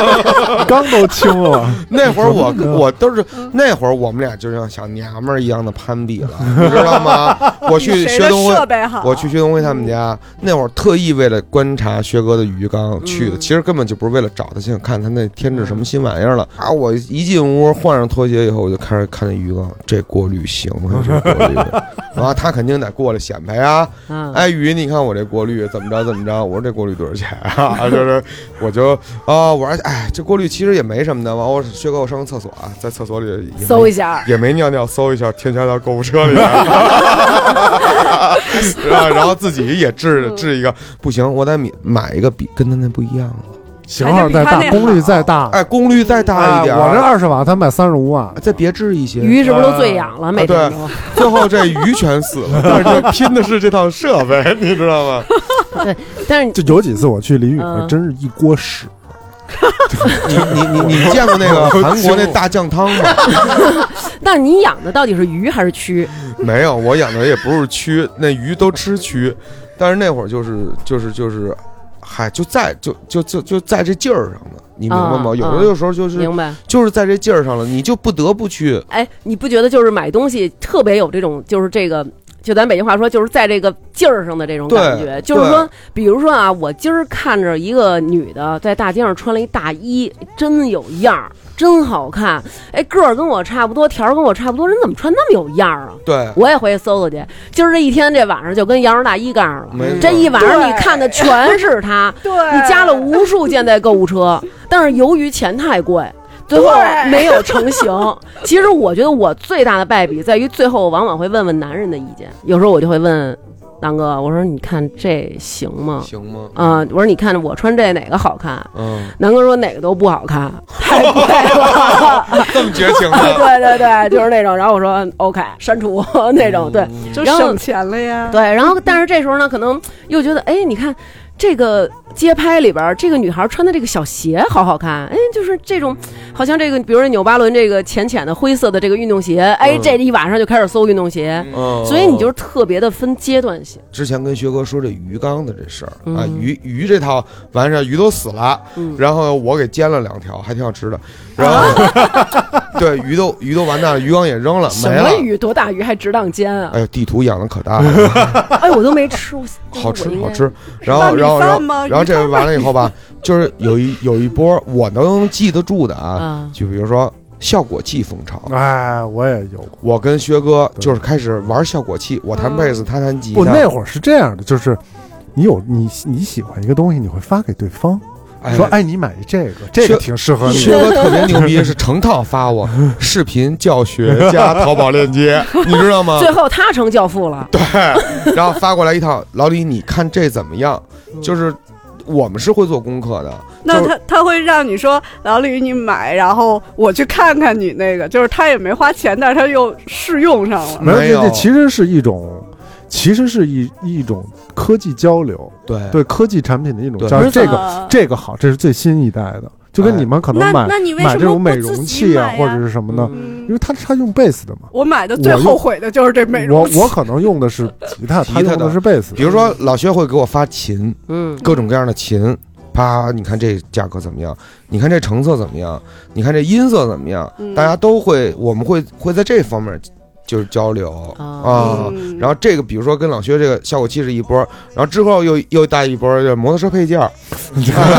Speaker 2: 刚都清 了，
Speaker 3: 那会儿我
Speaker 2: 什么呢
Speaker 3: 我都是
Speaker 6: 嗯
Speaker 3: 那会儿我们俩就像小娘们儿一样的攀比了，你知道吗？我去
Speaker 6: 谁
Speaker 3: 薛
Speaker 6: 的
Speaker 3: 东
Speaker 6: 设
Speaker 3: 辉，
Speaker 6: 备好？啊嗯
Speaker 3: 我去薛东辉他们家那会儿特意为了观察薛哥的鱼缸去的，其实根本就不是为了找他，想看他那添置什么
Speaker 6: 嗯
Speaker 3: 新玩意儿了啊！我一进屋换上拖鞋以后，我就开始看那鱼缸，这过滤行吗？这过滤，然后啊他肯定得过来显摆啊，
Speaker 5: 嗯
Speaker 3: 哎，雨，你看我这过滤怎么着怎么着？我说这过滤多少钱啊？ 就是我就啊、我说哎，这过滤其实也没什么的。完，我薛哥，我上个厕所啊，在厕所里也没
Speaker 5: 搜一下，
Speaker 3: 也没尿尿，搜一下添加到购物车里边 儿，然后然后自己也治
Speaker 5: 嗯
Speaker 3: 治一个，不行，我得买买一个比跟他那不一样
Speaker 5: 嗯
Speaker 3: 的，
Speaker 2: 型号啊再
Speaker 6: 还是
Speaker 2: 大，
Speaker 6: 比他那
Speaker 2: 功率再大，
Speaker 3: 哎，功率再大一点儿，
Speaker 2: 哎我这二十瓦，他买三十五瓦，
Speaker 3: 再别致一些，啊
Speaker 5: 鱼是不是都醉氧
Speaker 2: 啊
Speaker 5: 了？每天
Speaker 3: 对
Speaker 5: 都。
Speaker 3: 最后这鱼全死了，但是这拼的是这套设备， 你知道吗？
Speaker 5: 但是
Speaker 2: 就有几次我去李宇那
Speaker 5: 嗯
Speaker 2: 真是一锅屎，
Speaker 3: 你你你你见过那 个韩国那大酱汤吗？
Speaker 5: 那你养的到底是鱼还是蛆？
Speaker 3: 没有，我养的也不是蛆，那鱼都吃蛆，但是那会儿就是就是就是，嗨，就在就就就就在这劲儿上呢，你明白吗？
Speaker 5: 啊
Speaker 3: 有
Speaker 5: 啊
Speaker 3: 的有时候就是
Speaker 5: 明白？
Speaker 3: 就是在这劲儿上了，你就不得不去。
Speaker 5: 哎，你不觉得就是买东西特别有这种，就是这个，就咱北京话说，就是在这个劲儿上的这种
Speaker 3: 对
Speaker 5: 感觉。就是说，比如说啊，我今儿看着一个女的在大街上穿了一大衣，真有样儿，真好看。哎，个儿跟我差不多，条儿跟我差不多，人怎么穿那么有样儿啊？
Speaker 3: 对，
Speaker 5: 我也回去搜搜去，今儿这一天这晚上就跟羊肉大衣杠上了
Speaker 3: 没错。
Speaker 5: 这一晚上你
Speaker 6: 对
Speaker 5: 看的全是她，
Speaker 6: 对，
Speaker 5: 你加了无数件在购物车，但是由于钱太贵。最后
Speaker 6: 对
Speaker 5: 没有成型。其实我觉得我最大的败笔在于最后，我往往会问问男人的意见。有时候我就会问南哥，我说：“你看这行吗
Speaker 3: 行吗？”？
Speaker 5: 啊、我说：“你看我穿这哪个好看
Speaker 3: 嗯？”，
Speaker 5: 南哥说：“哪个都不好看，太贵了。
Speaker 3: 这么绝情的，
Speaker 5: 对对对，就是那种。然后我说：“OK，删除那种。” 对，
Speaker 3: 嗯
Speaker 6: 就
Speaker 5: 然后
Speaker 6: 省钱了呀。
Speaker 5: 对，然后但是这时候呢，可能又觉得，哎，你看这个街拍里边儿，这个女孩穿的这个小鞋好好看，哎，就是这种，好像这个，比如说纽巴伦这个浅浅的灰色的这个运动鞋，哎，
Speaker 3: 嗯
Speaker 5: 这一晚上就开始搜运动鞋。
Speaker 3: 嗯，
Speaker 5: 所以你就是特别的分阶段性，
Speaker 3: 之前跟薛哥说这鱼缸的这事儿啊，
Speaker 5: 嗯
Speaker 3: 鱼鱼这套完事儿，鱼都死了，
Speaker 5: 嗯啊
Speaker 3: 然后我给煎了两条，还挺好吃的，然后 对鱼都鱼都完蛋了，鱼缸也扔了，
Speaker 5: 什
Speaker 3: 没
Speaker 5: 么
Speaker 3: 了。
Speaker 5: 鱼多大鱼还值当煎啊
Speaker 3: 哎？呦，地图养的可 大了。
Speaker 5: 哎，我都没吃，我
Speaker 3: 好吃
Speaker 5: 我应该
Speaker 3: 好吃。然后
Speaker 6: 拌米
Speaker 3: 然后然
Speaker 6: 饭
Speaker 3: 后
Speaker 6: 吗
Speaker 3: 然后
Speaker 6: 鱼
Speaker 3: 这
Speaker 6: 汤
Speaker 3: 完了以后 吧，就是有一有一波我能记得住的啊，
Speaker 5: 啊！
Speaker 3: 就比如说效果器风潮。
Speaker 2: 哎，我也有过。
Speaker 3: 我跟薛哥就是开始玩效果器，我
Speaker 5: 嗯
Speaker 3: 弹贝斯，他弹吉
Speaker 2: 不，那
Speaker 3: 他。
Speaker 2: 会儿是这样的，就是你有你你喜欢一个东西，你会发给对方，说哎，你买这个，这个挺 适合你
Speaker 3: 薛
Speaker 2: 的。
Speaker 3: 哥特别牛逼，是成套发我视频教 学加淘宝链接，你知道吗
Speaker 5: 最？后他成教父了，
Speaker 3: 啊对， 然后发过来一套，老李你看这怎么样？就是我们是会做功课的，
Speaker 6: 那
Speaker 3: 就是
Speaker 6: 他他会让你说老李你买，然后我去看看你那个，就是他也没花钱，但是他又试用上了。
Speaker 2: 没有，
Speaker 3: 没
Speaker 2: 这
Speaker 3: 有
Speaker 2: 这其实是一种，其实是一一种科技交流，
Speaker 3: 对
Speaker 2: 对科技产品的一种
Speaker 3: 哎对哎
Speaker 2: 交流。这个
Speaker 5: 啊
Speaker 6: 个
Speaker 2: 这个好，这是最新一代的，就跟你们可能
Speaker 6: 那
Speaker 2: 买
Speaker 6: 那你为
Speaker 2: 买
Speaker 6: 什
Speaker 2: 这
Speaker 6: 么
Speaker 2: 种美
Speaker 6: 不
Speaker 2: 容
Speaker 6: 自己
Speaker 2: 器啊
Speaker 6: 买
Speaker 2: 或者
Speaker 6: 呀
Speaker 2: 是什么呢？因
Speaker 6: 嗯
Speaker 2: 为他他用贝斯的嘛，
Speaker 6: 我买的最
Speaker 2: 我用
Speaker 6: 后悔的就是这美容
Speaker 2: 我
Speaker 6: 器。
Speaker 2: 我可能用的是吉他，
Speaker 3: 吉
Speaker 2: 他
Speaker 3: 他
Speaker 2: 用
Speaker 3: 的
Speaker 2: 的是贝斯
Speaker 3: 比。如说老薛会给我发琴，
Speaker 5: 嗯，
Speaker 3: 各种各样的琴，啪，你看这价格怎么样？你看这成色怎么样？你看这音色怎么样？
Speaker 6: 嗯
Speaker 3: 大家都会，我们会会在这方面就是交流啊
Speaker 5: 哦。
Speaker 6: 嗯
Speaker 3: 然后这个，比如说跟老薛这个效果器是一波，然后之后又又带一波就是摩托车配件儿，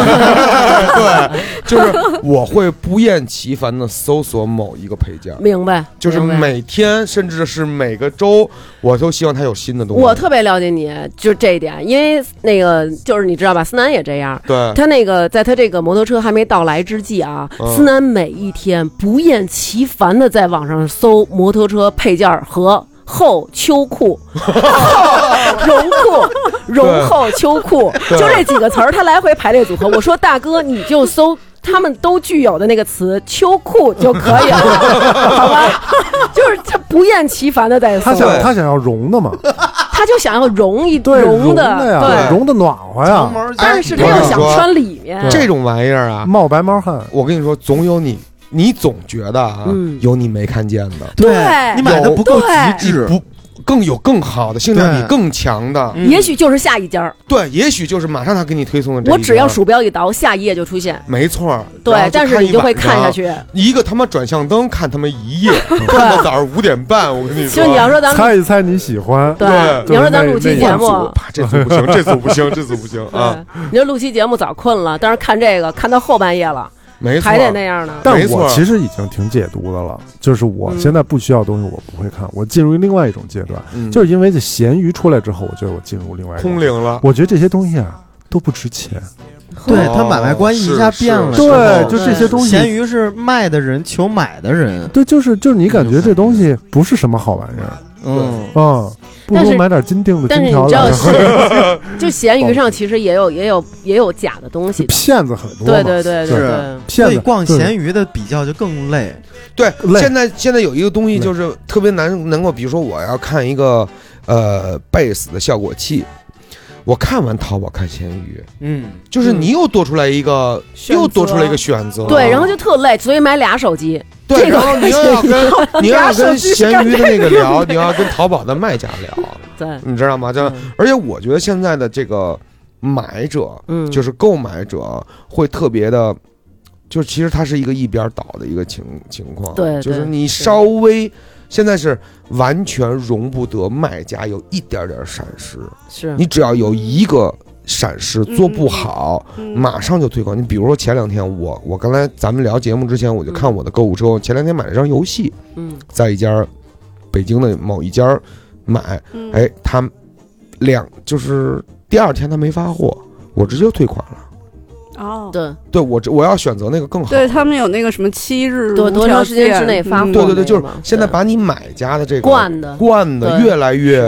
Speaker 3: 对，就是我会不厌其烦的搜索某一个配件儿，
Speaker 5: 明白，
Speaker 3: 就是
Speaker 5: 明白
Speaker 3: 每天甚至是每个周，我都希望它有新的东西。
Speaker 5: 我特别了解你，就这一点，因为那个就是你知道吧，思南也这样，
Speaker 3: 对，
Speaker 5: 他那个在他这个摩托车还没到来之际啊，
Speaker 3: 嗯
Speaker 5: 思南每一天不厌其烦的在网上搜摩托车配件儿和。厚秋裤、厚绒裤、绒厚秋裤，就
Speaker 3: 对
Speaker 5: 这几个词儿，他来回排列组合。我说大哥，你就搜他们都具有的那个词“秋裤”就可以了，好吧？就是他不厌其烦的在搜
Speaker 2: 他。想他想要融的嘛，
Speaker 5: 他就想要绒一
Speaker 2: 对，
Speaker 5: 绒
Speaker 2: 的呀，
Speaker 5: 对，
Speaker 2: 绒的暖和呀，
Speaker 3: 毛儿
Speaker 5: 但是他又想穿里面，
Speaker 2: 对
Speaker 3: 这种玩意儿啊，
Speaker 2: 冒白毛汗。
Speaker 3: 我跟你说，总有你，你总觉得啊，
Speaker 5: 嗯
Speaker 3: 有你没看见的，
Speaker 5: 对
Speaker 4: 你买的不够极致，
Speaker 3: 不更有更好的性价比
Speaker 4: 对
Speaker 3: 更强的，
Speaker 4: 嗯
Speaker 5: 也许就是下一家儿，
Speaker 3: 对，也许就是马上他给你推送的这一
Speaker 5: 我只要
Speaker 3: 家，
Speaker 5: 鼠标一倒，下一页就出现。
Speaker 3: 没错儿，嗯然后
Speaker 5: 对，
Speaker 3: 就
Speaker 5: 但是你就会
Speaker 3: 一晚上
Speaker 5: 看下。去。
Speaker 3: 一个他妈转向灯看他妈一 夜，看到早上五点半，我跟你
Speaker 5: 就
Speaker 3: 说，
Speaker 5: 你要说咱们
Speaker 2: 猜一猜你喜欢？
Speaker 5: 对
Speaker 3: 对，
Speaker 5: 你要说咱
Speaker 2: 就是那
Speaker 5: 录期节
Speaker 3: 换
Speaker 5: 目，
Speaker 3: 组，啪，这组不行，这组不行，这组不 行啊，
Speaker 5: 对，你说录期节目早困了，但是看这个看到后半夜了，
Speaker 3: 没错
Speaker 5: 还
Speaker 3: 儿，
Speaker 5: 得那样呢。
Speaker 2: 但
Speaker 3: 没错
Speaker 2: 我其实已经挺解读的了，就是我
Speaker 5: 嗯
Speaker 2: 现在不需要的东西，我不会看，我进入另外一种阶段，
Speaker 3: 嗯
Speaker 2: 就是因为这咸鱼出来之后，我觉得我进入另外一种
Speaker 3: 空灵了。
Speaker 2: 我觉得这些东西啊都不值钱，
Speaker 4: 对
Speaker 3: 哦
Speaker 4: 他买卖关系一下变了。
Speaker 3: 是是
Speaker 4: 然后
Speaker 2: 就这些东西
Speaker 4: 哎咸鱼是卖的人求买的人，
Speaker 2: 对，就是就是你感觉这东西不是什么好玩意儿
Speaker 4: 嗯，
Speaker 2: 啊、不
Speaker 5: 但
Speaker 2: 如
Speaker 5: 是
Speaker 2: 买点金锭子、
Speaker 5: 但是
Speaker 2: 金
Speaker 5: 你
Speaker 2: 条
Speaker 5: 知道
Speaker 2: 来。
Speaker 5: 是，就闲鱼上其实也有也有也有假的东西的，
Speaker 2: 骗子很多嘛，
Speaker 5: 对对对对
Speaker 4: 是
Speaker 3: 啊
Speaker 5: 对，
Speaker 2: 骗
Speaker 4: 所以
Speaker 2: 子
Speaker 4: 逛
Speaker 2: 对
Speaker 4: 咸鱼的比较就更累。
Speaker 3: 对，
Speaker 2: 累
Speaker 3: 现在现在有一个东西就是特别难能够，比如说我要看一个呃贝斯的效果器，我看完淘宝看闲鱼，
Speaker 4: 嗯，
Speaker 3: 就是你又多出来一个，
Speaker 5: 选择
Speaker 3: 又多出
Speaker 6: 嗯
Speaker 3: 来一个选择。
Speaker 5: 对，然后就特累，所以买俩手机。
Speaker 3: 对
Speaker 5: 这个
Speaker 3: 然后你要 跟你要跟闲鱼的那个聊，你要跟淘宝的卖家聊，
Speaker 5: 对，
Speaker 3: 你知道吗？就而且我觉得现在的这个买者，
Speaker 5: 嗯，
Speaker 3: 就是购买者会特别的，就其实它是一个一边倒的一个情情况，
Speaker 5: 对
Speaker 3: 就是
Speaker 5: 对
Speaker 3: 你
Speaker 5: 是
Speaker 3: 稍微现在是完全容不得卖家有一点点闪失，
Speaker 5: 是
Speaker 3: 你只要有一个闪失做不好，
Speaker 6: 嗯
Speaker 3: 马上就退款。你比如说前两天我我刚才咱们聊节目之前，我就看我的购物车，我前两天买了张游戏，
Speaker 5: 嗯
Speaker 3: 在一家北京的某一家买，
Speaker 6: 嗯
Speaker 3: 哎，他两就是第二天他没发货，我直接退款了。
Speaker 5: 嗯
Speaker 6: 哦，
Speaker 5: 对
Speaker 3: 对我这我要选择那个更好。
Speaker 6: 对他们有那个什么七日
Speaker 5: 多
Speaker 6: 无
Speaker 5: 多
Speaker 6: 条
Speaker 5: 长时间
Speaker 6: 件
Speaker 5: 之内发货
Speaker 6: 嗯
Speaker 3: 对对对，
Speaker 5: 那个
Speaker 3: 就是
Speaker 5: 嘛
Speaker 3: 现在
Speaker 5: 对
Speaker 3: 把你买家的这个
Speaker 5: 惯的，
Speaker 3: 惯的
Speaker 5: 对
Speaker 3: 越来越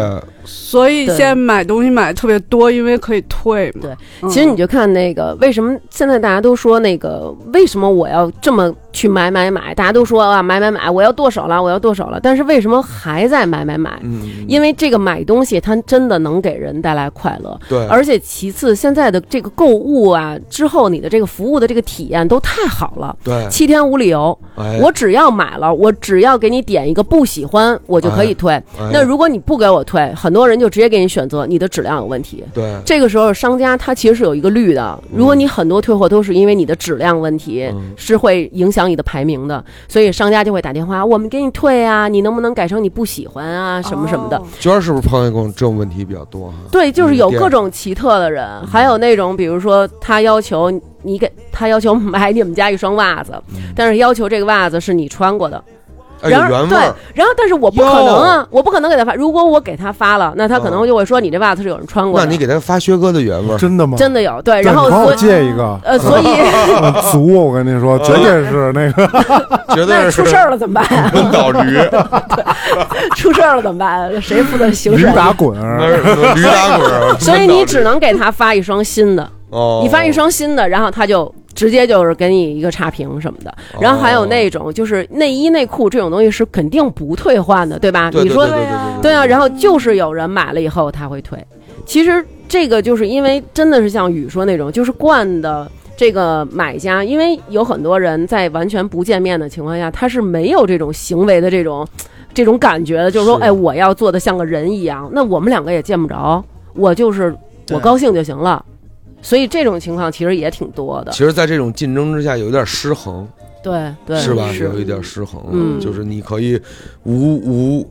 Speaker 6: 所以
Speaker 5: 对
Speaker 6: 现在买东西买的特别多，因为可以退嘛。
Speaker 5: 对
Speaker 6: 嗯，
Speaker 5: 其实你就看那个，为什么现在大家都说那个，为什么我要这么去买买买？大家都说啊，买买买，我要剁手了，我要剁手了。但是为什么还在买买买？
Speaker 3: 嗯，
Speaker 5: 因为这个买东西，它真的能给人带来快乐。
Speaker 3: 对，
Speaker 5: 而且其次，现在的这个购物啊，之后你的这个服务的这个体验都太好了，
Speaker 3: 对，
Speaker 5: 七天无理由，
Speaker 3: 哎
Speaker 5: 我只要买了，我只要给你点一个不喜欢，我就可以退。
Speaker 3: 哎
Speaker 5: 那如果你不给我退，很多人就直接给你选择你的质量有问题。
Speaker 3: 对
Speaker 5: 这个时候，商家他其实是有一个率的。如果你很多退货都是因为你的质量问题，
Speaker 3: 嗯
Speaker 5: 是会影响你的排名的，所以商家就会打电话，我们给你退啊，你能不能改成你不喜欢啊，什么什么的。
Speaker 6: 哦
Speaker 3: 娟儿是不是碰见过这种问题比较多哈？
Speaker 5: 对，就是有
Speaker 3: 嗯
Speaker 5: 各种奇特的人，还有那种比如说他要求你给他要求买你们家一双袜子，
Speaker 3: 嗯
Speaker 5: 但是要求这个袜子是你穿过的，
Speaker 3: 哎，有
Speaker 5: 然后
Speaker 3: 原味
Speaker 5: 对
Speaker 3: 儿，，
Speaker 5: 然后但是我不可
Speaker 3: 哟
Speaker 5: 能啊，我不可能给他发。如果我给他发了，那他可
Speaker 3: 哦
Speaker 5: 能就会说你这袜子是有人穿过
Speaker 3: 那
Speaker 5: 的。
Speaker 3: 你给他发薛哥的原味儿，
Speaker 2: 真的吗？
Speaker 5: 真的有
Speaker 2: 对。
Speaker 5: 对，然后
Speaker 2: 你管
Speaker 5: 所
Speaker 2: 我
Speaker 5: 以
Speaker 2: 借一个
Speaker 5: 呃，所以。
Speaker 2: 足，我跟你说，绝对是那个。
Speaker 3: 绝
Speaker 5: 那
Speaker 3: 对
Speaker 5: 出事儿了怎么办？啊
Speaker 3: 温导驴，
Speaker 5: 出事儿了怎么办？啊谁负责行啊
Speaker 2: 驴
Speaker 5: 驶？
Speaker 2: 打滚儿，
Speaker 3: 那驴打滚儿。
Speaker 5: 所以你只
Speaker 3: 温
Speaker 5: 能给他发一双新的，
Speaker 3: 导驴
Speaker 5: 你发一，双新的，然后他就直接就是给你一个差评什么的。然后还
Speaker 3: 哦
Speaker 5: 有那种就是内衣内裤这种东西是肯定不退换的，对吧？
Speaker 3: 哦对
Speaker 5: 你
Speaker 3: 对
Speaker 5: 说
Speaker 3: 对对对
Speaker 5: 对啊，然后就是有人买了以后他会退，其实这个就是因为真的是像雨说那种，就是惯的这个买家，因为有很多人在完全不见面的情况下，他是没有这种行为的这种这种感觉的，就是说，
Speaker 3: 是
Speaker 5: 哎，我要做的像个人一样，那我们两个也见不着，我就是
Speaker 4: 对
Speaker 5: 我高兴就行了，所以这种情况其实也挺多的
Speaker 3: 其，实，在这种竞争之下，有一点失衡，
Speaker 5: 对对
Speaker 3: 是吧？
Speaker 5: 是
Speaker 3: 有一点失衡，
Speaker 5: 嗯
Speaker 3: 就是你可以无无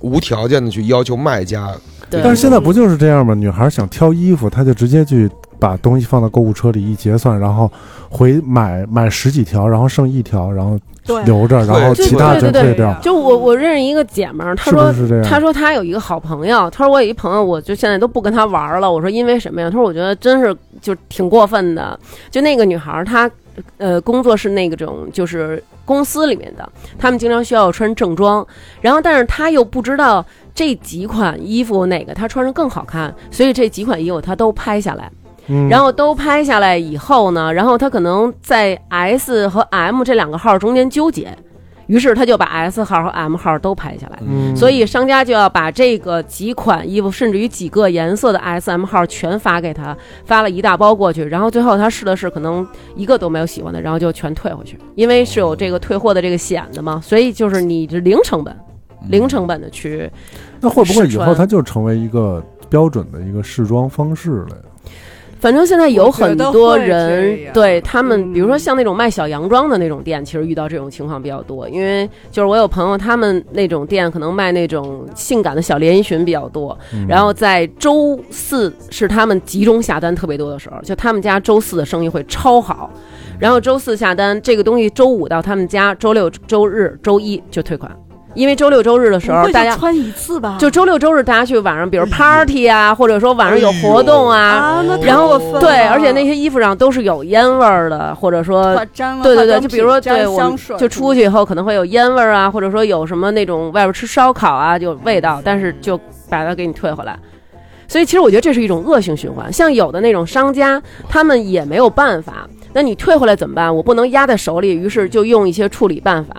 Speaker 3: 无条件的去要求卖家，
Speaker 5: 对
Speaker 2: 但是现在不就是这样吗？女孩想挑衣服，她就直接去把东西放到购物车里一结算，然后回买买十几条，然后剩一条，然后
Speaker 6: 对
Speaker 2: 留着，然后
Speaker 3: 对
Speaker 2: 其他
Speaker 5: 对
Speaker 2: 全
Speaker 5: 对对
Speaker 2: 退
Speaker 6: 对
Speaker 2: 掉，
Speaker 5: 就我我认识一个姐们儿，她
Speaker 2: 是
Speaker 5: 说
Speaker 2: 不是这样？
Speaker 5: 他说他有一个好朋友，他说我有一朋友，我就现在都不跟他玩儿了。我说因为什么呀？他说我觉得真是就挺过分的。就那个女孩儿，她呃工作是那个种就是公司里面的，他们经常需要穿正装，然后但是她又不知道这几款衣服哪个她穿上更好看，所以这几款衣服她都拍下来。
Speaker 2: 嗯
Speaker 5: 然后都拍下来以后呢，然后他可能在 S 和 M 这两个号中间纠结，于是他就把 S 号和 M 号都拍下来。
Speaker 3: 嗯
Speaker 5: 所以商家就要把这个几款衣服，甚至于几个颜色的 S、M 号全发给他，发了一大包过去。然后最后他试了试，可能一个都没有喜欢的，然后就全退回去，因为是有这个退货的这个险的嘛。所以就是你是零成本，零成本的去
Speaker 2: 那会不会以
Speaker 5: 试
Speaker 2: 后
Speaker 5: 穿
Speaker 2: 它就成为一个标准的一个试装方式了呀？
Speaker 5: 反正现在有
Speaker 6: 我觉
Speaker 5: 很
Speaker 6: 得
Speaker 5: 多
Speaker 6: 会这
Speaker 5: 人
Speaker 6: 样
Speaker 5: 对他们，比如说
Speaker 6: 嗯
Speaker 5: 像那种卖小洋装的那种店，其实遇到这种情况比较多。因为就是我有朋友，他们那种店可能卖那种性感的小连衣裙比较多。
Speaker 2: 嗯
Speaker 6: 嗯
Speaker 5: 然后在周四是他们集中下单特别多的时候，就他们家周四的生意会超好。然后周四下单这个东西，周五到他们家，周六、周日、周一就退款，因为周六、周日的时
Speaker 6: 不
Speaker 5: 候
Speaker 6: 会
Speaker 5: 大
Speaker 6: 就
Speaker 5: 家。
Speaker 6: 穿一次吧，
Speaker 5: 就周六周日，大家去晚上，比 如 party 啊，或者说晚上有活动啊，
Speaker 6: 啊，
Speaker 4: 哦
Speaker 6: 那太
Speaker 5: 然后
Speaker 6: 过分
Speaker 5: 对，
Speaker 6: 了
Speaker 5: 而且那些衣服上都是有烟味儿的，或者说
Speaker 6: 化。沾了
Speaker 5: 对对
Speaker 6: 化
Speaker 5: 对，
Speaker 6: 妆
Speaker 5: 就比
Speaker 6: 品
Speaker 5: 如说，
Speaker 6: 沾
Speaker 5: 对我们
Speaker 6: 香水
Speaker 5: 就出去以后可能会有烟味儿啊，或者说有什么那种外边吃烧烤啊，就味道，但
Speaker 6: 嗯
Speaker 5: 是就把它给你退回来。所以其实我觉得这是一种恶性循环。像有的那种商家，他们也没有办法，那你退回来怎么办？我不能压在手里，于是就用一些处理办法，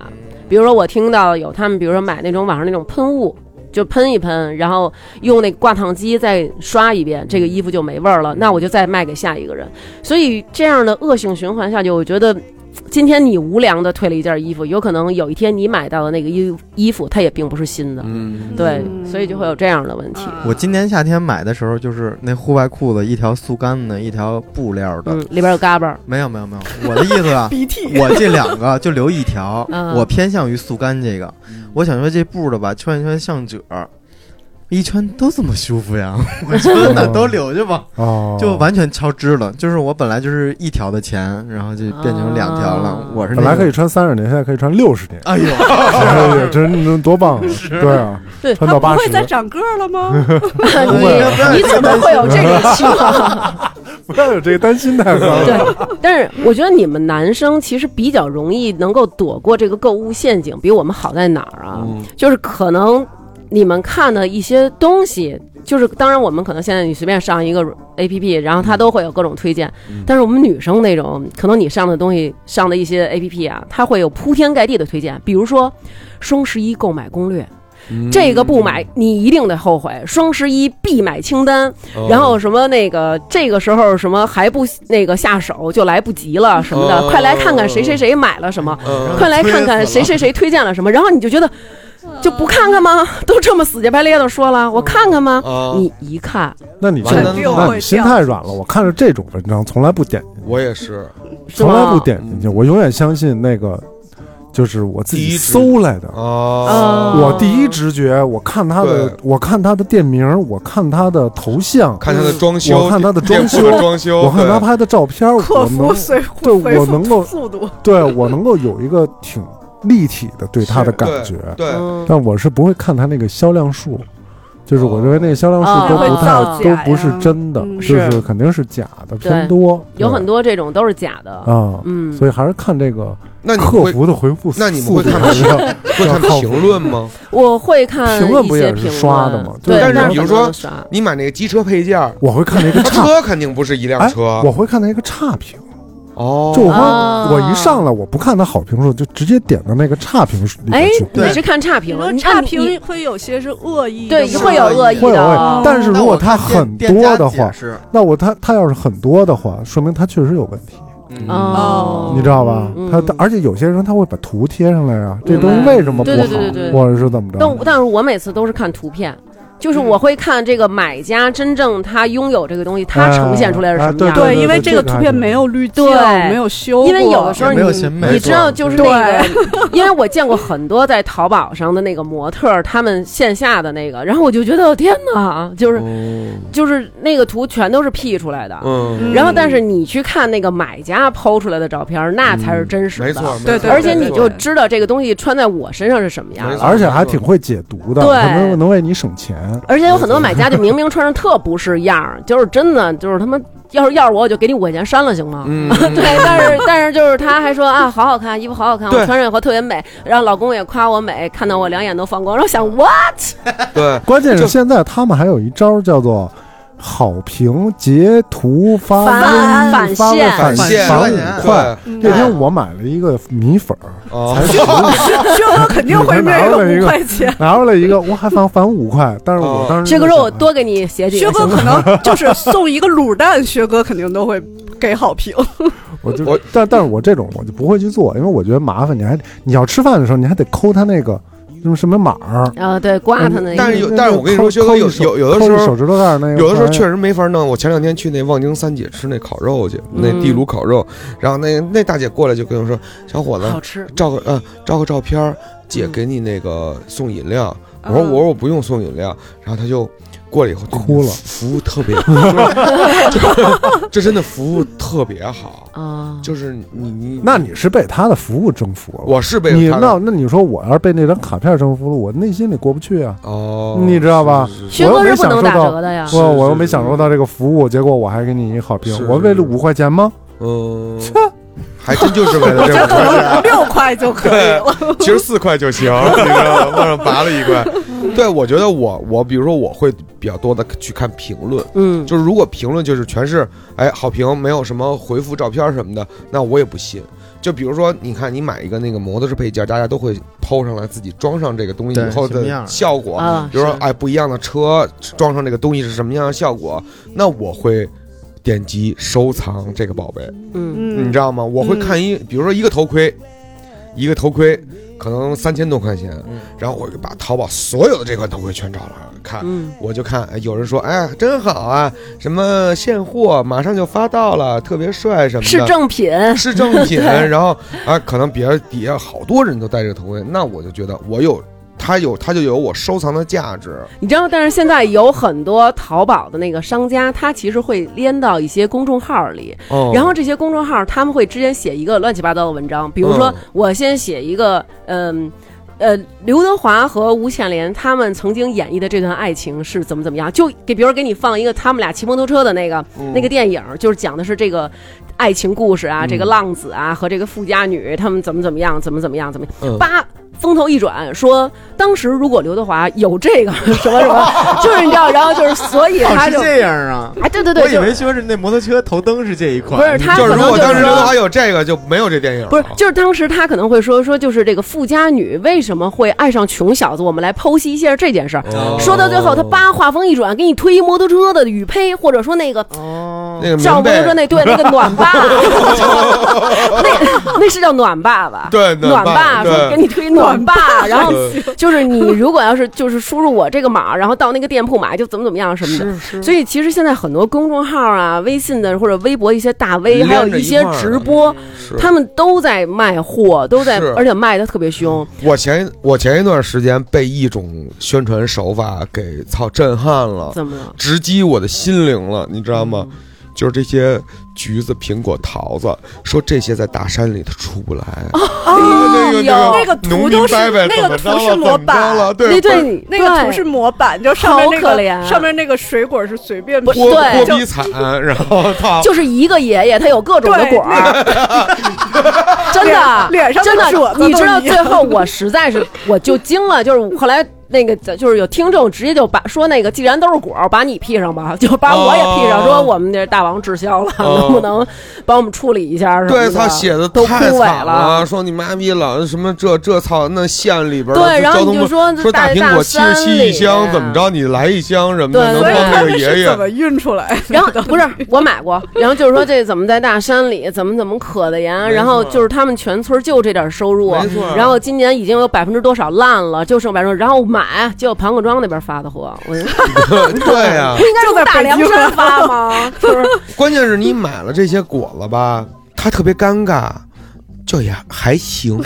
Speaker 5: 比如说我听到有他们，比如说买那种网上那种喷雾，就喷一喷，然后用那个挂烫机再刷一遍，这个衣服就没味儿了。那我就再卖给下一个人。所以这样的恶性循环下去，我觉得。今天你无良的退了一件衣服，有可能有一天你买到的那个衣衣服，它也并不是新的，
Speaker 3: 嗯，
Speaker 5: 对，
Speaker 6: 嗯
Speaker 5: 所以就会有这样的问题。
Speaker 6: 啊，
Speaker 4: 我今年夏天买的时候，就是那户外裤子，一条速干的，一条布料的
Speaker 5: 嗯，，里边有嘎巴儿，
Speaker 4: 没有没有没有，我的意思啊
Speaker 6: BT
Speaker 4: 我这两个就留一条，
Speaker 5: 嗯
Speaker 4: 我偏向于速干这个。我想说这布的吧，穿一穿像褶儿，一穿都这么舒服呀，我觉得那都留着吧，
Speaker 2: 哦，
Speaker 4: 就完全超支了。就是我本来就是一条的钱，然后就变成两条
Speaker 5: 啊
Speaker 4: 了。我是
Speaker 2: 本
Speaker 4: 那
Speaker 2: 来
Speaker 4: 个
Speaker 2: 可以，穿三十年，现在可以穿六
Speaker 4: ，
Speaker 2: 十年
Speaker 4: 哎呦，
Speaker 2: 哎呀，真真多棒啊！对啊，
Speaker 5: 对
Speaker 2: 穿
Speaker 6: 它
Speaker 2: 到
Speaker 6: 不
Speaker 2: 八
Speaker 6: 会
Speaker 2: 十，
Speaker 6: 再长个儿了吗？
Speaker 2: 哎
Speaker 5: 你你怎么会有这 个情况？
Speaker 2: 啊不要有这个担心太高了。
Speaker 5: 对，但是我觉得你们男生其实比较容易能够躲过这个购物陷阱，比我们好在哪儿啊？就是可能你们看的一些东西，就是当然我们可能现在你随便上一个 A P P，然后它都会有各种推荐，但是我们女生那种，可能你上的东西上的一些 A P P 啊，它会有铺天盖地的推荐，比如说双十一购买攻略，
Speaker 3: 嗯
Speaker 5: 这个不买你一定得后悔，双十一必买清单，
Speaker 2: 哦
Speaker 3: 哦
Speaker 5: 然后什么那个这个时候什么还不那个下手就来不及了什么的，
Speaker 3: 哦
Speaker 5: 快来看看谁谁谁买了什么，
Speaker 3: 嗯
Speaker 5: 快来看看谁谁谁推荐了什么，然后你就觉得就不看看
Speaker 2: 哦
Speaker 5: 吗？都这么死乞白咧的说了，我看看吗？
Speaker 3: 啊，
Speaker 5: 你一看
Speaker 2: 那你就
Speaker 3: 肯定
Speaker 2: 那
Speaker 6: 会
Speaker 2: 你心
Speaker 6: 掉
Speaker 2: 太软了。我看着这种文章从来不点进去，
Speaker 3: 我也是，
Speaker 5: 是
Speaker 2: 从来
Speaker 5: 吗
Speaker 2: 不？点进去，我永远相信那个就是我自
Speaker 3: 嗯第一
Speaker 2: 己
Speaker 3: 直
Speaker 2: 搜来的。
Speaker 3: 哦，
Speaker 5: 哦
Speaker 2: 我第一直觉，我看他的
Speaker 3: 对，
Speaker 2: 我看他的店名，我看他的头像，
Speaker 3: 看他
Speaker 5: 嗯
Speaker 3: 的装修，
Speaker 2: 我看他的装
Speaker 3: 店铺
Speaker 2: 修
Speaker 3: 装修，
Speaker 2: 我看他
Speaker 3: 对
Speaker 2: 拍的照片，
Speaker 6: 客
Speaker 2: 我
Speaker 6: 服
Speaker 2: 能
Speaker 6: 随
Speaker 2: 对我
Speaker 6: 回复
Speaker 2: 能够
Speaker 6: 速度，
Speaker 2: 对我能够有一个挺立体的对他的感觉，
Speaker 3: 对，
Speaker 5: 嗯
Speaker 2: 但我是不会看他那个销量数，就是我认为那个销量数都不太、
Speaker 5: 哦
Speaker 2: 都不是真的，
Speaker 6: 嗯
Speaker 2: 就是
Speaker 5: 是
Speaker 2: 肯定是假的偏多，
Speaker 5: 有很
Speaker 2: 多
Speaker 5: 多这种都是假的，
Speaker 2: 啊，
Speaker 5: 嗯，
Speaker 2: 所以还是看这个
Speaker 3: 那你
Speaker 2: 客
Speaker 3: 会
Speaker 2: 服的回复速度，
Speaker 3: 那你们会看吗会看评论吗？
Speaker 5: 我会看
Speaker 2: 评论
Speaker 5: 一
Speaker 2: 不
Speaker 5: 些
Speaker 2: 也是
Speaker 5: 评论
Speaker 2: 刷的吗
Speaker 5: 对，
Speaker 2: 就是
Speaker 3: 但是
Speaker 5: 我
Speaker 3: 比如
Speaker 5: 可能
Speaker 3: 说
Speaker 5: 就刷
Speaker 3: 你买那个机车配件儿，
Speaker 2: 我会看那个
Speaker 3: 他
Speaker 2: 差，
Speaker 3: 车肯定不是一辆
Speaker 2: 哎
Speaker 3: 车，
Speaker 2: 我会看那个差评。
Speaker 3: 哦，
Speaker 2: 就我发
Speaker 5: 哦
Speaker 2: 我一上来我不看他好评数，就直接点到那个差评数里面
Speaker 5: 哎，
Speaker 2: 去。
Speaker 5: 你是看差评
Speaker 6: 你
Speaker 5: 了，
Speaker 6: 说
Speaker 5: 你
Speaker 6: 差
Speaker 5: 看你
Speaker 6: 评会有些是恶意的
Speaker 5: 对
Speaker 6: 吗，
Speaker 5: 会有恶意
Speaker 2: 会有
Speaker 5: 的
Speaker 2: 会
Speaker 5: 哦
Speaker 2: 有，但是
Speaker 4: 那
Speaker 2: 如果
Speaker 4: 我
Speaker 2: 他
Speaker 4: 看店
Speaker 2: 很
Speaker 4: 店家
Speaker 2: 多的
Speaker 4: 解
Speaker 2: 话，
Speaker 4: 释
Speaker 2: 那我他他要是很多的话，说明他确实有问题，
Speaker 5: 哦，
Speaker 2: 你知道吧？
Speaker 5: 嗯
Speaker 2: 他而且有些人他会把图贴上来啊，这
Speaker 3: 嗯
Speaker 5: 明白
Speaker 2: 东西为什么不
Speaker 5: 对
Speaker 2: 好
Speaker 5: 对对对对，
Speaker 2: 或者是怎么着？
Speaker 5: 但但是我每次都是看图片，就是我会看这个买家真正他拥有这个东西，他呈现出来是什么
Speaker 2: 哎哎
Speaker 5: 样的。
Speaker 2: 对
Speaker 6: 对，因为
Speaker 2: 这
Speaker 6: 这个
Speaker 2: 个
Speaker 6: 图
Speaker 2: 还
Speaker 6: 片
Speaker 2: 是
Speaker 6: 没有滤镜，
Speaker 5: 对
Speaker 6: 没有修过，
Speaker 5: 因为有的时候
Speaker 4: 也
Speaker 5: 你
Speaker 4: 没有钱买
Speaker 5: 你知道，就是那
Speaker 6: 对
Speaker 5: 个，因为我见过很多在淘宝上的那个模特儿，他们线下的那个，然后我就觉得天哪，就是就是那个图全都是 P 出来的。
Speaker 3: 嗯，
Speaker 6: 嗯
Speaker 5: 然后，但是你去看那个买家抛出来的照片儿，那才是真实的。
Speaker 3: 没错，
Speaker 6: 对对
Speaker 5: 而且你
Speaker 6: 对
Speaker 5: 就知道这个东西穿在我身上是什么样
Speaker 3: 没
Speaker 5: 了
Speaker 3: 错。
Speaker 2: 而且还挺会解读的，
Speaker 5: 对
Speaker 2: 可能能为你省钱。
Speaker 5: 而且有
Speaker 3: 嗯
Speaker 5: 很多买家就明明穿上特不是样儿，就是真的就是他妈，要是要是我我就给你五块钱删了行吗？
Speaker 3: 嗯
Speaker 5: 对，但是但是就是他还说啊，好好看，衣服好好看，我
Speaker 3: 对
Speaker 5: 穿上以后特别美，然后老公也夸我美，看
Speaker 3: 嗯
Speaker 5: 到我两眼都放光，然后想 what？
Speaker 3: 对，
Speaker 2: 关键是
Speaker 3: 就
Speaker 2: 现在他们还有一招叫做好评、截图、发
Speaker 5: 返
Speaker 2: 微
Speaker 5: 返
Speaker 2: 发
Speaker 5: 现
Speaker 2: 返
Speaker 3: 返现
Speaker 2: 返
Speaker 4: 返
Speaker 2: 五
Speaker 4: 现
Speaker 2: 块。
Speaker 6: 嗯
Speaker 2: 那天我买了一个米粉儿，
Speaker 3: 哦
Speaker 2: 才十五
Speaker 6: 这我肯定会卖个五块钱。
Speaker 2: 拿出来一个，我还返返五块，但是我
Speaker 3: 哦
Speaker 2: 当时
Speaker 5: 薛哥
Speaker 2: 就
Speaker 5: 说：“
Speaker 2: 想
Speaker 5: 我多给你写几
Speaker 6: 薛
Speaker 5: 个
Speaker 6: 哥
Speaker 5: 行吗
Speaker 6: 可能就是送一个卤蛋，薛哥肯定都会给好评。
Speaker 2: 我就
Speaker 3: 我
Speaker 2: 但但是我这种我就不会去做，因为我觉得麻烦。你还你要吃饭的时候，你还得抠他那个什么什么码儿。
Speaker 5: 啊，对，刮他那
Speaker 3: 嗯但是
Speaker 5: 个，
Speaker 3: 有
Speaker 2: 那
Speaker 3: 但是
Speaker 2: 那
Speaker 3: 我跟你
Speaker 2: 抠
Speaker 3: 说薛哥
Speaker 2: 抠一
Speaker 3: 有
Speaker 2: 手
Speaker 3: 有有的
Speaker 2: 抠一
Speaker 3: 时候
Speaker 2: 手指头盖儿那个，
Speaker 3: 有的时候确实没法弄。我前两天去那望京三姐吃那烤肉去，那地炉烤肉，然后那那大姐过来就跟我说：“小伙子
Speaker 5: 好，吃。
Speaker 3: 照个呃照个照片儿，姐给你那个送饮料。”我说：“
Speaker 6: 嗯
Speaker 3: 我说我不用送饮料。”然后她就过来以后对你
Speaker 2: 哭了
Speaker 3: 服务特 别，就是 这真的服务特别好，
Speaker 5: 啊，
Speaker 3: 就是你你
Speaker 2: 那你是被他的服务征服了。
Speaker 3: 我是被
Speaker 2: 你
Speaker 3: 她
Speaker 2: 那那你说我要是被那张卡片征服了，我内心里过不去啊。
Speaker 3: 哦，
Speaker 2: 你知道吧
Speaker 3: 是？是
Speaker 5: 薛
Speaker 3: 是
Speaker 5: 哥是不能打折的呀
Speaker 3: 是。
Speaker 2: 我我又
Speaker 3: 是
Speaker 2: 没
Speaker 3: 是
Speaker 2: 享受到这个服务，结果我还给你一好评
Speaker 3: 是，
Speaker 2: 我为了五块钱吗？
Speaker 3: 嗯，还真就是为了这五
Speaker 6: 可
Speaker 3: 块钱。
Speaker 6: 能 六块就可以了。
Speaker 3: 其实四块就行，你知道吗？往上拔了一块。
Speaker 5: 嗯
Speaker 3: 对，我觉得我我比如说我会比较多的去看评论，
Speaker 5: 嗯，
Speaker 3: 就是如果评论就是全是哎好评，没有什么回复照片什么的，那我也不信。就比如说，你看你买一个那个摩托车配件，大家都会抛上来自己装上这个东西
Speaker 4: 对
Speaker 3: 以后
Speaker 4: 什么样
Speaker 3: 的
Speaker 4: 儿
Speaker 3: 效果，
Speaker 5: 啊
Speaker 3: 比如说
Speaker 4: 是
Speaker 3: 哎不一样的车装上这个东西是什么样的效果，那我会点击收藏这个宝贝。
Speaker 5: 嗯，
Speaker 6: 嗯
Speaker 3: 你知道吗？我会看一，比如说一个头盔，一个头盔可能三千多块钱，
Speaker 4: 嗯
Speaker 3: 然后我就把淘宝所有的这款头盔全找来了看。
Speaker 5: 嗯
Speaker 3: 我就看，哎，有人说，哎，真好啊，什么现货，马上就发到了，特别帅什么的，
Speaker 5: 是正品。
Speaker 3: 是正 品。然后啊，可能别人底下好多人都戴这个头盔，那我就觉得我有，它有，它就有我收藏的价值。
Speaker 5: 你知道，但是现在有很多淘宝的那个商家，他其实会连到一些公众号里，
Speaker 4: 嗯
Speaker 3: 哦
Speaker 5: 嗯然后这些公众号他们会之间写一个乱七八糟的文章，比如说
Speaker 3: 嗯
Speaker 5: 我先写一个，嗯。呃，刘德华和吴倩莲他们曾经演绎的这段爱情是怎么怎么样？就给，比如给你放一个他们俩骑摩托车的那个、
Speaker 4: 嗯
Speaker 3: 嗯
Speaker 5: 那个电影，就是讲的是这个爱情故事
Speaker 4: 嗯
Speaker 5: 啊，这个浪子啊和这个富家女他们怎么怎么样，怎么怎么样，怎么
Speaker 3: 嗯
Speaker 5: 叭，风头一转，说当时如果刘德华有这个什么什么， 就是你知道，然后就是所以
Speaker 4: 哦，
Speaker 5: 他
Speaker 4: 是
Speaker 5: 就
Speaker 4: 这样啊！
Speaker 5: 哎，对对
Speaker 4: 我
Speaker 5: 对，
Speaker 4: 以
Speaker 5: 就
Speaker 4: 为说是那摩托车头灯是这一款，
Speaker 5: 不是他
Speaker 3: 就是
Speaker 5: 可
Speaker 3: 如
Speaker 5: 能
Speaker 3: 果
Speaker 5: 就是
Speaker 3: 当时刘德
Speaker 5: 说
Speaker 3: 华有这个，就没有这电影了。
Speaker 5: 不是，就是当时他可能会说说，就是这个富家女为什么会爱上穷小子？我们来剖析一下这件事儿。
Speaker 3: 哦
Speaker 5: 说到最后，他叭话锋一转，给你推一摩托车的雨披，或者说那个
Speaker 4: 哦，
Speaker 3: 那个
Speaker 5: 叫
Speaker 3: 棉
Speaker 5: 摩
Speaker 3: 被
Speaker 5: 托 车那对那个暖爸，那那是叫暖爸吧？
Speaker 3: 对
Speaker 5: 暖
Speaker 3: 暖爸
Speaker 5: 说
Speaker 3: 对
Speaker 5: 给你推暖爸，然后
Speaker 3: 对
Speaker 5: 就是你如果要是就是输入我这个码，然后到那个店铺买，就怎么怎么样什么的。所以其实现在很多公众号啊、微信的或者微博一些大 V，
Speaker 3: 连着
Speaker 5: 还有一些
Speaker 3: 一块儿的
Speaker 5: 直播，
Speaker 3: 是
Speaker 5: 他们都在卖货，都在
Speaker 3: 是，嗯
Speaker 5: 而且卖的特别凶。
Speaker 3: 我前我前一段时间被一种宣传手法给操震撼了，
Speaker 5: 怎么嗯了？
Speaker 3: 直击我的心灵了，你知道吗？就是这些橘子、苹果、桃子，说这些在大山里它出不来。那个
Speaker 5: 哦有
Speaker 3: 那
Speaker 6: 那个图
Speaker 3: 农民
Speaker 6: 都是
Speaker 3: 伯伯
Speaker 6: 那个
Speaker 3: 怎么着
Speaker 6: 图是
Speaker 3: 了？
Speaker 6: 模
Speaker 3: 怎么着
Speaker 6: 板
Speaker 3: 了？
Speaker 5: 那
Speaker 3: 对
Speaker 5: 对你
Speaker 6: 那个图是模板，就上面那
Speaker 5: 好可怜啊
Speaker 6: 个上面那个水果是随便
Speaker 5: 不
Speaker 3: 波
Speaker 5: 对
Speaker 3: 波比惨，然后操，
Speaker 5: 就是一个爷爷，他有各种的果儿， 真的，
Speaker 6: 脸上的
Speaker 5: 真
Speaker 6: 褶子都
Speaker 5: 的，你知道
Speaker 6: 一样
Speaker 5: 最后我实在是我就惊了，就是后来。那个就是有听众直接就把说那个，既然都是果儿，把你 P 上吧， 就把我也 P 上，
Speaker 3: 哦
Speaker 5: 说我们这大王滞销了，
Speaker 3: 哦
Speaker 5: 能不能帮我们处理一下什么
Speaker 3: 对
Speaker 5: 的？
Speaker 3: 他写的
Speaker 5: 都枯
Speaker 3: 太
Speaker 5: 萎
Speaker 3: 惨，，说你妈逼了什么这这操那县里边的
Speaker 5: 对然后
Speaker 3: 交
Speaker 5: 你
Speaker 3: 通
Speaker 5: 就
Speaker 3: 部
Speaker 5: 说
Speaker 3: 说大
Speaker 5: 大
Speaker 3: 苹
Speaker 5: 大
Speaker 3: 果七
Speaker 5: 山
Speaker 3: 十七一
Speaker 5: 里
Speaker 3: 箱
Speaker 5: 啊
Speaker 3: 怎么着你来一箱什么的
Speaker 5: 对
Speaker 3: 能
Speaker 6: 所以
Speaker 3: 帮
Speaker 6: 他
Speaker 3: 这
Speaker 6: 们
Speaker 3: 个爷
Speaker 6: 是
Speaker 3: 爷
Speaker 6: 怎么运出来？
Speaker 5: 然后不是我买过，然后就是说这怎么在大山里怎么怎么可的盐，然后就是他们全村就这点收入
Speaker 3: 没错，
Speaker 5: 然后今年已经有百分之多少烂了，就剩百分之，然后买，结果盘古庄那边发的货，我不
Speaker 3: 对呀、
Speaker 5: 应该从
Speaker 6: 就在
Speaker 5: 大
Speaker 6: 北
Speaker 5: 凉
Speaker 6: 京
Speaker 5: 山发吗？是不是？
Speaker 3: 关键是你买了这些果子吧，它特别尴尬，就也还 行，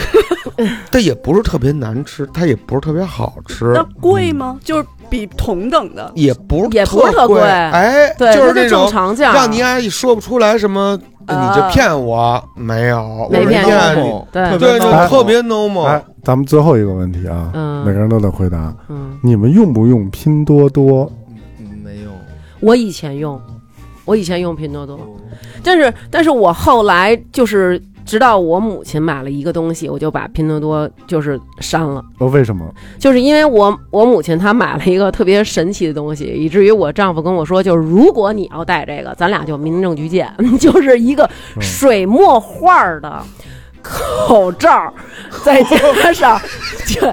Speaker 3: 但也不是特别难吃，它也不是特别好吃
Speaker 6: 那，贵吗？就是比同等的，
Speaker 3: 也不是
Speaker 5: 也不是特
Speaker 3: 贵，
Speaker 5: 贵
Speaker 3: 哎，
Speaker 5: 对，
Speaker 3: 就是
Speaker 5: 那
Speaker 3: 那
Speaker 5: 正
Speaker 3: 种
Speaker 5: 常价，
Speaker 3: 让你阿姨说不出来什么，你这骗我没有，
Speaker 5: 没
Speaker 3: 我
Speaker 5: 骗你
Speaker 3: 你，
Speaker 5: 对
Speaker 3: 对，就
Speaker 2: 哎
Speaker 3: 特别 normal，、
Speaker 2: 哎，咱们最后一个问题啊，
Speaker 5: 嗯
Speaker 2: 每个人都得回答，
Speaker 5: 嗯，
Speaker 2: 你们用不用拼多多？
Speaker 4: 嗯没有，
Speaker 5: 我以前用，我以前用拼多多，但是但是我后来就是。直到我母亲买了一个东西，我就把拼多多就是删了，
Speaker 2: 哦，为什么？
Speaker 5: 就是因为我我母亲她买了一个特别神奇的东西，以至于我丈夫跟我说，就是如果你要带这个，咱俩就民政局见， 就是一个
Speaker 2: 嗯
Speaker 5: 水墨画儿的。口罩儿，再 加上，对，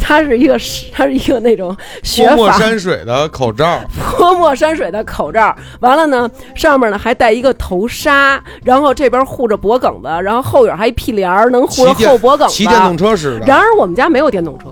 Speaker 5: 它是一个，它是一个那种学
Speaker 3: 泼墨
Speaker 5: 法，
Speaker 3: 山水的口罩，
Speaker 5: 泼墨山水的口罩，完了呢，上面呢还戴一个头纱，然后这边护着脖梗子，然后后边还一屁帘儿，能护着
Speaker 3: 骑电
Speaker 5: 后脖梗子
Speaker 3: 骑。电动车似的。
Speaker 5: 然而我们家没有电动车，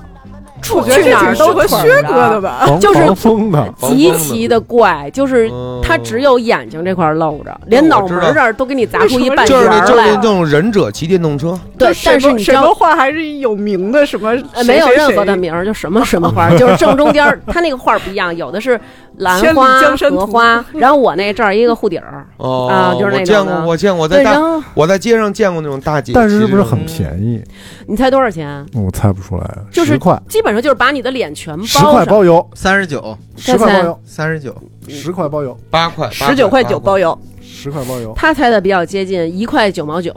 Speaker 5: 出
Speaker 6: 我觉得
Speaker 5: 去
Speaker 6: 这
Speaker 5: 哪
Speaker 6: 挺
Speaker 5: 儿
Speaker 6: 适
Speaker 5: 都
Speaker 6: 合
Speaker 5: 腿儿
Speaker 6: 薛
Speaker 5: 着
Speaker 6: 哥的吧？
Speaker 2: 防
Speaker 5: 啊就是
Speaker 2: 防风的，
Speaker 3: 防风
Speaker 5: 极
Speaker 3: 的
Speaker 5: 其的怪，就是
Speaker 3: 嗯
Speaker 5: 它只有眼睛这块儿露着，连
Speaker 3: 哦我
Speaker 5: 脑
Speaker 3: 知
Speaker 5: 门
Speaker 3: 道
Speaker 5: 儿这儿都给你砸出一半
Speaker 3: 就
Speaker 5: 圆
Speaker 3: 是
Speaker 5: 儿
Speaker 3: 那就是那
Speaker 5: 来。啊
Speaker 3: 种忍者骑电动车，
Speaker 5: 对，但是你知
Speaker 6: 什么
Speaker 5: 道。
Speaker 6: 画还是有名的，什么
Speaker 5: 呃，没有任何的名儿，就什么什么花儿， 就是正中间儿，它那个花儿不一样，有的是兰
Speaker 6: 千里
Speaker 5: 花、
Speaker 6: 江山
Speaker 5: 荷
Speaker 6: 图
Speaker 5: 花，然后我那这儿一个护底儿，
Speaker 3: 哦，
Speaker 5: 啊就是
Speaker 3: 我
Speaker 5: 那种
Speaker 3: 见过，
Speaker 5: 的
Speaker 3: 我见过，我在
Speaker 5: 对，然
Speaker 3: 大
Speaker 5: 后
Speaker 3: 我在街上见过那种大姐骑这
Speaker 2: 但
Speaker 3: 种，
Speaker 2: 是是不是很便宜？
Speaker 5: 你猜多少钱？
Speaker 2: 我猜不出来，
Speaker 5: 就是
Speaker 2: 十块，
Speaker 5: 基本上就是把你的脸全包
Speaker 2: 十块
Speaker 5: 上，
Speaker 2: 包邮，
Speaker 4: 三十九，
Speaker 2: 十块包邮，
Speaker 4: 三十九，
Speaker 2: 十块包邮，
Speaker 3: 八块，八
Speaker 6: 十九块九
Speaker 3: 八
Speaker 6: 包邮
Speaker 2: 十块包邮。
Speaker 5: 他猜的比较接近，一块九毛九，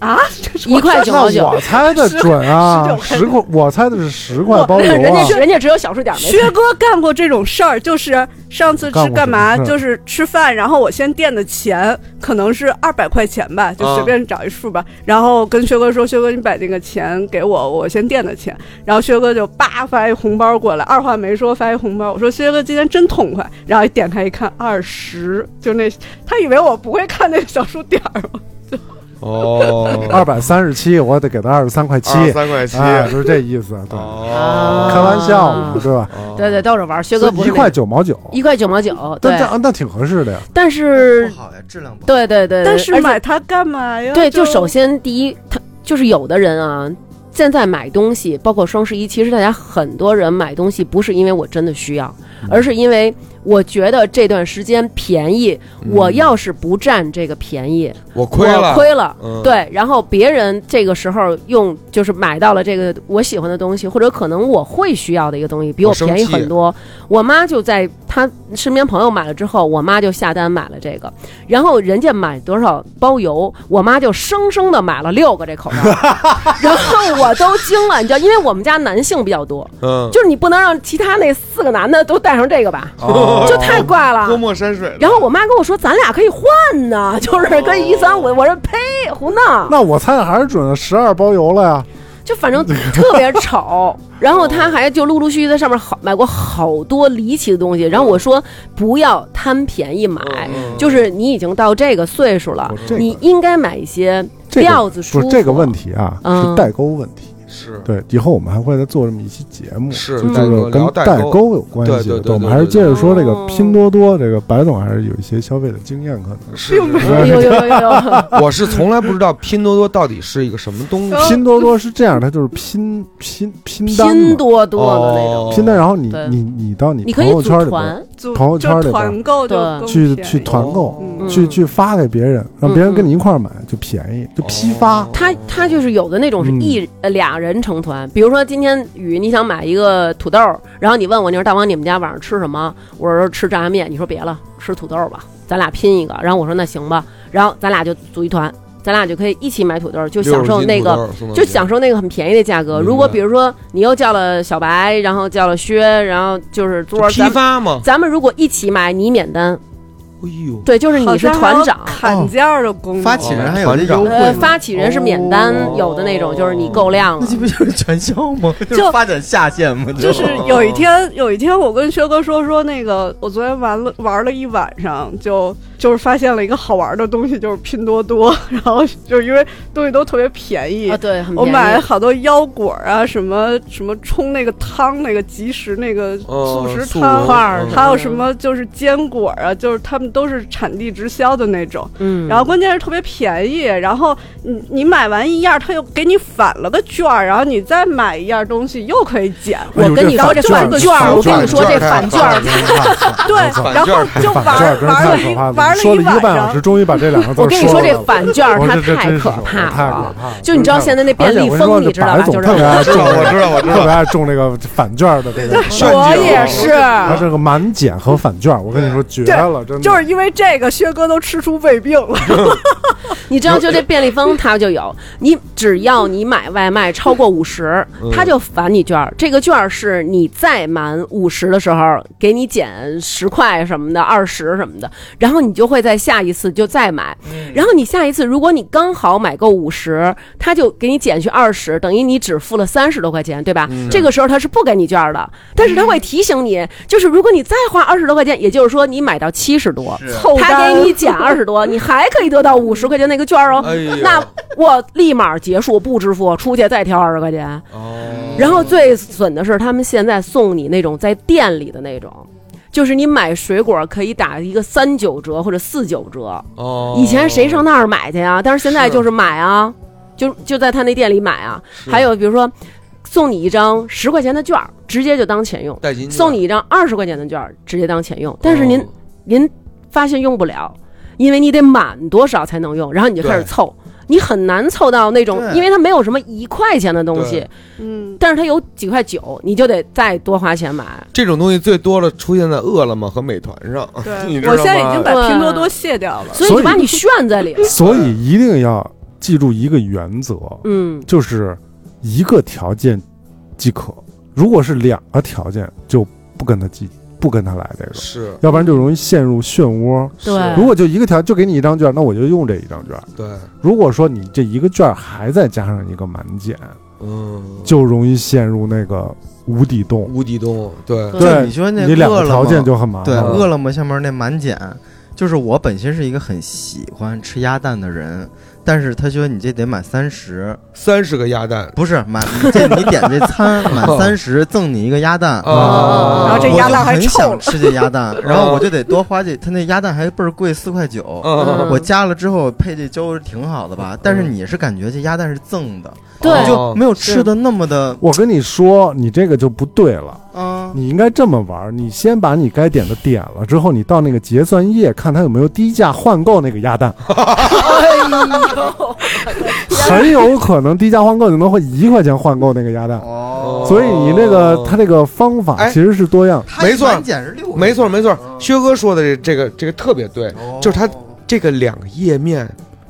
Speaker 6: 啊？这是
Speaker 5: 一块九毛
Speaker 2: 那
Speaker 5: 九
Speaker 2: 我。猜的准啊，
Speaker 6: 十
Speaker 2: 十块，我猜的是十块
Speaker 5: 我
Speaker 2: 包邮
Speaker 5: 人
Speaker 2: 啊
Speaker 5: 家。人家只有小数点没
Speaker 6: 薛哥干过这种事儿，就是上次
Speaker 2: 干
Speaker 6: 是
Speaker 2: 过
Speaker 6: 干嘛？
Speaker 2: 这种事儿
Speaker 6: 就是吃饭，然后我先垫的钱可能是二百块钱吧，
Speaker 2: 啊
Speaker 6: 就随便找一数吧。然后跟薛哥说：“薛哥，你把那个钱给我，我先垫的钱。”然后薛哥就叭发一红包过来，二话没说发一红包。我说：“薛哥今天真痛快。”然后一点开一看，二十，就那他以为我不会看那个小数点儿，
Speaker 3: 哦，
Speaker 2: 二百三十七，我得给他二十三块七，
Speaker 3: 二三块七，
Speaker 2: 哎，就是这意思，对，
Speaker 3: 哦，
Speaker 2: 开玩笑
Speaker 5: 嗯
Speaker 2: 嘛，对吧？
Speaker 3: 哦
Speaker 5: 对对，逗着玩儿。薛
Speaker 2: 所
Speaker 5: 哥
Speaker 2: 以
Speaker 5: 不是
Speaker 2: 一
Speaker 5: 那
Speaker 2: 块九毛九，
Speaker 5: 一块九毛九，
Speaker 2: 但
Speaker 5: 对
Speaker 2: 这，啊那挺合适的呀。
Speaker 5: 但
Speaker 4: 不
Speaker 5: 是
Speaker 4: 好呀，质量不好。
Speaker 5: 对对对，对
Speaker 6: 哦但是
Speaker 5: 而且
Speaker 6: 买它干嘛呀？
Speaker 5: 对，
Speaker 6: 就
Speaker 5: 就首先第一，他就是有的人啊。现在买东西，包括双十一，其实大家很多人买东西不是因为我真的需要，
Speaker 3: 嗯
Speaker 5: 而是因为我觉得这段时间便宜，我要是不占这个便宜，
Speaker 3: 我嗯亏了，
Speaker 5: 我亏了。
Speaker 3: 嗯
Speaker 5: 对，然后别人这个时候用就是买到了这个我喜欢的东西，或者可能我会需要的一个东西，比
Speaker 3: 我
Speaker 5: 我
Speaker 3: 生
Speaker 5: 便宜
Speaker 3: 气
Speaker 5: 很多。我妈就在她身边朋友买了之后，我妈就下单买了这个，然后人家买多少包邮，我妈就生生的买了六个 这口罩，然后我都惊了，你知道，因为我们家男性比较多，
Speaker 3: 嗯，
Speaker 5: 就是你不能让其他那四个男的都戴上这个吧，
Speaker 3: 哦
Speaker 5: 就太怪了。
Speaker 3: 泼墨山水的，
Speaker 5: 然后我妈跟我说，咱俩可以换呢， 就是跟一三五，我说呸，胡闹，
Speaker 2: 哦那我猜的还是准的，十二包邮了呀。
Speaker 5: 就反正特别 丑。然
Speaker 2: 哦
Speaker 5: 后她还就陆陆续续在上面好买过好多离奇的东西。然后我说不要贪便宜买，
Speaker 2: 哦
Speaker 5: 就是你已经到这个岁数了
Speaker 2: 我，哦这个
Speaker 5: 你应该买一些
Speaker 2: 这个
Speaker 5: 料子舒
Speaker 2: 不
Speaker 5: 服。
Speaker 2: 是这个问题啊，
Speaker 5: 嗯
Speaker 2: 是代沟问题。
Speaker 3: 是
Speaker 2: 对，以后我们还会再做这么一期节目，
Speaker 3: 是
Speaker 2: 就
Speaker 3: 代
Speaker 2: 是
Speaker 3: 沟
Speaker 2: 跟
Speaker 3: 聊代
Speaker 2: 代
Speaker 3: 沟
Speaker 2: 沟有关
Speaker 3: 对
Speaker 2: 系
Speaker 3: 对
Speaker 2: 的。
Speaker 3: 对
Speaker 2: 我们
Speaker 3: 对
Speaker 2: 还是
Speaker 3: 对
Speaker 2: 接着说这个
Speaker 5: 哦
Speaker 2: 拼多多，这个白总还是有一些消费的经验，可能
Speaker 3: 是，是
Speaker 5: 哎呦呦呦呦！
Speaker 3: 我是从来不知道拼多多到底是一个什么东西，
Speaker 2: 拼多多是这样，它就是拼拼 拼单嘛
Speaker 5: 哦拼多 多的那种，
Speaker 3: 哦
Speaker 2: 拼单，然后你
Speaker 5: 对
Speaker 2: 你你到你
Speaker 5: 你可
Speaker 2: 朋
Speaker 5: 以
Speaker 2: 友
Speaker 5: 组
Speaker 2: 圈里边
Speaker 5: 团，
Speaker 6: 组
Speaker 2: 朋友
Speaker 6: 就
Speaker 2: 圈里边
Speaker 6: 团购就
Speaker 5: 对
Speaker 6: 更
Speaker 2: 去
Speaker 6: 便宜
Speaker 2: 去团购，
Speaker 6: 嗯
Speaker 2: 去
Speaker 5: 嗯
Speaker 2: 去发给别人，让别人跟你一块儿买就便宜，就批发
Speaker 3: 哦。
Speaker 5: 他他就是有的那种是一呃俩人成团，比如说今天雨你想买一个土豆，然后你问我你说大王你们家晚上吃什么？我说吃炸酱面，你说别了，吃土豆吧，咱俩拼一个。然后我说那行吧，然后咱俩就组一团，咱俩就可以一起买土豆，就享受那个。
Speaker 3: 个
Speaker 5: 就享受那个很便宜的价格。
Speaker 3: 明白
Speaker 5: 如果比如说你又叫了小白，然后叫了薛，然后就是昨儿
Speaker 3: 批
Speaker 5: 咱们
Speaker 3: 发嘛，
Speaker 5: 咱们如果一起买，你免单，
Speaker 3: 哎呦，
Speaker 5: 对，就是
Speaker 6: 好
Speaker 5: 你是
Speaker 6: 像还有
Speaker 5: 团长，
Speaker 6: 砍价儿的功能，
Speaker 4: 哦发起人还有这优惠
Speaker 5: 呃，
Speaker 4: 吗，
Speaker 5: 发起人是免单，
Speaker 3: 哦
Speaker 5: 有的那种就是你够量
Speaker 4: 那
Speaker 5: 了
Speaker 4: 这。不就是传销吗？就是
Speaker 6: 就
Speaker 4: 发展下线吗？
Speaker 6: 就是有一天，有一天我跟薛哥说说那个，我昨天玩了玩了一晚上，就就是发现了一个好玩的东西，就是拼多多， 然后就是因为东西都特别便宜。
Speaker 5: 啊，对，很
Speaker 6: 我
Speaker 5: 便宜。
Speaker 6: 买了好多腰果啊，什么什么冲那个汤，那个即食那个
Speaker 3: 哦
Speaker 6: 速食
Speaker 3: 速
Speaker 6: 汤，
Speaker 3: 溶
Speaker 5: 块儿
Speaker 3: 嗯
Speaker 6: 还有什么就是坚果啊，就是他们都是产地直销的那种。
Speaker 5: 嗯，
Speaker 6: 然后关键是特别便宜，然后你你买完一样，他又给你返了个券儿，然后你再买一样东西又可以减。
Speaker 5: 我跟你说这返
Speaker 2: 券
Speaker 5: 券
Speaker 2: 儿
Speaker 5: 儿，我跟你说这
Speaker 3: 返
Speaker 5: 返
Speaker 3: 券
Speaker 5: 券
Speaker 3: 儿
Speaker 5: 儿
Speaker 2: 太可怕了
Speaker 6: 对
Speaker 2: 太可怕了，
Speaker 6: 然后就
Speaker 2: 反
Speaker 6: 玩
Speaker 2: 正太可
Speaker 6: 玩
Speaker 2: 怕
Speaker 6: 了
Speaker 2: 了
Speaker 6: 玩玩了
Speaker 2: 说
Speaker 6: 一
Speaker 2: 了一个
Speaker 6: 晚
Speaker 2: 半小
Speaker 6: 上
Speaker 2: 时，，终于把这两个字
Speaker 5: 我跟你说，
Speaker 2: 这
Speaker 5: 这返卷儿
Speaker 2: 我
Speaker 5: 它
Speaker 2: 这这真是
Speaker 5: 可
Speaker 2: 我
Speaker 5: 怕
Speaker 2: 太可
Speaker 5: 了。
Speaker 2: 怕了。
Speaker 5: 就你知道现在那
Speaker 2: 而
Speaker 5: 便
Speaker 2: 且
Speaker 5: 利
Speaker 2: 我跟
Speaker 5: 蜂，
Speaker 2: 说
Speaker 5: 你知道吧？
Speaker 2: 白
Speaker 5: 就
Speaker 2: 总
Speaker 5: 是
Speaker 2: 特别爱中，
Speaker 3: 我知道，我知
Speaker 2: 特别
Speaker 3: 道。
Speaker 2: 爱中这个返卷儿的这个。
Speaker 6: 我也是，
Speaker 2: 他这个满减和返卷儿，我跟你说绝了，真的。
Speaker 6: 就是因为这个，薛哥都吃出胃病了。
Speaker 5: 你知道，就这便利蜂它就有，你只要你买外卖超过五十，它就返你券儿。这个券儿是你再满五十的时候给你减十块什么的，二十什么的，然后你就会在下一次就再买。然后你下一次如果你刚好买够五十，它就给你减去二十，等于你只付了三十多块钱，对吧？这个时候它是不给你券儿的，但是它会提醒你，就是如果你再花二十多块钱，也就是说你买到七十多，
Speaker 6: 凑
Speaker 5: 他
Speaker 6: 单
Speaker 5: 给你减二十多，你还可以得到五十块钱那个券哦。
Speaker 3: 哎呦
Speaker 5: 那我立马结束不支付，出去再挑二十块钱。
Speaker 3: 哦，
Speaker 5: 然后最损的是，他们现在送你那种在店里的那种。就是你买水果可以打一个三九折或者四九折，
Speaker 3: 哦
Speaker 5: 以前谁上那儿买去呀？但是现在
Speaker 3: 是
Speaker 5: 就是买啊，就就在他那店里买啊。还有比如说，送你一张十块钱的券儿，直接就当钱用；
Speaker 3: 带金
Speaker 5: 送你一张二十块钱的券儿，直接当钱用。但是
Speaker 3: 哦
Speaker 5: 您您发现用不了，因为你得满多少才能用，然后你就开始
Speaker 3: 对
Speaker 5: 凑，你很难凑到那种，
Speaker 4: 对
Speaker 5: 因为它没有什么一块钱的东西
Speaker 3: 对，
Speaker 6: 嗯，
Speaker 5: 但是它有几块九，你就得再多花钱买。
Speaker 3: 这种东西最多了出现在饿了么和美团上，你知道
Speaker 6: 我
Speaker 3: 吗
Speaker 6: 现在已经把
Speaker 5: 对
Speaker 6: 拼多多卸掉了。
Speaker 5: 所以
Speaker 2: 所
Speaker 5: 就
Speaker 2: 以
Speaker 5: 把你炫在里了。
Speaker 2: 所以一定要记住一个原则，
Speaker 5: 嗯，
Speaker 2: 就是一个条件即可。如果是两个条件，就不跟他计，不跟他来这个，
Speaker 3: 是
Speaker 2: 要不然就容易陷入漩涡。
Speaker 5: 对
Speaker 2: 如果就一个条，就给你一张券，那我就用这一张券。
Speaker 3: 对，
Speaker 2: 如果说你这一个券还再加上一个满减，
Speaker 3: 嗯，
Speaker 2: 就容易陷入那个无底洞。
Speaker 3: 无底洞，对
Speaker 5: 对
Speaker 2: 对
Speaker 4: 你说那
Speaker 2: 你两
Speaker 4: 饿
Speaker 2: 个
Speaker 4: 了
Speaker 2: 条
Speaker 4: 么
Speaker 2: 件就很麻
Speaker 4: 对，
Speaker 2: 烦了。
Speaker 4: 饿了么下面那满减，就是我本身是一个很喜欢吃鸭蛋的人，但是他觉得你这得满三十，
Speaker 3: 三十个鸭蛋
Speaker 4: 不是满这你点这餐满三十赠你一个鸭蛋。
Speaker 3: 啊，
Speaker 6: 然后这
Speaker 4: 我
Speaker 6: 鸭
Speaker 4: 就
Speaker 6: 蛋还
Speaker 4: 很
Speaker 6: 臭
Speaker 4: 想
Speaker 6: 了
Speaker 4: 吃这鸭 蛋，然后我就得多花这，他那鸭蛋还倍儿贵，四块九。
Speaker 3: 嗯
Speaker 4: 我加了之后配这粥挺好的吧，但是你是感觉这鸭蛋是赠的，
Speaker 3: 哦
Speaker 5: 对
Speaker 4: 就没有吃的那么的，
Speaker 2: 我跟你说，你这个就不对了。
Speaker 4: 嗯，
Speaker 2: 你应该这么玩儿：你先把你该点的点了，之后你到那个结算页看他有没有低价换购那个鸭蛋，
Speaker 3: 哎
Speaker 2: 很有可能低价换购你能会一块钱换购那个鸭蛋。
Speaker 4: 哦
Speaker 2: 所以你那个他这个方法
Speaker 3: 哎
Speaker 2: 其实是多样，
Speaker 4: 它
Speaker 3: 没错
Speaker 4: 满减是六个，
Speaker 3: 没错没错，薛哥说的这这个这个特别对，
Speaker 4: 哦，
Speaker 3: 就是它这个两个页面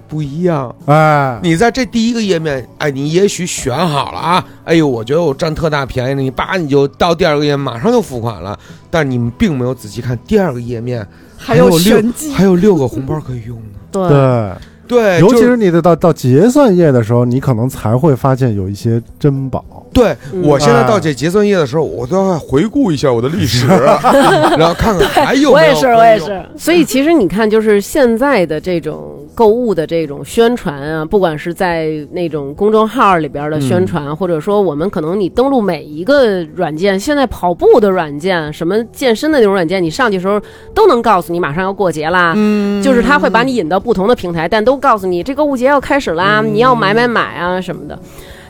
Speaker 3: 不一样。
Speaker 2: 哎，
Speaker 3: 你在这第一个页面，哎，你也许选好了啊，哎呦，我觉得我占特大便宜了，你叭你就到第二个页面马上就付款了，但你们并没有仔细看第二个页面
Speaker 6: 还
Speaker 3: 有
Speaker 6: 有
Speaker 3: 六
Speaker 6: 玄
Speaker 5: 嗯
Speaker 6: 机
Speaker 3: 还有六个红包可以用呢。
Speaker 5: 对
Speaker 2: 对，
Speaker 3: 对，
Speaker 2: 尤其
Speaker 3: 哎就是
Speaker 2: 你得到到结算页的时候，你可能才会发现有一些珍宝。
Speaker 3: 对
Speaker 5: 嗯
Speaker 3: 我现在到这结算页的时候，我都要回顾一下我的历史，啊 然后看看还有
Speaker 5: 我
Speaker 3: 没
Speaker 5: 也
Speaker 3: 有
Speaker 5: 是，
Speaker 3: 可以
Speaker 5: 我也
Speaker 3: 用。
Speaker 5: 是。所以其实你看，就是现在的这种购物的这种宣传啊，不管是在那种公众号里边的宣传，或者说我们可能你登录每一个软件，现在跑步的软件、什么健身的那种软件，你上去的时候都能告诉你马上要过节啦。嗯，就是他会把你引到不同的平台，但都告诉你这购物节要开始啦，你要买买买啊什么的。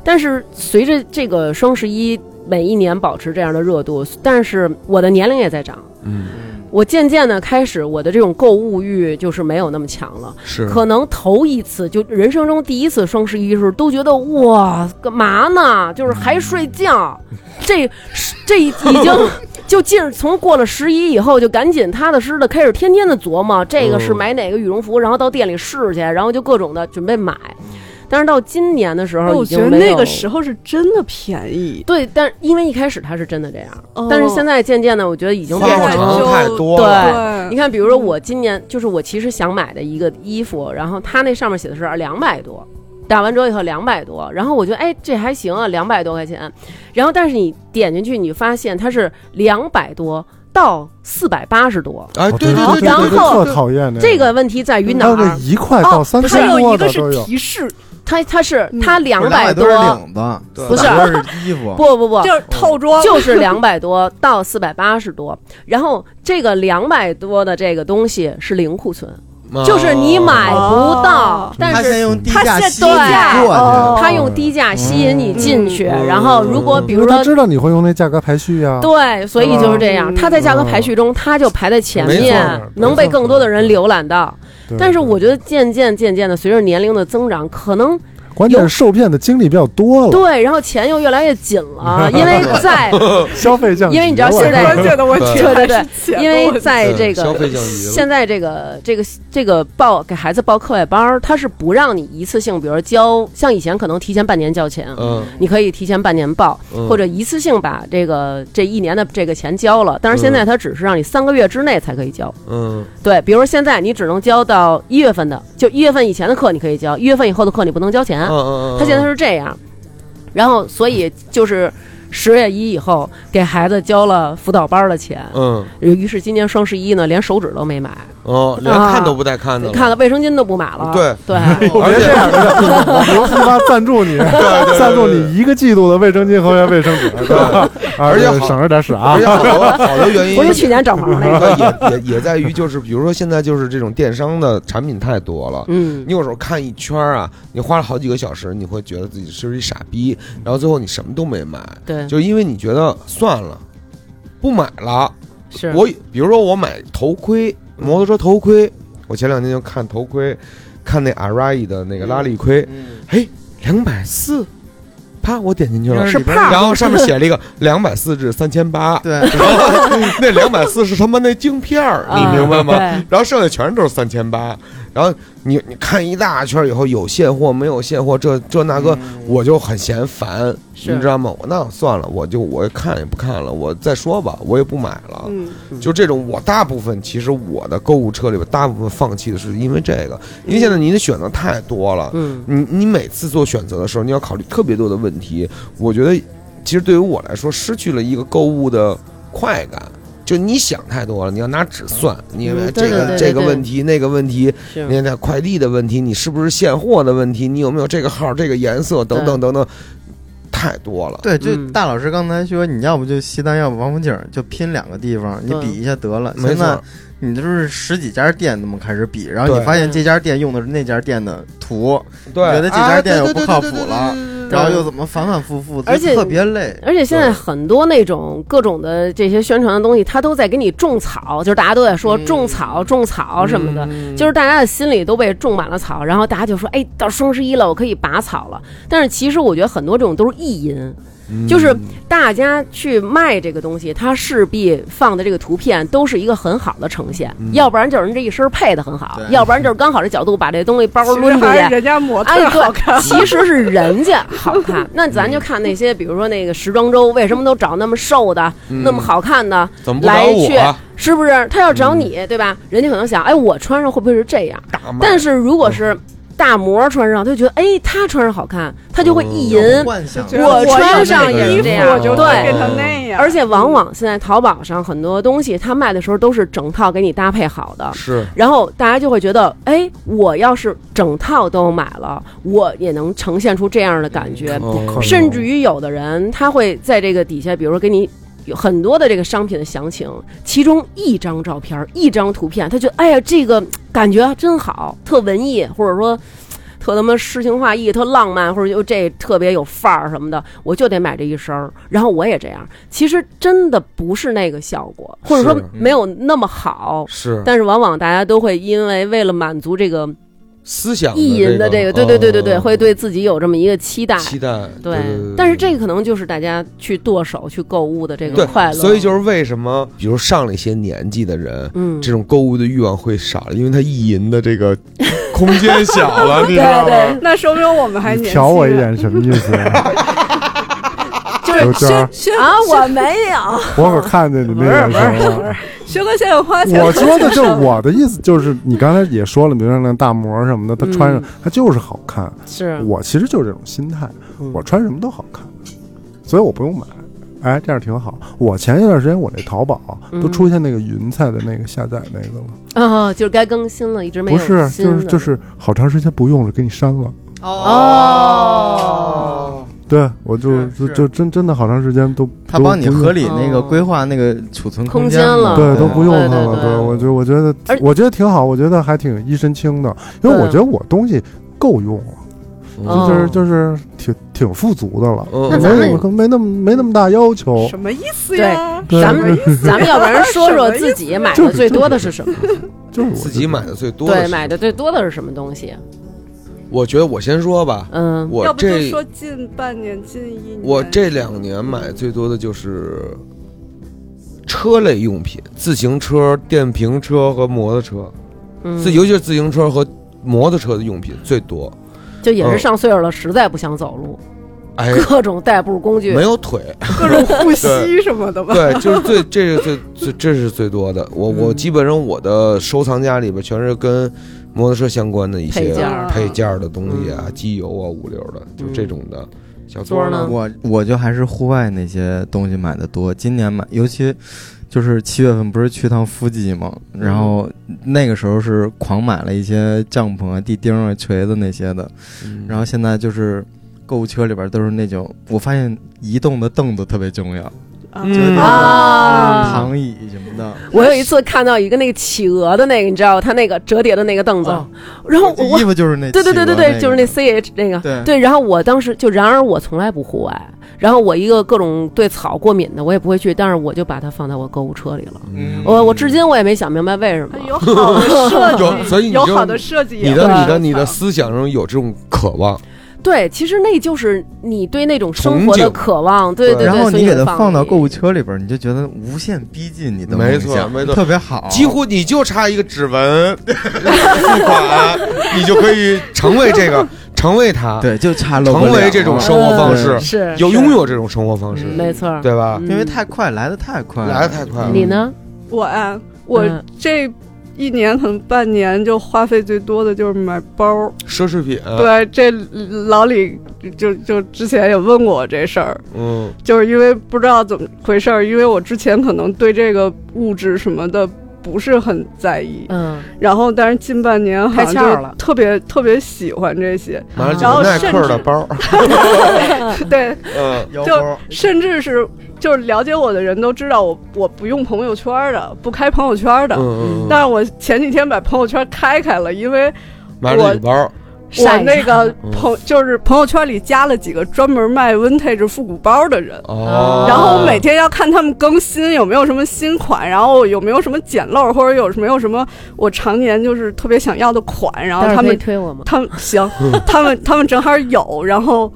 Speaker 5: 但是随着这个双十一每一年保持这样的热度，但是我的年龄也在涨。我渐渐的开始，我的这种购物欲就是没有那么强了。
Speaker 3: 是
Speaker 5: 可能头一次就人生中第一次双十一的时候，都觉得哇，干嘛呢？就是还睡 觉，这这已经 就进从过了十一以后，就赶紧踏踏实实的开始天天的琢磨这个是
Speaker 3: 嗯
Speaker 5: 买哪个羽绒服，然后到店里试去，然后就各种的准备买。但是到今年的时候，
Speaker 6: 哦我
Speaker 5: 已
Speaker 6: 觉
Speaker 5: 经
Speaker 6: 得
Speaker 5: 没
Speaker 6: 那
Speaker 5: 有
Speaker 6: 个时候是真的便宜，
Speaker 5: 对，但是因为一开始它是真的这样，
Speaker 6: 哦
Speaker 5: 但是现在渐渐的，我觉得已经
Speaker 3: 发
Speaker 5: 变
Speaker 6: 现
Speaker 5: 成
Speaker 6: 在
Speaker 3: 广告
Speaker 6: 就
Speaker 3: 太多
Speaker 5: 对
Speaker 3: 了，
Speaker 5: 你
Speaker 6: 对，
Speaker 5: 看，比如说我今年就是我其实想买的一个衣服，然后它那上面写的是两百多，打完折以后两百多，然后我觉得哎这还行啊，两百多块钱，然后但是你点进去，你发现它是两百多到四百八十多，
Speaker 3: 哎，对对
Speaker 2: 我
Speaker 3: 对
Speaker 2: 真
Speaker 3: 对
Speaker 5: 然
Speaker 2: 的
Speaker 5: 后
Speaker 2: 真的
Speaker 3: 对对，
Speaker 2: 哦特讨厌那
Speaker 5: 这个问题在于
Speaker 2: 还
Speaker 5: 哪
Speaker 2: 有那
Speaker 5: 儿？
Speaker 2: 一块到
Speaker 6: 哦
Speaker 2: 三，
Speaker 6: 还
Speaker 2: 十
Speaker 6: 有一
Speaker 2: 多
Speaker 6: 个
Speaker 2: 的
Speaker 6: 是
Speaker 2: 都有。
Speaker 6: 提示，
Speaker 5: 它它是
Speaker 6: 嗯
Speaker 5: 它两
Speaker 4: 百
Speaker 5: 多
Speaker 4: 都，是领子，
Speaker 3: 对
Speaker 5: 不是
Speaker 4: 打的是衣服，
Speaker 5: 不不不，
Speaker 6: 就是套 装，
Speaker 5: 就是两百多到四百八十多，然后这个两百多的这个东西是零库存，
Speaker 3: 哦
Speaker 5: 就是你买不到
Speaker 6: 哦，
Speaker 5: 但
Speaker 4: 他先
Speaker 5: 是
Speaker 4: 用低
Speaker 6: 他
Speaker 4: 价
Speaker 6: 现
Speaker 4: 吸
Speaker 5: 对
Speaker 4: 引你过
Speaker 6: 哦
Speaker 4: 去，
Speaker 5: 他用低价吸引你进去，
Speaker 3: 嗯
Speaker 5: 然后如果
Speaker 3: 嗯
Speaker 5: 比
Speaker 2: 因
Speaker 5: 如
Speaker 2: 为他
Speaker 5: 说。
Speaker 2: 知道你会用那价格排序呀。
Speaker 5: 对，所以就是这样。
Speaker 6: 嗯
Speaker 5: 他在价格排序中，他就排在前
Speaker 3: 没错
Speaker 5: 面
Speaker 2: 没错，
Speaker 5: 能被更多的人浏览到。
Speaker 2: 对，
Speaker 5: 但是我觉得渐渐渐渐的，随着年龄的增长，可能
Speaker 2: 关键是受骗的经历比较多了，
Speaker 5: 对，然后钱又越来越紧了，因为在
Speaker 2: 消费降级了，
Speaker 5: 因为你知道现在
Speaker 6: 关键的问题
Speaker 5: 对对
Speaker 6: 还
Speaker 5: 对
Speaker 6: 是 钱
Speaker 5: 因
Speaker 6: 的
Speaker 5: 为
Speaker 6: 问题
Speaker 5: 在这
Speaker 3: 嗯消费
Speaker 5: 个
Speaker 3: 降级了
Speaker 5: 现在这个这个这个报给孩子报课外班儿，他是不让你一次性，比如交，像以前可能提前半年交钱，
Speaker 3: 嗯，
Speaker 5: 你可以提前半年报，
Speaker 3: 嗯
Speaker 5: 或者一次性把这个这一年的这个钱交了。但是现在他只是让你三个月之内才可以交。
Speaker 3: 嗯
Speaker 5: 对，比如说现在你只能交到一月份的，就一月份以前的课你可以交，一月份以后的课你不能交钱。
Speaker 3: 嗯嗯，
Speaker 5: 他现在是这样，然后所以就是十月一以后给孩子交了辅导班儿的钱，
Speaker 3: 嗯
Speaker 5: 于是今年双十一呢，连手指都没买，
Speaker 3: 哦，连看都不带看的了，
Speaker 5: 看了卫生巾都不买了。
Speaker 3: 对
Speaker 5: 对，
Speaker 2: 我别这样，刘四妈赞助你，赞助你一个季度的卫生巾和卫生纸，对吧
Speaker 3: 而且
Speaker 2: 啊
Speaker 3: 好
Speaker 2: 省着点使啊
Speaker 3: 而且。好多好多原因
Speaker 5: 不是去年长毛 那个。
Speaker 3: 也也也在于就是，比如说现在就是这种电商的产品太多了。
Speaker 5: 嗯
Speaker 3: 你，有时候看一圈儿啊，你花了好几个小时，你会觉得自己是一傻逼，然后最后你什么都没买，
Speaker 5: 对，
Speaker 3: 就因为你觉得算了，不买了。
Speaker 5: 是
Speaker 3: 我比如说我买头盔，摩托车头盔，我前两天就看头盔，看那 Arai 的那个拉力盔，
Speaker 5: 嗯
Speaker 3: 哎，两百四，啪，我点进去了，
Speaker 5: 是胖
Speaker 3: 然后上 面写了一个两百四至三千八，
Speaker 4: 对，
Speaker 3: 然后 那两百四是他妈那镜片儿，
Speaker 5: 啊
Speaker 3: 你明白吗？
Speaker 5: 对
Speaker 3: 然后剩下全都是三千八，然后你你看一大圈以后，有现货没有现货，这这那个，我就很嫌烦，
Speaker 5: 嗯是
Speaker 3: 你知道吗？我那算了，我就我看也不看了，我再说吧，我也不买了。
Speaker 6: 嗯，
Speaker 3: 就这种，我大部分其实我的购物车里边，大部分放弃的是因为这个，因为现在你的选择太多了，
Speaker 5: 嗯，
Speaker 3: 你你每次做选择的时候，你要考虑特别多的问题。我觉得，其实对于我来说，失去了一个购物的快感。就你想太多了，你要拿纸算，你
Speaker 5: 嗯
Speaker 3: 这
Speaker 5: 对
Speaker 3: 个
Speaker 5: 对对
Speaker 3: 这个
Speaker 5: 对
Speaker 3: 问题那个问题，你看快递的问题，你是不是现货的问题，你有没有这个号这个颜色等等等等，太多了。
Speaker 4: 对，就
Speaker 5: 嗯
Speaker 4: 大老师刚才说，你要不就西单，要不王府井，就拼两个地方，你
Speaker 5: 对
Speaker 4: 比一下得了。
Speaker 3: 没
Speaker 4: 现在
Speaker 3: 错，
Speaker 4: 你就是十几家店那么开始比，然后
Speaker 3: 对
Speaker 4: 你发现这家店用的是那家店的图，
Speaker 3: 对，
Speaker 4: 你觉得这家店又不靠谱了
Speaker 3: 啊对对对对对对对对对
Speaker 4: 然后又怎么反反复复，
Speaker 5: 而且
Speaker 4: 就特别累。
Speaker 5: 而且现在
Speaker 3: 对
Speaker 5: 很多那种各种的这些宣传的东西，它都在给你种草，就是大家都在说种草、种草什么的，就是大家的心里都被种满了草，然后大家就说，哎，到双十一了，我可以拔草了。但是其实我觉得很多这种都是意淫，就是大家去卖这个东西，它势必放的这个图片都是一个很好的呈现，要不然就是人这一身配的很好，
Speaker 4: 对
Speaker 5: 要不然就是刚好这角度把这东西包
Speaker 6: 其实
Speaker 5: 抡出
Speaker 6: 还
Speaker 5: 去
Speaker 6: 是。人家模
Speaker 3: 哦
Speaker 6: 特
Speaker 5: 哎，
Speaker 6: 儿
Speaker 5: 对，
Speaker 6: 好看。
Speaker 5: 其实是 人家好看。那咱
Speaker 3: 嗯
Speaker 5: 就看那些，比如说那个时装周，为什么都找那么瘦的、那么好看的
Speaker 3: 嗯怎么不找
Speaker 5: 来去
Speaker 3: 我啊？，嗯
Speaker 5: 是不是？他要找你，对吧？人家可能想，哎，我穿上会不会是这样？
Speaker 3: 大嗯卖
Speaker 5: 但是如果是大模穿上，他就觉得，哎，他穿上好看，他就
Speaker 3: 嗯
Speaker 5: 会意淫。
Speaker 4: 幻想
Speaker 6: 就
Speaker 5: 我穿上
Speaker 6: 衣
Speaker 5: 也是
Speaker 6: 服
Speaker 5: 这
Speaker 6: 我
Speaker 5: 样，
Speaker 6: 就会
Speaker 5: 对
Speaker 6: 变。成那样，
Speaker 5: 而且
Speaker 3: 嗯
Speaker 5: 往往现在淘宝上很多东西，他卖的时候都是整套给你搭配好的，
Speaker 3: 是
Speaker 5: 然后大家就会觉得，哎，我要是整套都买了，我也能呈现出这样的感觉。
Speaker 3: 哦
Speaker 5: 甚至于有的人他会在这个底下，比如说给你有很多的这个商品的详情，其中一张照片儿、一张图片，他觉得哎呀，这个感觉啊真好，特文艺，或者说。特他妈诗情画意，特浪漫，或者就这特别有范儿什么的，我就得买这一身儿。然后我也这样，其实真的不是那个效果，或者说
Speaker 3: 是
Speaker 5: 没有那么好。
Speaker 3: 是
Speaker 5: 但是往往大家都会因为为了满足这个
Speaker 3: 思想
Speaker 5: 意淫的这个，对对对对对，会对自己有这么一个期待。
Speaker 3: 哦期待
Speaker 5: 对
Speaker 3: 对，
Speaker 5: 但是这
Speaker 3: 个。
Speaker 5: 个可能就是大家去剁手、去购物的这
Speaker 3: 对
Speaker 5: 个快乐。
Speaker 3: 所以就是为什么，比如上了一些年纪的人，
Speaker 5: 嗯，
Speaker 3: 这种购物的欲望会少了，因为他意淫的这个空间小 了，你知道吗？
Speaker 6: 那说明我们还年轻。
Speaker 2: 瞟我一，眼什么意思啊呀？ 刘娟儿，
Speaker 5: 啊，我没有，
Speaker 2: 我可看见你那眼神了。
Speaker 6: 薛哥现在花钱，
Speaker 2: 啊我说的 就是我的意思，就是你刚才也说了，比如说那大模什么的，他穿上
Speaker 5: 嗯
Speaker 2: 他就是好看。
Speaker 5: 是
Speaker 2: 我其实就是这种心态，
Speaker 5: 嗯
Speaker 2: 我穿什么都好看，所以我不用买。哎，这样挺好。我前一段时间我那淘宝都
Speaker 5: 嗯
Speaker 2: 出现那个云菜的那个下载那个了，
Speaker 5: 啊，就是该更新了，一直没
Speaker 2: 不
Speaker 5: 有
Speaker 2: 是，
Speaker 5: 新
Speaker 2: 就
Speaker 5: 的
Speaker 2: 是就是好长时间不用了，给你删了。
Speaker 5: 哦，
Speaker 2: 对我就是就是就真真的好长时间都
Speaker 4: 他帮你
Speaker 2: 不用
Speaker 4: 合理嗯那个
Speaker 5: 哦
Speaker 4: 规划那个储存
Speaker 5: 空
Speaker 4: 间
Speaker 5: 间
Speaker 4: 嘛
Speaker 5: 了
Speaker 2: 对，都不用
Speaker 5: 对
Speaker 2: 它
Speaker 5: 对
Speaker 2: 了。
Speaker 5: 对
Speaker 2: 我觉得，我觉得
Speaker 5: 而，
Speaker 2: 我觉得挺好，我觉得还挺一身轻的，因为
Speaker 5: 对
Speaker 2: 我觉得我东西够用了，
Speaker 5: 嗯
Speaker 2: 就是就是挺挺富足的了，
Speaker 3: 嗯
Speaker 5: 那咱
Speaker 2: 没
Speaker 5: 们
Speaker 2: 有可没那么没那么大要求。
Speaker 6: 什么意思呀？
Speaker 2: 对
Speaker 5: 咱们咱们要不然说
Speaker 6: 什
Speaker 5: 说
Speaker 6: 么意思
Speaker 5: 自己买的最多的是什么？
Speaker 2: 就是我
Speaker 3: 自己买的最多的
Speaker 5: 对，
Speaker 3: 是
Speaker 5: 买的最多的是什么东西？
Speaker 3: 我觉得我先说吧，
Speaker 5: 嗯，
Speaker 3: 我
Speaker 6: 要不就
Speaker 3: 这
Speaker 6: 说近半年、近一年。
Speaker 3: 我这两年买最多的就是车类用品，自行车、电瓶车和摩托车，
Speaker 5: 嗯
Speaker 3: 自尤其是自行车和摩托车的用品最多。
Speaker 5: 就也是
Speaker 3: 嗯
Speaker 5: 上岁数了，实在不想走路，
Speaker 3: 哎，
Speaker 5: 各种代步工具
Speaker 3: 没。有腿，
Speaker 6: 各 种护膝什么的吧。
Speaker 3: 对，就是最这是最最这是最多的。我我
Speaker 5: 嗯
Speaker 3: 基本上我的收藏夹里边全是跟摩托车相关的一
Speaker 5: 配
Speaker 3: 些
Speaker 5: 件
Speaker 6: 儿
Speaker 3: 配件儿的东西啊，机油啊、五六的，就这种的。小
Speaker 5: 座儿呢
Speaker 4: 我我就还是户外那些东西买的多，今年买，尤其就是七月份不是去趟夫基嘛，然后那个时候是狂买了一些帐篷啊、地钉啊、锤子那些的，
Speaker 3: 嗯
Speaker 4: 然后现在就是。购物车里边都是那种，我发现移动的凳子特别重要，就有点
Speaker 3: 嗯
Speaker 5: 啊！
Speaker 4: 躺椅什么的。
Speaker 5: 我有一次看到一个那个企鹅的那个，你知道它那个折叠的那个凳子，
Speaker 4: 哦
Speaker 5: 然后 我
Speaker 4: 这衣服就是那，
Speaker 5: 对对对对对，就是那
Speaker 4: 那
Speaker 5: C H 那个
Speaker 4: 对
Speaker 5: 然后我当时就，然而我从来不户外，然后我一个各种对草过敏的，我也不会去，但是我就把它放在我购物车里了。
Speaker 4: 嗯哎
Speaker 5: 我我至今我也没想明白为什么
Speaker 6: 它。有好的设计，
Speaker 3: 有所以你
Speaker 6: 嗯有
Speaker 3: 就
Speaker 6: 好的设计也啊
Speaker 3: 你的
Speaker 6: 会收藏，
Speaker 3: 你的你的思想中有这种渴望，
Speaker 5: 对，其实那就是你对那种生活
Speaker 3: 憧
Speaker 5: 的
Speaker 3: 憬
Speaker 5: 渴望，对对对。
Speaker 4: 然后
Speaker 5: 所以
Speaker 4: 你给
Speaker 5: 就
Speaker 4: 它放到购物
Speaker 5: 里，
Speaker 4: 车里边，你就觉得无限逼近你的
Speaker 3: 没
Speaker 4: 梦
Speaker 3: 错
Speaker 4: 想
Speaker 3: 没错
Speaker 4: 特别好，
Speaker 3: 几乎你就差一个指纹 付款，你就可以成为这 个，成为他，
Speaker 4: 对，就差露
Speaker 3: 成
Speaker 4: 个
Speaker 3: 为
Speaker 4: 脸
Speaker 3: 这种
Speaker 4: 了
Speaker 3: 生活方式
Speaker 5: 嗯，是
Speaker 3: 有
Speaker 5: 是
Speaker 3: 拥有这种生活方式，
Speaker 5: 嗯没错，
Speaker 3: 对吧？
Speaker 5: 嗯
Speaker 4: 因为太嗯快，来的太快，
Speaker 3: 来的太快了，
Speaker 5: 你呢？
Speaker 6: 我啊，我
Speaker 5: 嗯
Speaker 6: 这一年可能半年就花费最多的就是买包儿。
Speaker 3: 嗯奢侈品，，
Speaker 6: 对，这老李就就之前也问过我这事儿，
Speaker 3: 嗯，
Speaker 6: 就是因为不知道怎么回事儿，因为我之前可能对这个物质什么的不是很在意，
Speaker 5: 嗯，
Speaker 6: 然后但是近半年好
Speaker 5: 开窍
Speaker 6: 像
Speaker 5: 了
Speaker 6: 就特别特别喜欢这些，
Speaker 3: 买了几
Speaker 6: 然
Speaker 3: 个
Speaker 6: 后
Speaker 3: 耐
Speaker 6: 甚
Speaker 3: 克的
Speaker 6: 至
Speaker 3: 包，
Speaker 6: 对，
Speaker 3: 嗯，
Speaker 4: 腰
Speaker 6: 就
Speaker 4: 包
Speaker 6: 甚至是就是了解我的人都知道我我不用朋友圈儿的，不开朋友圈儿的，
Speaker 3: 嗯嗯
Speaker 6: 但是我前几天把朋友圈开开了，因为
Speaker 3: 买了几个包，
Speaker 6: 我
Speaker 5: 晒
Speaker 6: 那个
Speaker 3: 嗯
Speaker 6: 朋就是朋友圈里加了几个专门卖 vintage 复古包的人。
Speaker 3: 哦，
Speaker 6: 然后我每天要看他们更新有没有什么新款，然后有没有什么捡漏，或者有没有什么我常年就是特别想要的款，然后
Speaker 5: 待会儿
Speaker 6: 他
Speaker 5: 可以
Speaker 6: 们
Speaker 5: 推我吗？
Speaker 6: 他们行，他们他们正好有，然后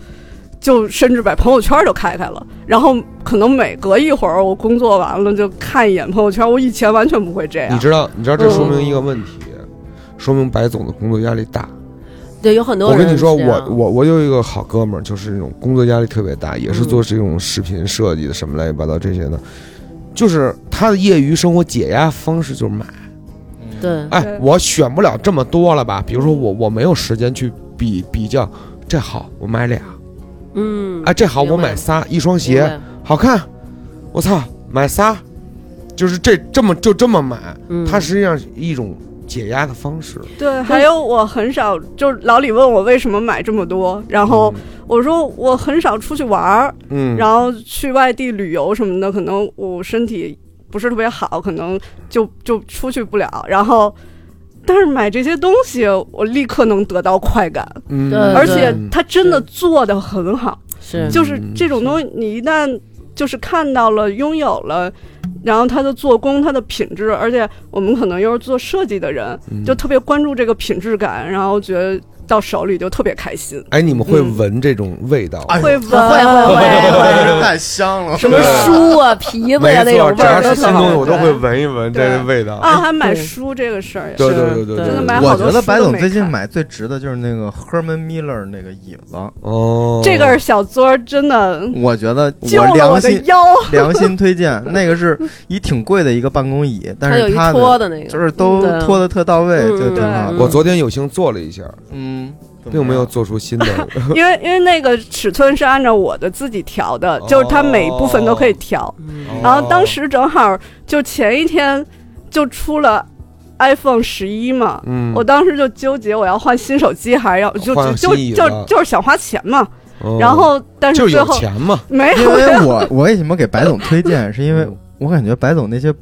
Speaker 6: 就甚至把朋友圈都开开了，然后可能每隔一会儿我工作完了就看一眼朋友圈，我以前完全不会这样。
Speaker 3: 你知道，你知道
Speaker 5: 嗯
Speaker 3: 这说明一个问题，说明白总的工作压力大。
Speaker 5: 对，有很多
Speaker 3: 我
Speaker 5: 人
Speaker 3: 跟你说，
Speaker 5: 是这啊样
Speaker 3: 我我我有一个好哥们儿，就是那种工作压力特别大，
Speaker 5: 嗯
Speaker 3: 也是做这种视频设计的什么乱七八糟这些的，就是他的业余生活解压方式就是买。
Speaker 5: 对
Speaker 3: 哎
Speaker 6: 对，
Speaker 3: 我选不了这么多了吧？比如说我我没有时间去比比较，这好我买俩，
Speaker 5: 嗯
Speaker 3: 哎，这好我
Speaker 5: 明白
Speaker 3: 买仨，一双
Speaker 5: 明
Speaker 3: 鞋
Speaker 5: 白
Speaker 3: 好看，我操买仨，就是这这么就这么买，
Speaker 5: 嗯
Speaker 3: 它实际上是一种解压的方式。
Speaker 6: 对，还有我很少，就是老李问我为什么买这么多，然后我说我很少出去玩儿，
Speaker 3: 嗯，
Speaker 6: 哦然后去外地旅游什么的，可能我身体不是特别好，可能就就出去不了。然后，但是买这些东西，我立刻能得到快感，
Speaker 3: 嗯，
Speaker 5: 对
Speaker 6: 而且它真的做的很好，
Speaker 5: 嗯是
Speaker 6: 就是这种东西，你一旦就是看到了、拥有了。然后它的做工、它的品质，而且我们可能又是做设计的人，
Speaker 3: 嗯
Speaker 6: 就特别关注这个品质感，然后觉得到手里就特别开心，
Speaker 3: 哎，你们会闻这种味道吗？
Speaker 6: 会闻
Speaker 5: 会 会会
Speaker 4: 这嗯太香了，
Speaker 5: 什么书啊、皮子呀
Speaker 3: 没
Speaker 5: 那种
Speaker 3: 错，
Speaker 5: 味
Speaker 3: 只
Speaker 5: 儿
Speaker 3: 要
Speaker 5: 都
Speaker 3: 是
Speaker 5: 特
Speaker 3: 新
Speaker 5: 好
Speaker 3: 东西，
Speaker 5: 闻
Speaker 3: 我都会闻一闻这
Speaker 6: 对
Speaker 3: 个味道。
Speaker 6: 啊，还买
Speaker 5: 对
Speaker 6: 书这个事儿也
Speaker 3: 对对对
Speaker 5: 是
Speaker 3: 对
Speaker 5: 真的
Speaker 3: 对，
Speaker 6: 买
Speaker 4: 我
Speaker 6: 好
Speaker 4: 觉
Speaker 6: 多
Speaker 4: 得
Speaker 6: 书
Speaker 4: 白
Speaker 6: 都
Speaker 4: 总
Speaker 6: 没
Speaker 4: 最近
Speaker 6: 看
Speaker 4: 买最值的就是那个 Herman Miller 那个椅
Speaker 5: 嗯
Speaker 4: 子，
Speaker 3: 哦，
Speaker 6: 这根小桌儿真的
Speaker 4: 我觉得
Speaker 6: 救了我
Speaker 4: 良
Speaker 6: 的
Speaker 4: 心
Speaker 6: 腰。
Speaker 4: 良心推荐， 那个是一挺贵的一个办公椅，但
Speaker 5: 它有
Speaker 4: 是
Speaker 5: 一
Speaker 4: 它
Speaker 5: 托
Speaker 4: 的
Speaker 5: 的那个，嗯
Speaker 4: 就是都
Speaker 5: 对
Speaker 4: 拖的特到位，
Speaker 5: 嗯
Speaker 4: 就挺好
Speaker 5: 嗯
Speaker 4: 的。
Speaker 3: 我昨天有幸做了一下，
Speaker 4: 嗯，怎么
Speaker 3: 并没有
Speaker 4: 样
Speaker 3: 做出 新的。
Speaker 6: 因为因为那个尺寸是按照我的自己调的，就是它每一部分都可以调。
Speaker 5: 嗯
Speaker 6: 然后当时正好就前一天就出了 iPhone 十一嘛。
Speaker 3: 嗯，
Speaker 6: 我当时就纠结，我要换新手机还是要就
Speaker 3: 换
Speaker 6: 就就
Speaker 3: 新椅子
Speaker 6: 就就是想花钱嘛，
Speaker 3: 哦
Speaker 6: 然后但是
Speaker 3: 就是
Speaker 6: 最
Speaker 3: 有
Speaker 6: 后
Speaker 3: 钱嘛，
Speaker 6: 没
Speaker 4: 因
Speaker 6: 有
Speaker 4: 为我 我为什么给白总推荐，是因为我感觉白总那些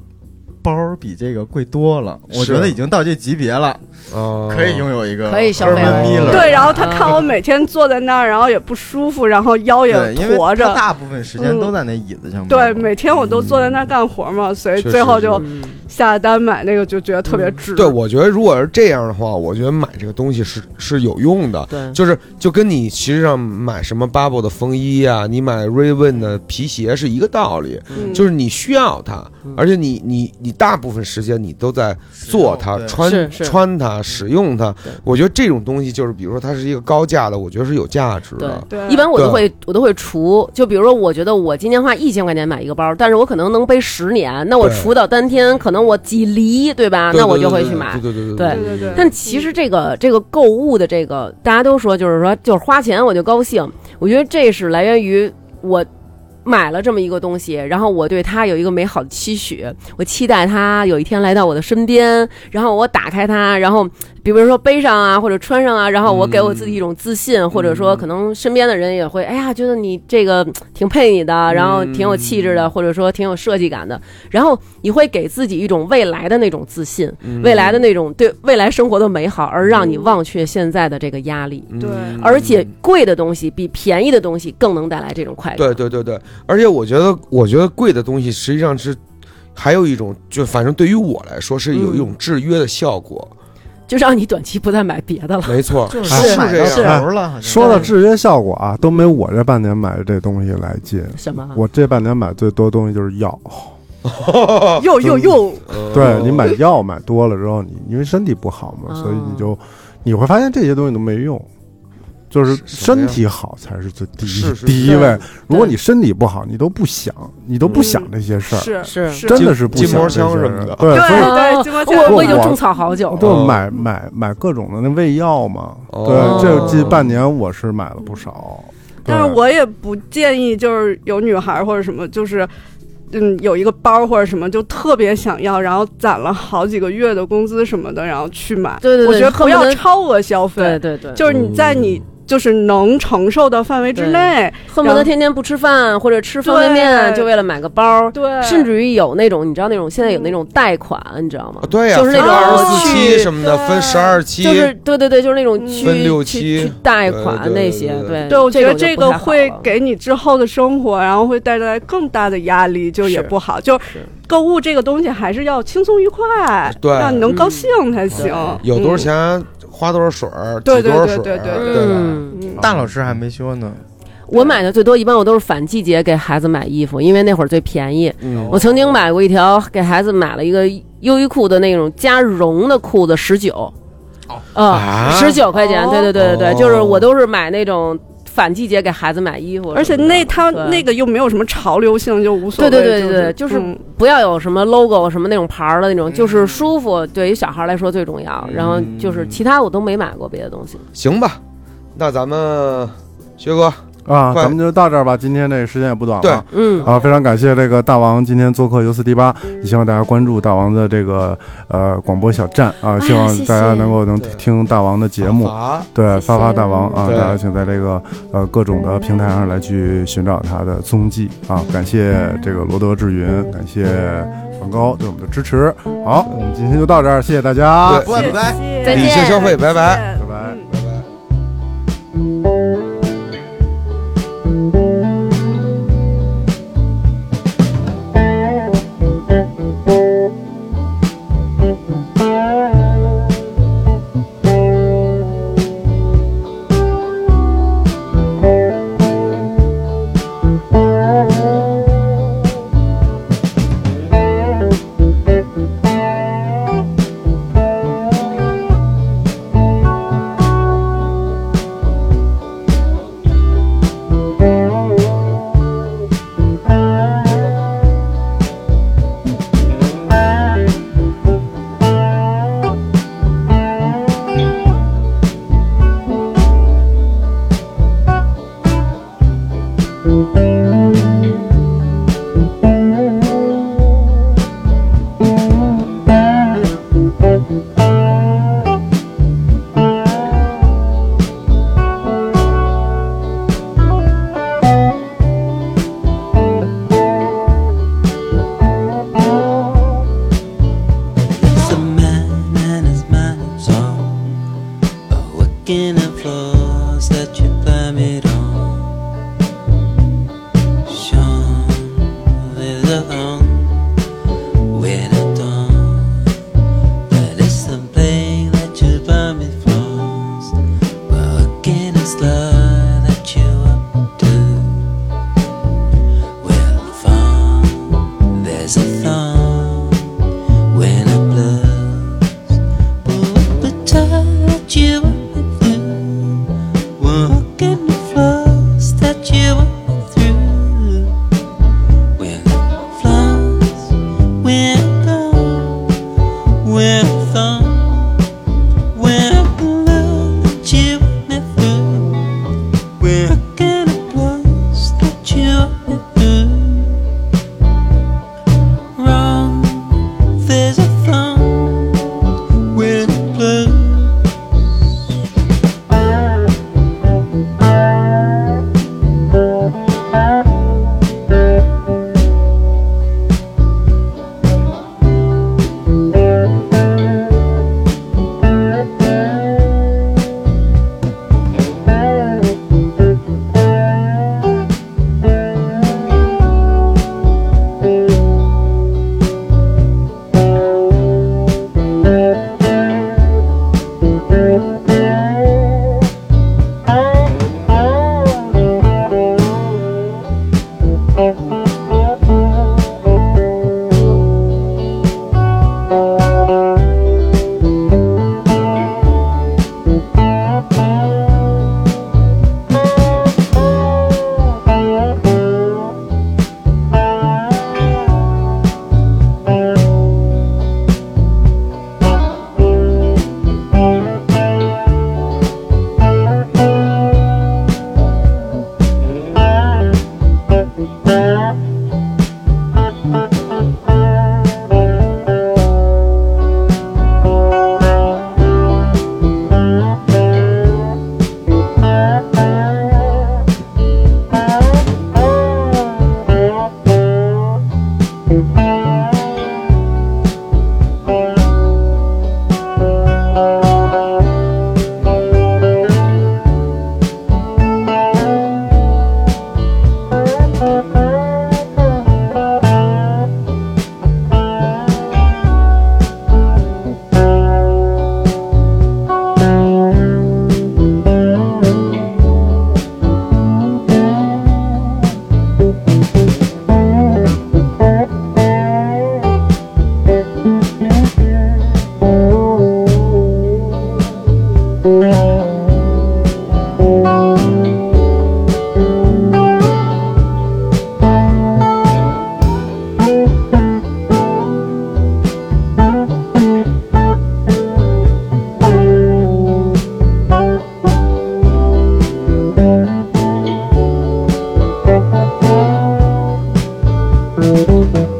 Speaker 4: 包儿比这个贵多了，我
Speaker 3: 是
Speaker 4: 觉得已经到这级别了，
Speaker 3: 哦
Speaker 4: 可以拥有一个
Speaker 9: 可以消费
Speaker 4: Herman
Speaker 9: 了
Speaker 4: Miller
Speaker 6: 对，然后他
Speaker 9: 啊
Speaker 6: 看我每天坐在那儿，然后也不舒服，然后腰也
Speaker 4: 对，因为
Speaker 6: 驼
Speaker 4: 他
Speaker 6: 着。
Speaker 4: 大部分时间都在那椅子上嘛。
Speaker 6: 对，每天我都坐在那儿干活嘛，所以
Speaker 3: 确
Speaker 6: 最
Speaker 3: 实
Speaker 6: 后
Speaker 3: 是
Speaker 6: 就
Speaker 5: 嗯
Speaker 6: 下单买那个，就觉得特别值。
Speaker 3: 嗯对，我觉得如果是这样的话，我觉得买这个东西是是有用的，
Speaker 5: 对，
Speaker 3: 就是就跟你其实上买什么 Bubble 的风衣啊，你买 Raven 的皮鞋是一个道理，
Speaker 6: 嗯
Speaker 3: 就是你需要它
Speaker 5: 嗯，
Speaker 3: 而且你你你大部分时间你都在做它、
Speaker 4: 对
Speaker 3: 穿
Speaker 5: 是是
Speaker 3: 穿它、使用它。我觉得这种东西就是，比如说它是一个高价的，我觉得是有价值
Speaker 5: 啊
Speaker 3: 的。
Speaker 6: 对，
Speaker 5: 一般我都会我都会除，就比如说，我觉得我今天花一千块钱买一个包，但是我可能能背十年，那我
Speaker 3: 对
Speaker 5: 除到当天，可能我几厘，对吧？
Speaker 3: 对
Speaker 5: 那我
Speaker 3: 对
Speaker 5: 就
Speaker 3: 对
Speaker 5: 会
Speaker 3: 对
Speaker 5: 去买。
Speaker 3: 对对对
Speaker 5: 对
Speaker 6: 对对
Speaker 5: 但其实这个这个购物的这个，大家都说就是说就是花钱我就高兴，我觉得这是来源于我买了这么一个东西，然后我对它有一个美好的期许，我期待它有一天来到我的身边，然后我打开它，然后比如说背上啊或者穿上啊，然后我给我自己一种自信，或者说可能身边的人也会哎呀觉得你这个嗯挺配你的，然后挺有气质的，或者说挺有设计感的，然后你会给自己一种未来的那种自信。
Speaker 3: 嗯
Speaker 5: 未来的那种对未来生活的美好，而让你忘却现在的这个压力。
Speaker 3: 嗯
Speaker 6: 对
Speaker 5: 而且贵的东西比便宜的东西更能带来这种快乐。
Speaker 3: 对对对对，而且我觉得，我觉得贵的东西实际上是还有一种，就反正对于我来说是有一
Speaker 5: 嗯
Speaker 3: 种制约的效果。
Speaker 5: 就让你短期不再买别的了。
Speaker 3: 没错，
Speaker 4: 就是
Speaker 3: 啊是
Speaker 4: 买
Speaker 3: 这
Speaker 4: 到
Speaker 3: 样。
Speaker 4: 头了，好像
Speaker 2: 说到制约效果啊，都没我这半年买的这东西来劲。
Speaker 6: 啊
Speaker 5: 什么？啊
Speaker 2: 我这半年买最多东西就是药，
Speaker 3: 哦啊
Speaker 6: 又
Speaker 3: 嗯
Speaker 6: 又又
Speaker 2: 对你买药买多了之后，你因为身体不好嘛，
Speaker 5: 哦
Speaker 2: 所以
Speaker 6: 啊
Speaker 2: 你就你会发现这些东西都没用，就是
Speaker 3: 是什么
Speaker 2: 身
Speaker 3: 呀
Speaker 2: 体好才是最第一
Speaker 3: 是是
Speaker 2: 第一位
Speaker 5: 对。
Speaker 2: 如果你身体不好，你都不想，你都不想这些事儿，
Speaker 6: 是
Speaker 5: 是
Speaker 6: 是，
Speaker 2: 真的是不
Speaker 3: 嗯筋
Speaker 2: 想
Speaker 3: 筋膜
Speaker 2: 这些
Speaker 3: 枪
Speaker 2: 事
Speaker 3: 什
Speaker 2: 儿
Speaker 3: 么的
Speaker 2: 对，
Speaker 6: 对
Speaker 2: 所以
Speaker 5: 啊
Speaker 6: 筋膜枪
Speaker 5: 我我已经
Speaker 2: 我
Speaker 5: 种草好久了。
Speaker 2: 就
Speaker 3: 哦
Speaker 2: 买买买各种的那胃药嘛。
Speaker 3: 哦
Speaker 2: 对，这近半年我是买了不少。
Speaker 6: 但是
Speaker 2: 对
Speaker 6: 我也不建议，就是有女孩或者什么，就是。嗯，有一个包或者什么，就特别想要，然后攒了好几个月的工资什么的，然后去买。
Speaker 5: 对对对
Speaker 6: 我觉得不
Speaker 5: 恨不
Speaker 6: 要
Speaker 5: 得
Speaker 6: 超额消费，
Speaker 5: 对对对，
Speaker 6: 就是你在你
Speaker 3: 嗯
Speaker 6: 就是能承受的范围之
Speaker 5: 对
Speaker 6: 内，
Speaker 5: 恨不得天天不吃饭，或者吃方便面，
Speaker 6: 对
Speaker 5: 就为了买个包。
Speaker 6: 对，
Speaker 5: 甚至于有那种，你知道那种现在有那种贷款，你知道吗
Speaker 3: 啊？对呀、
Speaker 5: 就是那
Speaker 3: 分二
Speaker 5: 种
Speaker 3: 十四期
Speaker 5: 去
Speaker 3: 什么的，分十二期，
Speaker 5: 就是对对对，就是那种去
Speaker 3: 分六期
Speaker 5: 去去贷款
Speaker 3: 对对对
Speaker 5: 那些
Speaker 3: 对，对对
Speaker 6: 嗯对，我觉得
Speaker 5: 嗯这种就
Speaker 6: 这
Speaker 5: 不
Speaker 6: 个
Speaker 5: 太好
Speaker 6: 会
Speaker 5: 了
Speaker 6: 给你之后的生活，然后会带来更大的压力，就是也
Speaker 5: 是
Speaker 6: 不好。就是购物这个东西还是要轻松愉快，
Speaker 3: 对
Speaker 6: 让你能高
Speaker 5: 嗯
Speaker 6: 兴才行。
Speaker 3: 有多少
Speaker 6: 嗯？
Speaker 3: 钱花多少水儿，
Speaker 6: 对
Speaker 3: 挤多少
Speaker 6: 对
Speaker 3: 水儿，
Speaker 6: 对对对
Speaker 3: 吧？
Speaker 5: 嗯，
Speaker 6: 嗯
Speaker 4: 大老师还没说呢，
Speaker 5: 我买的最多，一般我都是反季节给孩子买衣服，因为那会儿最便宜。
Speaker 3: 嗯
Speaker 5: 我曾经买过一条，给孩子买了一个优衣库的那种加绒的裤子，十九，啊，十九块钱，
Speaker 6: 哦
Speaker 5: 对对对对
Speaker 3: 哦
Speaker 5: 对，就是我都是买那种反季节给孩子买衣服，
Speaker 6: 而且那它
Speaker 5: 对
Speaker 6: 那个又没有什么潮流性，就无所谓。
Speaker 5: 对对对
Speaker 6: 就
Speaker 5: 对对就是
Speaker 6: 嗯
Speaker 5: 不要有什么 logo 什么那种牌儿的那种，就是舒服，对于小孩来说最重要。然后就是其他我都没买过别的东西，
Speaker 3: 行吧，那咱们薛哥，
Speaker 2: 啊，
Speaker 3: 快
Speaker 2: 咱们就到这儿吧，今天这个时间也不短了。
Speaker 3: 对
Speaker 5: 嗯，
Speaker 2: 啊，非常感谢这个大王今天做客游四 D 八，也希望大家关注大王的这个呃广播小站啊，希望大家能够能
Speaker 3: 对
Speaker 2: 听大王的节目，
Speaker 3: 啊
Speaker 2: 对，发发大王啊，
Speaker 3: 对
Speaker 2: 大家请在这个呃各种的平台上来去寻找他的踪迹啊，感谢这个罗德志云，感谢梵高对我们的支持，好，我们今天就到这儿，谢谢大家，
Speaker 3: 对
Speaker 2: 拜
Speaker 4: 拜拜。
Speaker 6: 谢嗯谢
Speaker 3: 理性消费，拜拜。
Speaker 2: 拜。
Speaker 7: 「 Thank you.